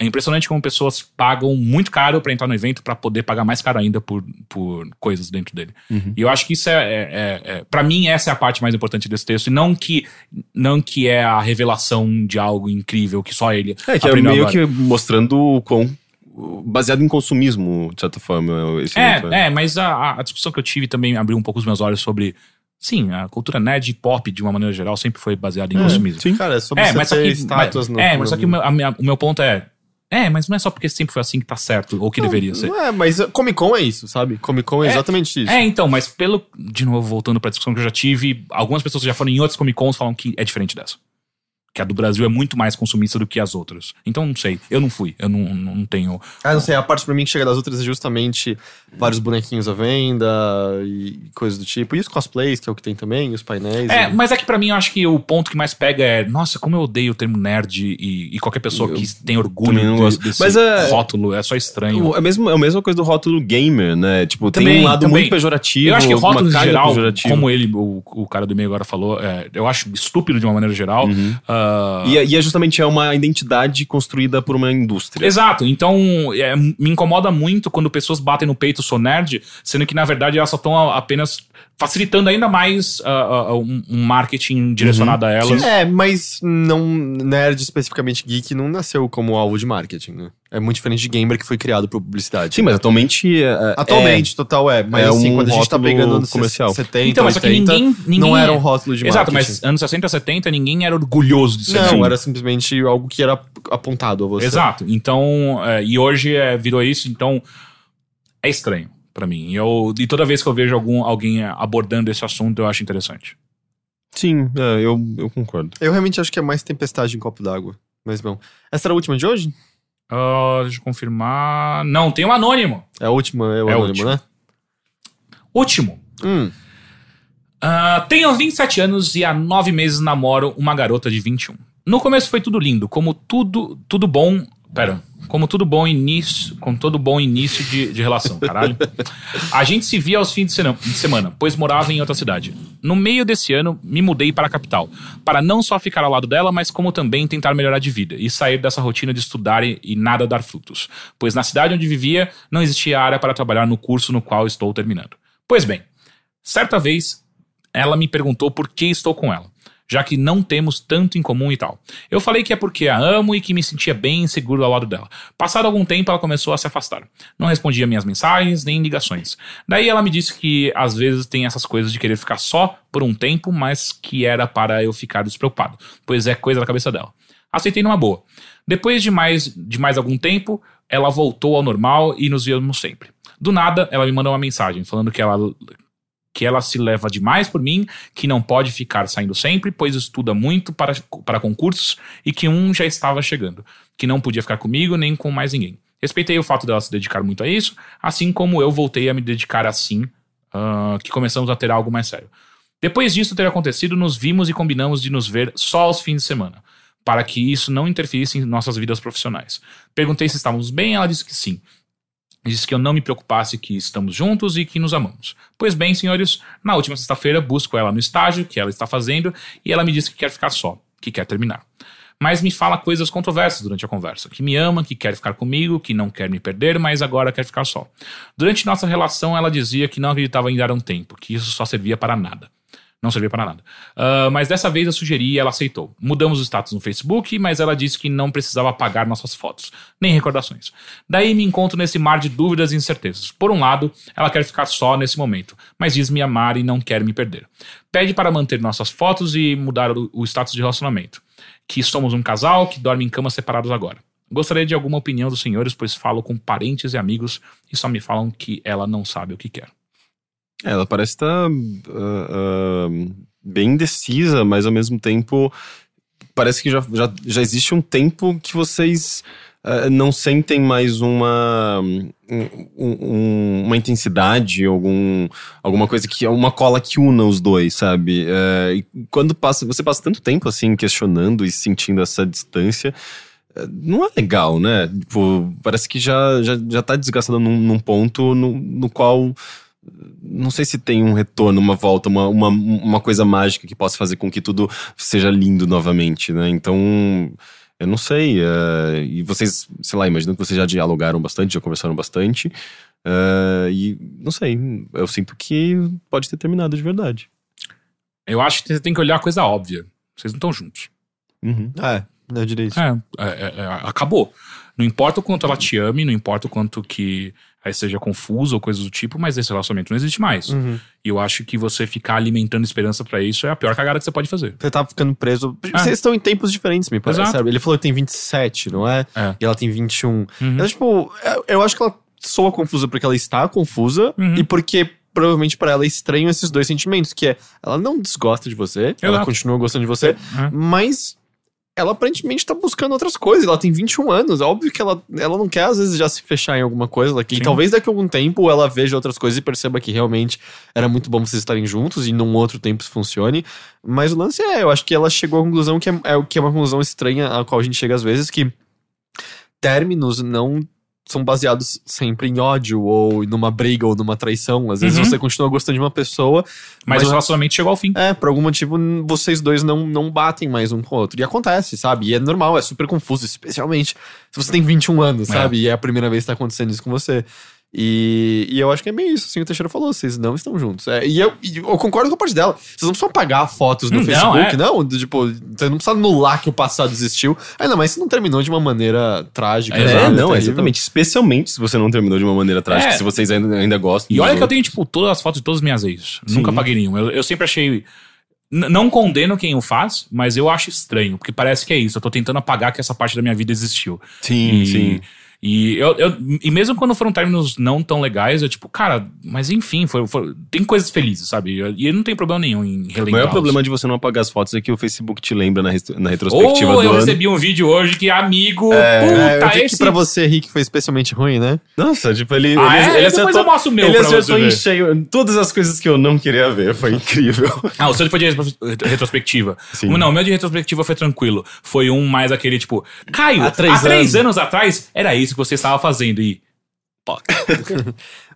Speaker 2: É impressionante como pessoas pagam muito caro pra entrar no evento pra poder pagar mais caro ainda por, por coisas dentro dele. E eu acho que isso é, é, é- é- para mim essa é a parte mais importante desse texto e não que não que é a revelação de algo incrível que só ele
Speaker 3: É, que é
Speaker 2: aprendeu
Speaker 3: meio
Speaker 2: agora.
Speaker 3: que mostrando o quão. Baseado em consumismo, de certa forma. Esse evento, né?
Speaker 2: É, é, mas a- a, a discussão que eu tive também abriu um pouco os meus olhos sobre. Sim, a cultura nerd e pop, de uma maneira geral, sempre foi baseada em consumismo.
Speaker 1: Cara, é sobre
Speaker 2: É,
Speaker 1: você
Speaker 2: mas só
Speaker 1: ter
Speaker 2: que.
Speaker 1: estátuas
Speaker 2: mas,
Speaker 1: no.
Speaker 2: é, mas só que o
Speaker 1: no-
Speaker 2: meu, a minha- o meu ponto é. É, mas não é só porque sempre foi assim que tá certo, ou que deveria ser.
Speaker 1: Não é, mas uh, Comic Con é isso, sabe? Comic Con é,
Speaker 2: É,
Speaker 1: exatamente isso.
Speaker 2: É, então, mas pelo. De novo, voltando pra discussão que eu já tive, algumas pessoas que já foram em outros Comic Cons falam que é diferente dessa. Que a do Brasil é muito mais consumista do que as outras. Então, não sei. Eu não fui. Eu não, não tenho.
Speaker 1: Ah, não sei, a parte pra mim que chega das outras é justamente vários bonequinhos à venda e coisas do tipo. E os cosplays, que é o que tem também, e os painéis.
Speaker 2: É,
Speaker 1: e-
Speaker 2: mas é que pra mim eu acho que o ponto que mais pega é, nossa, como eu odeio o termo nerd e, e qualquer pessoa que tem orgulho
Speaker 3: também não
Speaker 2: de-
Speaker 3: gosto.
Speaker 2: desse
Speaker 3: Mas é-
Speaker 2: rótulo, é só estranho.
Speaker 3: É, mesmo, é a mesma coisa do rótulo gamer, né? Tipo, tem
Speaker 2: Também,
Speaker 3: um lado
Speaker 2: também.
Speaker 3: muito pejorativo.
Speaker 2: Eu acho que
Speaker 3: uma
Speaker 2: rótulo em
Speaker 3: carga
Speaker 2: geral,
Speaker 3: pejorativa.
Speaker 2: como ele, o, o cara do meio agora falou, é, eu acho estúpido de uma maneira geral. Ah,
Speaker 3: E, é- e é justamente é uma identidade construída por uma indústria.
Speaker 2: Exato, então é, me incomoda muito quando pessoas batem no peito, sou nerd, sendo que na verdade elas só estão apenas facilitando ainda mais ah, ah, um, um marketing direcionado a elas.
Speaker 1: É, mas não nerd, especificamente geek, não nasceu como alvo de marketing, né? É muito diferente de gamer que foi criado por publicidade.
Speaker 3: Sim, mas atualmente. é-
Speaker 1: Atualmente, total, é. Mas
Speaker 3: é
Speaker 1: assim,
Speaker 3: um
Speaker 1: quando a gente tá
Speaker 3: rótulo
Speaker 1: pegando anos
Speaker 3: comercial.
Speaker 1: 70,
Speaker 2: Então, mas só que
Speaker 1: 80,
Speaker 2: ninguém, ninguém.
Speaker 1: não era um rótulo de
Speaker 2: Exato,
Speaker 1: marketing.
Speaker 2: mas anos 60, 70, ninguém era orgulhoso de ser
Speaker 1: Não,
Speaker 2: assim.
Speaker 1: era simplesmente algo que era apontado a você.
Speaker 2: Exato. Então, é, e hoje é, virou isso, então é estranho pra mim. E Eu, e toda vez que eu vejo algum, alguém abordando esse assunto, eu acho interessante.
Speaker 3: Sim, é, eu, eu concordo.
Speaker 1: Eu realmente acho que é mais tempestade em copo d'água. Mas bom. Essa era a última de hoje?
Speaker 2: Ah, deixa eu confirmar. Não, tem um anônimo.
Speaker 1: É a última, é o
Speaker 2: É a
Speaker 1: anônimo,
Speaker 2: última.
Speaker 1: né?
Speaker 2: Último.
Speaker 1: Hum.
Speaker 2: Ah, tenho 27 anos e há 9 meses namoro uma garota de 21. No começo foi tudo lindo, como tudo, tudo bom. Pera, como tudo bom início, com todo bom início de, de relação, caralho. A gente se via aos fins de sena- de semana, pois morava em outra cidade. No meio desse ano, me mudei para a capital, para não só ficar ao lado dela, mas como também tentar melhorar de vida e sair dessa rotina de estudar e, e nada dar frutos, pois na cidade onde vivia não existia área para trabalhar no curso no qual estou terminando. Pois bem, certa vez ela me perguntou por que estou com ela, já que não temos tanto em comum e tal. Eu falei que é porque a amo e que me sentia bem seguro ao lado dela. Passado algum tempo, ela começou a se afastar. Não respondia minhas mensagens nem ligações. Daí ela me disse que às vezes tem essas coisas de querer ficar só por um tempo, mas que era para eu ficar despreocupado, pois é coisa da cabeça dela. Aceitei numa boa. Depois de mais, de mais algum tempo, ela voltou ao normal e nos víamos sempre. Do nada, ela me mandou uma mensagem falando que ela que ela se leva demais por mim, que não pode ficar saindo sempre, pois estuda muito para, para concursos e que um já estava chegando, que não podia ficar comigo nem com mais ninguém. Respeitei o fato dela se dedicar muito a isso, assim como eu voltei a me dedicar assim, ah, que começamos a ter algo mais sério. Depois disso ter acontecido, nos vimos e combinamos de nos ver só aos fins de semana, para que isso não interferisse em nossas vidas profissionais. Perguntei se estávamos bem, ela disse que sim. Disse que eu não me preocupasse que estamos juntos e que nos amamos. Pois bem, senhores, na última sexta-feira busco ela no estágio que ela está fazendo e ela me disse que quer ficar só, que quer terminar. Mas me fala coisas controversas durante a conversa, que me ama, que quer ficar comigo, que não quer me perder, mas agora quer ficar só. Durante nossa relação, ela dizia que não acreditava em dar um tempo, que isso só servia para nada. Não servia para nada. Ah, mas dessa vez eu sugeri e ela aceitou. Mudamos o status no Facebook, mas ela disse que não precisava apagar nossas fotos, nem recordações. Daí me encontro nesse mar de dúvidas e incertezas. Por um lado, ela quer ficar só nesse momento, mas diz me amar e não quer me perder. Pede para manter nossas fotos e mudar o, o status de relacionamento. Que somos um casal que dorme em camas separados agora. Gostaria de alguma opinião dos senhores, pois falo com parentes e amigos e só me falam que ela não sabe o que quer.
Speaker 3: É, Ela parece estar bem indecisa, mas ao mesmo tempo parece que já, já, já existe um tempo que vocês ah, não sentem mais uma um- um- uma intensidade, algum, alguma coisa que é uma cola que una os dois, sabe? Eh, e quando passa, você passa tanto tempo assim questionando e sentindo essa distância, eh, não é legal, né? Tipo, parece que já, já, já tá desgastando num, num ponto no, no qual não sei se tem um retorno, uma volta, uma, uma, uma coisa mágica que possa fazer com que tudo seja lindo novamente, né? Então, eu não sei. eh, e vocês, sei lá, imagino que vocês já dialogaram bastante, já conversaram bastante. eh, e não sei, eu sinto que pode ter terminado de verdade.
Speaker 2: Eu acho que você tem que olhar a coisa óbvia. Vocês não estão juntos.
Speaker 3: Uhum.
Speaker 1: É, eu diria isso.
Speaker 2: É, é, é, é, acabou. Não importa o quanto ela te ame, não importa o quanto que aí seja confuso ou coisa do tipo, mas esse relacionamento não existe mais.
Speaker 1: Uhum.
Speaker 2: E eu acho que você ficar alimentando esperança pra isso é a pior cagada que você pode fazer.
Speaker 1: Você tá ficando preso.
Speaker 2: É.
Speaker 1: Vocês estão em tempos diferentes, me parece.
Speaker 2: Exato.
Speaker 1: Sabe? Ele falou que tem 27, não é?
Speaker 2: É.
Speaker 1: E ela tem 21.
Speaker 2: Uhum.
Speaker 1: Então, tipo, eu- eu acho que ela soa confusa porque ela está confusa
Speaker 2: Uhum.
Speaker 1: e porque provavelmente pra ela é estranho esses dois sentimentos, que é ela não desgosta de você, ela
Speaker 2: Exato.
Speaker 1: continua gostando de você,
Speaker 2: É.
Speaker 1: mas ela aparentemente tá buscando outras coisas. Ela tem 21 anos. É óbvio que ela, ela não quer, às vezes, já se fechar em alguma coisa. Ela, que,
Speaker 2: Sim.
Speaker 1: talvez daqui a algum tempo ela veja outras coisas e perceba que realmente era muito bom vocês estarem juntos e num outro tempo isso funcione. Mas o lance é, eu acho que ela chegou à conclusão que é, é o que é uma conclusão estranha a qual a gente chega às vezes, que términos não são baseados sempre em ódio ou numa briga ou numa traição. Às vezes
Speaker 2: Uhum.
Speaker 1: você continua gostando de uma pessoa,
Speaker 2: Mas,
Speaker 1: Mas-
Speaker 2: o relacionamento chegou ao fim.
Speaker 1: é, por algum motivo n- vocês dois não, não batem mais um com o outro. E acontece, sabe? E é normal, é super confuso, especialmente se você tem 21 anos,
Speaker 2: É.
Speaker 1: sabe? E é a primeira vez que tá acontecendo isso com você. E, e eu acho que é meio isso, assim, o Teixeira falou, vocês não estão juntos. É, e, eu, e eu concordo com a parte dela. Vocês não precisam apagar fotos no
Speaker 2: Hum, não,
Speaker 1: Facebook,
Speaker 2: é.
Speaker 1: não. do Tipo, você não precisa anular que o passado existiu. Ainda mais se não terminou de uma maneira trágica.
Speaker 2: É,
Speaker 1: né?
Speaker 3: É, não,
Speaker 1: Terrível.
Speaker 3: exatamente. Especialmente se você não terminou de uma maneira trágica,
Speaker 2: É.
Speaker 3: se vocês ainda, ainda gostam.
Speaker 2: E
Speaker 3: dos
Speaker 2: olha que eu
Speaker 3: outros.
Speaker 2: tenho, tipo, todas as fotos de todas as minhas ex. Nunca paguei nenhuma. Eu, eu sempre achei. n- Não condeno quem o faz, mas eu acho estranho, porque parece que é isso. Eu tô tentando apagar que essa parte da minha vida existiu.
Speaker 3: Sim,
Speaker 2: e,
Speaker 3: sim.
Speaker 2: E, eu, eu- e mesmo quando foram términos não tão legais, eu, tipo, cara, mas enfim, foi, foi- tem coisas felizes, sabe? E eu não tenho problema nenhum em relembrar.
Speaker 3: O maior problema de você não apagar as fotos é que o Facebook te lembra na, res- na retrospectiva
Speaker 2: Ou
Speaker 3: do
Speaker 2: eu
Speaker 3: ano.
Speaker 2: recebi um vídeo hoje que, amigo,
Speaker 1: É, eu
Speaker 2: puta,
Speaker 1: vi que
Speaker 2: esse.
Speaker 1: pra você, Rick, foi especialmente ruim, né?
Speaker 3: Nossa, tipo, ele,
Speaker 2: Ah,
Speaker 3: ele,
Speaker 2: é?
Speaker 3: ele
Speaker 2: Depois eu mostro o meu
Speaker 3: ele
Speaker 2: pra você
Speaker 3: acertou em
Speaker 2: ver.
Speaker 3: cheio. Todas as coisas que eu não queria ver. Foi incrível.
Speaker 2: Ah, o seu foi de retro- retrospectiva.
Speaker 3: Sim.
Speaker 2: Não, o meu de retrospectiva foi tranquilo. Foi um mais aquele tipo, Caio, há três,
Speaker 3: três
Speaker 2: anos. atrás, era isso que você estava fazendo. E.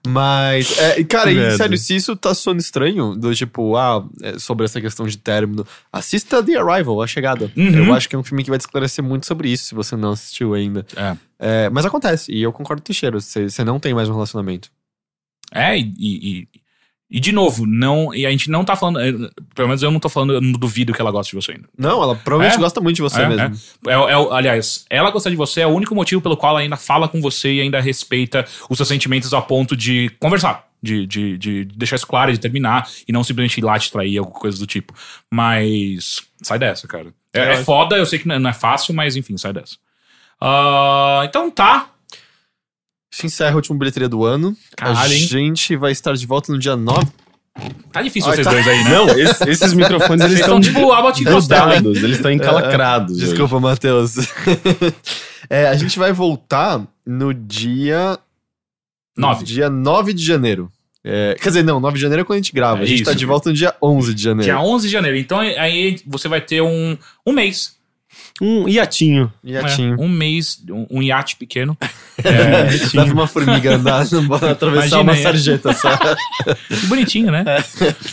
Speaker 1: Mas, é, e, cara, e,
Speaker 3: Credo.
Speaker 1: sério, se isso tá soando estranho, do tipo, ah, é, sobre essa questão de término, assista The Arrival, A Chegada.
Speaker 2: Uhum.
Speaker 1: Eu acho que é um filme que vai te esclarecer muito sobre isso, se você não assistiu ainda.
Speaker 2: É.
Speaker 1: É, mas acontece, e eu concordo com o Teixeira, você você não tem mais um relacionamento.
Speaker 2: É, e. e, e- e de novo, não. E a gente não tá falando. eh, Pelo menos eu não tô falando, eu não duvido que ela goste de você ainda.
Speaker 1: Não, ela provavelmente
Speaker 2: É?
Speaker 1: gosta muito de você
Speaker 2: É,
Speaker 1: mesmo.
Speaker 2: é. É o- é o- aliás, ela gostar de você é o único motivo pelo qual ela ainda fala com você e ainda respeita os seus sentimentos ao ponto de conversar. De, de, de deixar isso claro, de terminar e não simplesmente ir lá te trair, alguma coisa do tipo. Mas sai dessa, cara. É, é foda, eu sei que não é- não é fácil, mas enfim, sai dessa. Ah, então tá.
Speaker 1: Isso encerra a última bilheteria do ano. a
Speaker 2: Caralho, hein?
Speaker 1: gente vai estar de volta no dia 9.
Speaker 2: Tá difícil
Speaker 1: Ai,
Speaker 2: vocês
Speaker 1: tá.
Speaker 2: dois aí, né?
Speaker 3: Não, es- esses microfones eles
Speaker 2: Vocês
Speaker 3: estão
Speaker 2: estão tipo abate encostado.
Speaker 3: grudados, eles estão encalacrados. hoje.
Speaker 1: Desculpa, Matheus. É, a gente vai voltar no dia
Speaker 2: Nove.
Speaker 1: Dia 9 de janeiro. É, quer dizer, não, 9 de janeiro é quando a gente grava.
Speaker 2: É
Speaker 1: a gente tá
Speaker 2: isso.
Speaker 1: de volta no dia 11 de janeiro.
Speaker 2: Dia 11 de janeiro. Então aí você vai ter um, um mês
Speaker 3: Um iatinho.
Speaker 1: Iatinho.
Speaker 2: É, um mês, um, um iate pequeno.
Speaker 1: Dá pra uma formiga andar, atravessar
Speaker 2: É, Imagina,
Speaker 1: uma
Speaker 2: é.
Speaker 1: sarjeta só.
Speaker 2: Que bonitinho, né?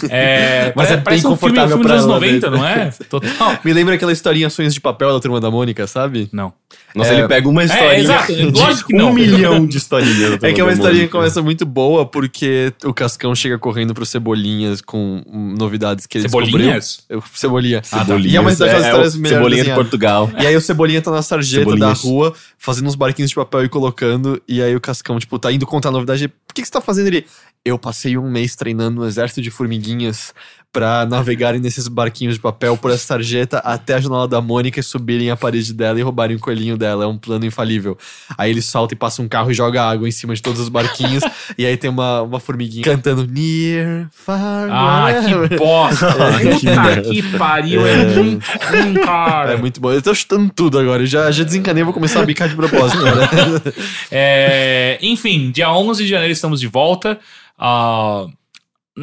Speaker 2: É,
Speaker 1: Mas é bem
Speaker 2: parece um filme, um
Speaker 1: confortável
Speaker 2: filme dos
Speaker 1: pra
Speaker 2: anos
Speaker 1: ela
Speaker 2: 90,
Speaker 1: mesmo.
Speaker 2: não é? Total.
Speaker 1: Me lembra aquela historinha Sonhos de Papel da Turma da Mônica, sabe?
Speaker 2: Não.
Speaker 3: Nossa,
Speaker 1: É.
Speaker 3: ele pega uma
Speaker 2: É,
Speaker 3: historinha.
Speaker 2: exato. Lógico que
Speaker 3: um
Speaker 2: não.
Speaker 3: milhão de historinhas.
Speaker 1: É que é uma
Speaker 3: Todo
Speaker 1: historinha
Speaker 3: mundo.
Speaker 1: que começa muito boa porque o Cascão chega correndo pro Cebolinhas com hum, novidades que ele
Speaker 2: Cebolinhas? Ah, tá.
Speaker 1: descobriu. Eu- Cebolinha.
Speaker 3: Ah, tá. Cebolinhas,
Speaker 1: E é uma daquelas histórias assim, é
Speaker 3: o
Speaker 1: melhor
Speaker 3: Cebolinha de
Speaker 1: desenhadas.
Speaker 3: Portugal.
Speaker 2: É,
Speaker 1: E aí o Cebolinha tá na sarjeta
Speaker 3: Cebolinhas.
Speaker 1: da rua, fazendo uns barquinhos de papel e colocando. E aí o Cascão, tipo, tá indo contar a novidade. Por que, que você tá fazendo ele? Eu passei um mês treinando um exército de formiguinhas pra navegarem nesses barquinhos de papel por essa sarjeta até a janela da Mônica e subirem a parede dela e roubarem o coelhinho dela. É um plano infalível. Aí ele salta e passa um carro e joga água em cima de todos os barquinhos. e aí tem uma, uma formiguinha cantando Near Far
Speaker 2: Ah,
Speaker 1: whatever."
Speaker 2: que bosta. Puta que pariu. É muito ruim,
Speaker 1: É
Speaker 2: cara.
Speaker 1: muito bom. Eu tô chutando tudo agora. Eu já, já desencanei, vou começar a bicar de propósito, né? cara.
Speaker 2: É, enfim, dia 11 de janeiro estamos de volta. Ah,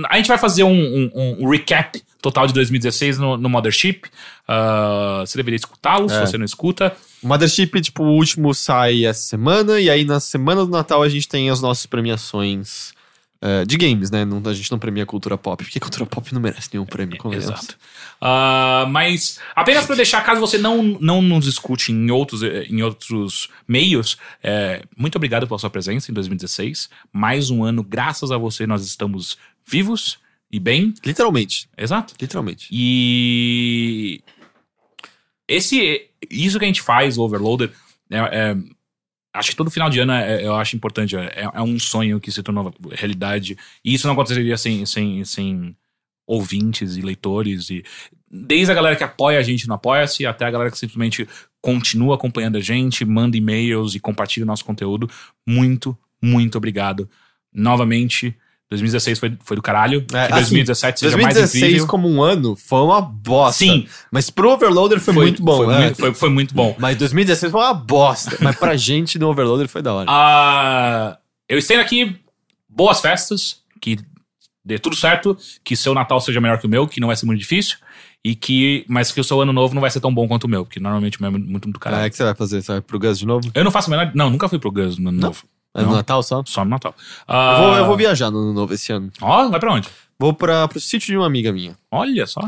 Speaker 2: a gente vai fazer um, um- um recap total de 2016 no, no Mothership. Ah, você deveria escutá-lo,
Speaker 1: É.
Speaker 2: se você não escuta.
Speaker 1: O Mothership, tipo, o último sai essa semana, e aí na semana do Natal a gente tem as nossas premiações eh, de games, né? Não- a gente não premia cultura pop, porque cultura pop não merece nenhum prêmio, convenhamos.
Speaker 2: Exato. Ah, mas apenas para deixar, caso você não, não nos escute em outros, eh, em outros meios, eh, muito obrigado pela sua presença em 2016. Mais um ano, graças a você, nós estamos vivos e bem.
Speaker 1: Literalmente,
Speaker 2: Exato.
Speaker 1: literalmente.
Speaker 2: E esse, isso que a gente faz, o Overloader, é- é- acho que todo final de ano é- eu acho importante. É, é um sonho que se tornou realidade. E isso não aconteceria sem, sem, sem ouvintes e leitores. e Desde a galera que apoia a gente no Apoia-se até a galera que simplesmente continua acompanhando a gente, manda e-mails e compartilha o nosso conteúdo. Muito, muito obrigado. Novamente, 2016 foi, foi do caralho.
Speaker 1: É,
Speaker 2: que
Speaker 1: assim,
Speaker 2: 2017 seja mais
Speaker 1: 2016
Speaker 2: incrível.
Speaker 1: como um ano foi uma bosta.
Speaker 2: Sim.
Speaker 1: Mas pro Overloader foi, muito bom,
Speaker 2: Foi,
Speaker 1: né?
Speaker 2: muito, foi- foi muito bom.
Speaker 1: Mas 2016 foi uma bosta. Mas pra gente no Overloader foi da hora.
Speaker 2: Ah, eu estendo aqui boas festas, que dê tudo certo, que seu Natal seja melhor que o meu, que não vai ser muito difícil, e que, mas que o seu ano novo não vai ser tão bom quanto o meu, porque normalmente o meu é muito do
Speaker 1: Ah,
Speaker 2: caralho.
Speaker 1: o que você vai fazer? Você vai pro Gus de novo?
Speaker 2: Eu não faço a menor. Não, nunca fui pro Gus no ano novo.
Speaker 1: É no
Speaker 2: Não. Ah.
Speaker 1: Natal só?
Speaker 2: Só no Natal.
Speaker 1: Eu vou, eu vou
Speaker 2: viajar.
Speaker 1: viajar no ano novo esse ano.
Speaker 2: Ó, vai pra onde?
Speaker 1: Vou pra, pro sítio de uma amiga minha.
Speaker 2: Olha só.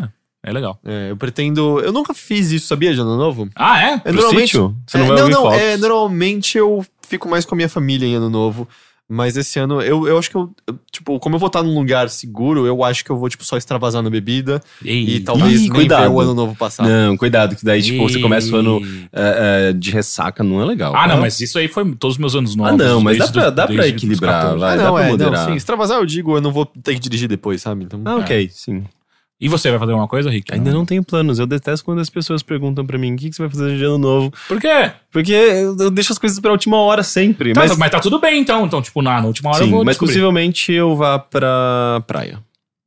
Speaker 2: É legal.
Speaker 1: É, eu pretendo. Eu nunca fiz isso, sabia, de ano novo?
Speaker 2: Ah, é?
Speaker 1: É,
Speaker 3: Pro sítio? Você não
Speaker 1: é,
Speaker 3: vai
Speaker 1: não,
Speaker 3: ouvir
Speaker 1: não,
Speaker 3: fotos.
Speaker 1: é, normalmente eu fico mais com a minha família em ano novo. Mas esse ano, eu, eu acho que eu, eu, Tipo, como eu vou estar num lugar seguro, eu acho que eu vou, tipo, só extravasar na bebida e, talvez nem
Speaker 3: cuidado.
Speaker 1: ver o ano novo
Speaker 2: tá.
Speaker 1: passar.
Speaker 3: Não, cuidado, que daí, tipo, você começa o ano
Speaker 2: Ih.
Speaker 3: é, é, de ressaca, não é legal.
Speaker 2: Ah, não,
Speaker 3: cara.
Speaker 2: mas isso aí foi todos os meus anos
Speaker 3: Ah,
Speaker 2: novos.
Speaker 3: não, mas dá
Speaker 2: desde
Speaker 3: pra,
Speaker 2: do-
Speaker 3: dá pra
Speaker 2: desde os
Speaker 3: equilibrar,
Speaker 2: 14.
Speaker 1: Ah,
Speaker 3: vai, dá
Speaker 1: não,
Speaker 3: pra
Speaker 1: é,
Speaker 3: moderar.
Speaker 1: não, sim, extravasar eu digo, eu não vou ter que dirigir depois, sabe? Então,
Speaker 3: Ah,
Speaker 2: é.
Speaker 3: ok, sim.
Speaker 2: E você vai fazer alguma coisa, Rick?
Speaker 3: Ainda não tenho planos. Eu detesto quando as pessoas perguntam pra mim o que, que você vai fazer de ano novo.
Speaker 2: Por quê?
Speaker 3: Porque eu, eu deixo as coisas pra última hora sempre.
Speaker 2: Tá,
Speaker 3: mas
Speaker 2: mas, tá tudo bem então. Então, tipo, na, na última hora
Speaker 3: sim,
Speaker 2: eu vou.
Speaker 3: mas
Speaker 2: descobrir.
Speaker 3: possivelmente eu vá pra praia.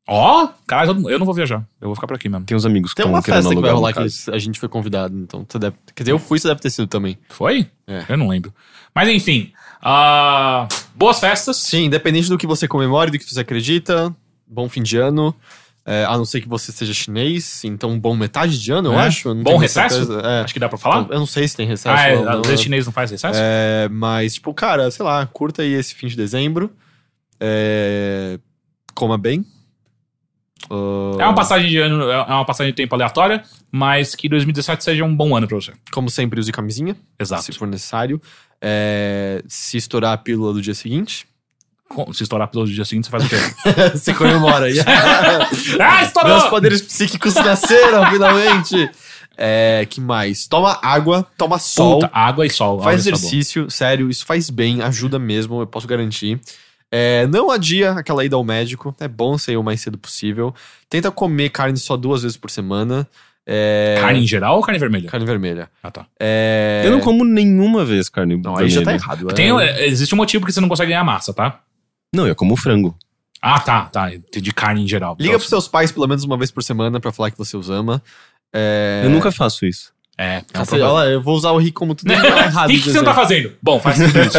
Speaker 2: Ó, cara, eu- eu não vou viajar. Eu vou ficar por aqui mesmo.
Speaker 3: Tem uns amigos que
Speaker 1: Tem
Speaker 3: estão
Speaker 1: uma
Speaker 3: querendo
Speaker 1: festa que vai
Speaker 3: alugar uma
Speaker 1: rolar que
Speaker 3: casa.
Speaker 1: a gente foi convidado, então você deve. Quer dizer, eu fui, você deve ter sido também.
Speaker 2: Foi?
Speaker 1: É.
Speaker 2: Eu não lembro. Mas enfim. ah, boas festas.
Speaker 1: Sim, independente do que você comemore, do que você acredita, bom fim de ano. é, a não ser que você seja chinês, então bom metade de ano, eu
Speaker 2: É.
Speaker 1: acho. eu não
Speaker 2: Bom
Speaker 1: tenho
Speaker 2: recesso?
Speaker 1: certeza, É.
Speaker 2: Acho que dá pra falar.
Speaker 1: Eu não sei se tem recesso.
Speaker 2: ah, é,
Speaker 1: ou não,
Speaker 2: a lei
Speaker 1: né?
Speaker 2: chinês não faz recesso?
Speaker 1: É, mas, tipo, cara, sei lá, curta aí esse fim de dezembro. É, coma bem. Ah,
Speaker 2: É uma passagem de ano, é uma passagem de tempo aleatória, mas que 2017 seja um bom ano pra você.
Speaker 1: Como sempre, use camisinha, se
Speaker 2: Exato.
Speaker 1: for necessário. É, se estourar a pílula do dia seguinte,
Speaker 2: Com- Se estourar pelos dias seguintes, você faz o quê?
Speaker 1: você comemora. aí.
Speaker 2: ah, estourou!
Speaker 1: Meus poderes psíquicos nasceram, finalmente. É, que mais? Toma água, toma sol,
Speaker 2: Puta, água e sol. água e
Speaker 1: faz
Speaker 2: sabor.
Speaker 1: exercício, sério, isso faz bem, ajuda mesmo, eu posso garantir. É, não adia aquela ida ao médico, é bom ser o mais cedo possível. Tenta comer carne só duas vezes por semana. é,
Speaker 2: Carne em geral ou carne vermelha?
Speaker 1: carne vermelha.
Speaker 2: Ah, tá.
Speaker 1: É,
Speaker 3: Eu não como nenhuma vez carne
Speaker 1: Não, aí já tá
Speaker 3: vermelha.
Speaker 1: errado. é.
Speaker 2: Tem, existe um motivo que você não consegue ganhar massa, tá?
Speaker 3: Não, eu como frango.
Speaker 2: Ah, tá, tá. De carne em geral. Então,
Speaker 1: Liga pros seus pais pelo menos uma vez por semana pra falar que você os ama. É,
Speaker 3: Eu nunca faço isso.
Speaker 2: É, é um
Speaker 1: Cacete, olha
Speaker 2: problema.
Speaker 1: lá, eu vou usar o Rick como tudo errado.
Speaker 2: O que, que você
Speaker 1: dizer.
Speaker 2: não tá fazendo? Bom, faz tudo isso.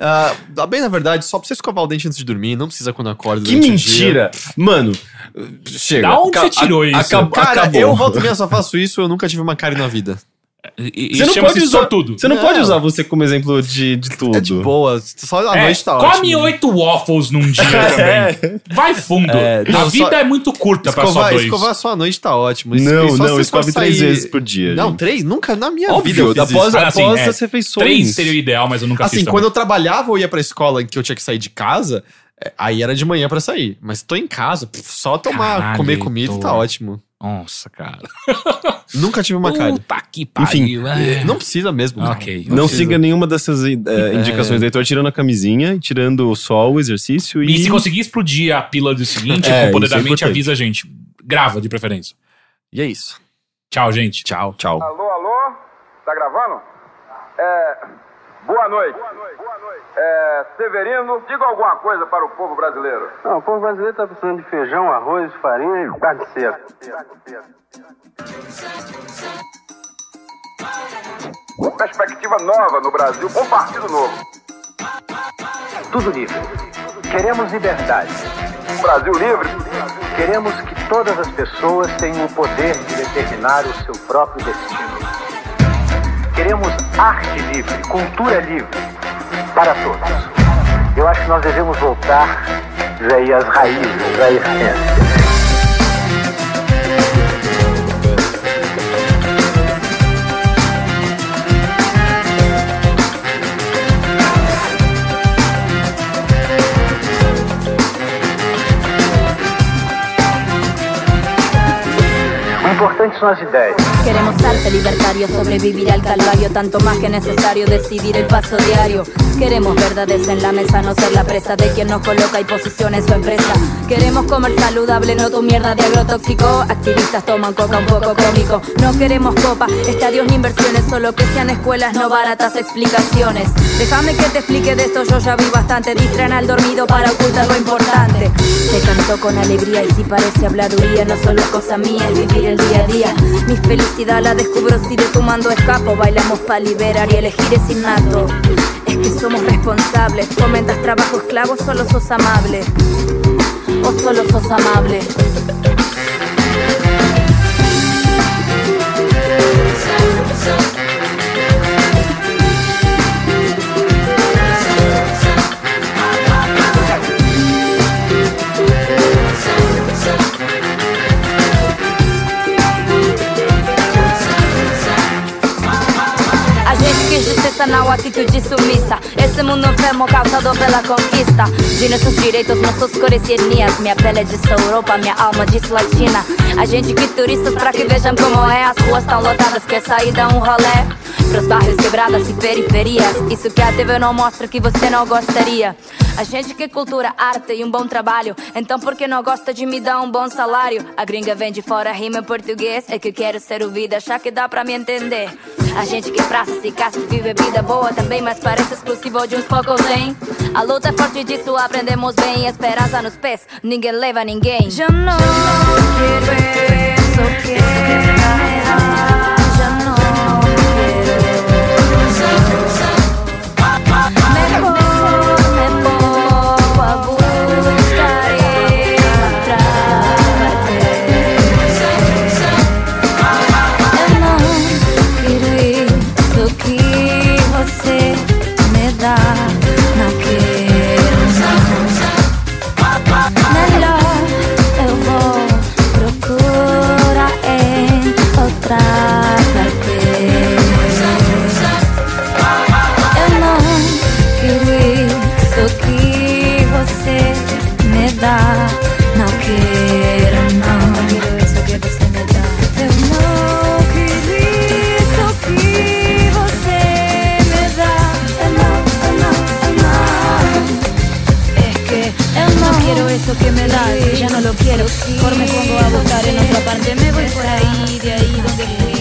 Speaker 1: Ah, bem, na verdade, só precisa escovar o dente antes de dormir, não precisa quando acorda.
Speaker 3: Que
Speaker 1: durante o dia.
Speaker 3: mentira! Mano, chega.
Speaker 2: Da onde
Speaker 3: Aca-
Speaker 2: você tirou
Speaker 3: a-
Speaker 2: isso?
Speaker 3: Acabou.
Speaker 1: Cara,
Speaker 3: acabou.
Speaker 1: eu volto mesmo, só faço isso, eu nunca tive uma cara na vida.
Speaker 2: E- e
Speaker 3: Você não
Speaker 2: chama-se
Speaker 3: pode usar-
Speaker 2: sortudo.
Speaker 3: Você não,
Speaker 1: Não.
Speaker 3: pode usar você como exemplo de, de tudo.
Speaker 1: É de boa, só à
Speaker 2: É,
Speaker 1: noite tá
Speaker 2: come
Speaker 1: ótimo.
Speaker 2: oito waffles num dia também. Vai fundo.
Speaker 1: É, não,
Speaker 2: a vida
Speaker 1: só-
Speaker 2: é muito curta pra só
Speaker 1: Escovar,
Speaker 2: dois.
Speaker 1: escovar só à noite tá ótimo. Es-
Speaker 3: Não,
Speaker 1: só se
Speaker 3: não,
Speaker 1: for
Speaker 3: escove três
Speaker 1: sair-
Speaker 3: vezes por dia.
Speaker 1: Não,
Speaker 3: gente.
Speaker 1: três? Nunca na minha vida
Speaker 3: Óbvio,
Speaker 1: eu fiz
Speaker 3: após,
Speaker 1: isso.
Speaker 2: Ah, assim,
Speaker 3: após
Speaker 2: é,
Speaker 3: as refeições.
Speaker 2: Três seria o ideal, mas eu nunca
Speaker 1: Assim,
Speaker 2: fiz
Speaker 1: quando
Speaker 2: também.
Speaker 1: eu trabalhava ou ia pra escola em que eu tinha que sair de casa, é, aí era de manhã pra sair. Mas tô em casa, pff, só tomar,
Speaker 2: Caralho,
Speaker 1: comer comida
Speaker 2: tô.
Speaker 1: tá ótimo.
Speaker 2: Nossa, cara.
Speaker 1: Nunca tive uma cara.
Speaker 2: Puta que pariu. é.
Speaker 1: Não precisa mesmo. cara.
Speaker 2: Ok.
Speaker 3: Não
Speaker 1: Precisa.
Speaker 3: siga nenhuma dessas eh, indicações do Heitor, tirando a camisinha, tirando o sol, o exercício e.
Speaker 2: E se conseguir explodir a pílula do seguinte,
Speaker 3: É,
Speaker 2: o poder
Speaker 3: isso é
Speaker 2: da mente
Speaker 3: importante.
Speaker 2: avisa a gente. Grava, de preferência.
Speaker 1: E é isso.
Speaker 2: Tchau, gente.
Speaker 3: Tchau. Tchau.
Speaker 8: Alô, alô? Tá gravando? É. Boa noite. Boa noite. É, Severino, diga alguma coisa para o povo brasileiro.
Speaker 9: Não, o povo brasileiro está precisando de feijão, arroz, farinha e carne seca.
Speaker 8: Perspectiva nova no Brasil, com partido novo.
Speaker 9: Tudo livre. Queremos liberdade.
Speaker 8: Um Brasil livre.
Speaker 9: Queremos que todas as pessoas tenham o poder de determinar o seu próprio destino. Queremos arte livre, cultura livre, para todos. Eu acho que nós devemos voltar aí às raízes, à essência. O importante são as ideias.
Speaker 10: Queremos arte libertario, sobrevivir al calvario, tanto más que necesario decidir el paso diario. Queremos verdades en la mesa, no ser la presa de quien nos coloca y posiciona en su empresa. Queremos comer saludable, no tu mierda de agrotóxico. Activistas toman coca un poco cómico. No queremos copa, estadios ni inversiones, solo que sean escuelas no baratas explicaciones. Déjame que te explique de esto, yo ya vi bastante. Distraen al dormido para ocultar lo importante. Te cantó con alegría y si parece habladuría, no solo es cosa mía, es vivir el día a día. Mi felicidad la descubro si de tu mando escapo. Bailamos para liberar y elegir es innato. Es que somos responsables, fomentas trabajo esclavo, solo sos amable. O solo sos amable. A gente quis justiça na atitude submissa. Esse mundo enfermo causado pela conquista. De nossos direitos, nossas cores e etnias. Minha pele é de sua Europa, minha alma diz latina. A gente que turistas pra que vejam como é. As ruas tão lotadas que é saída um rolé. Pros bairros quebradas e periferias. Isso que a TV não mostra que você não gostaria. A gente que cultura, arte e um bom trabalho. Então por que não gosta de me dar um bom salário? A gringa vem de fora, rima em português. É que quero ser ouvida, achar que dá pra me entender. A gente que praça, se casa, vive vida boa também, mas parece exclusivo de uns poucos, hein? A luta é forte disso, aprendemos bem. Esperança nos pés, ninguém leva ninguém. Já não quero isso, quero errar. Já não quero isso. Mejor me pongo a buscar y encontrarte. Eu não quero isso que você me dá. Não quero não. Melhor eu vou procurar em outra parte. Eu não quero isso que você me dá. Não quero, não. Não quero isso que você me dá. Eu não quero isso que você me dá. Eu não, eu não, eu não. É que eu não quero isso que me dá. Eu já não lo quero. Por me pongo a buscar em outra parte. Me voy por aí, de aí donde fui.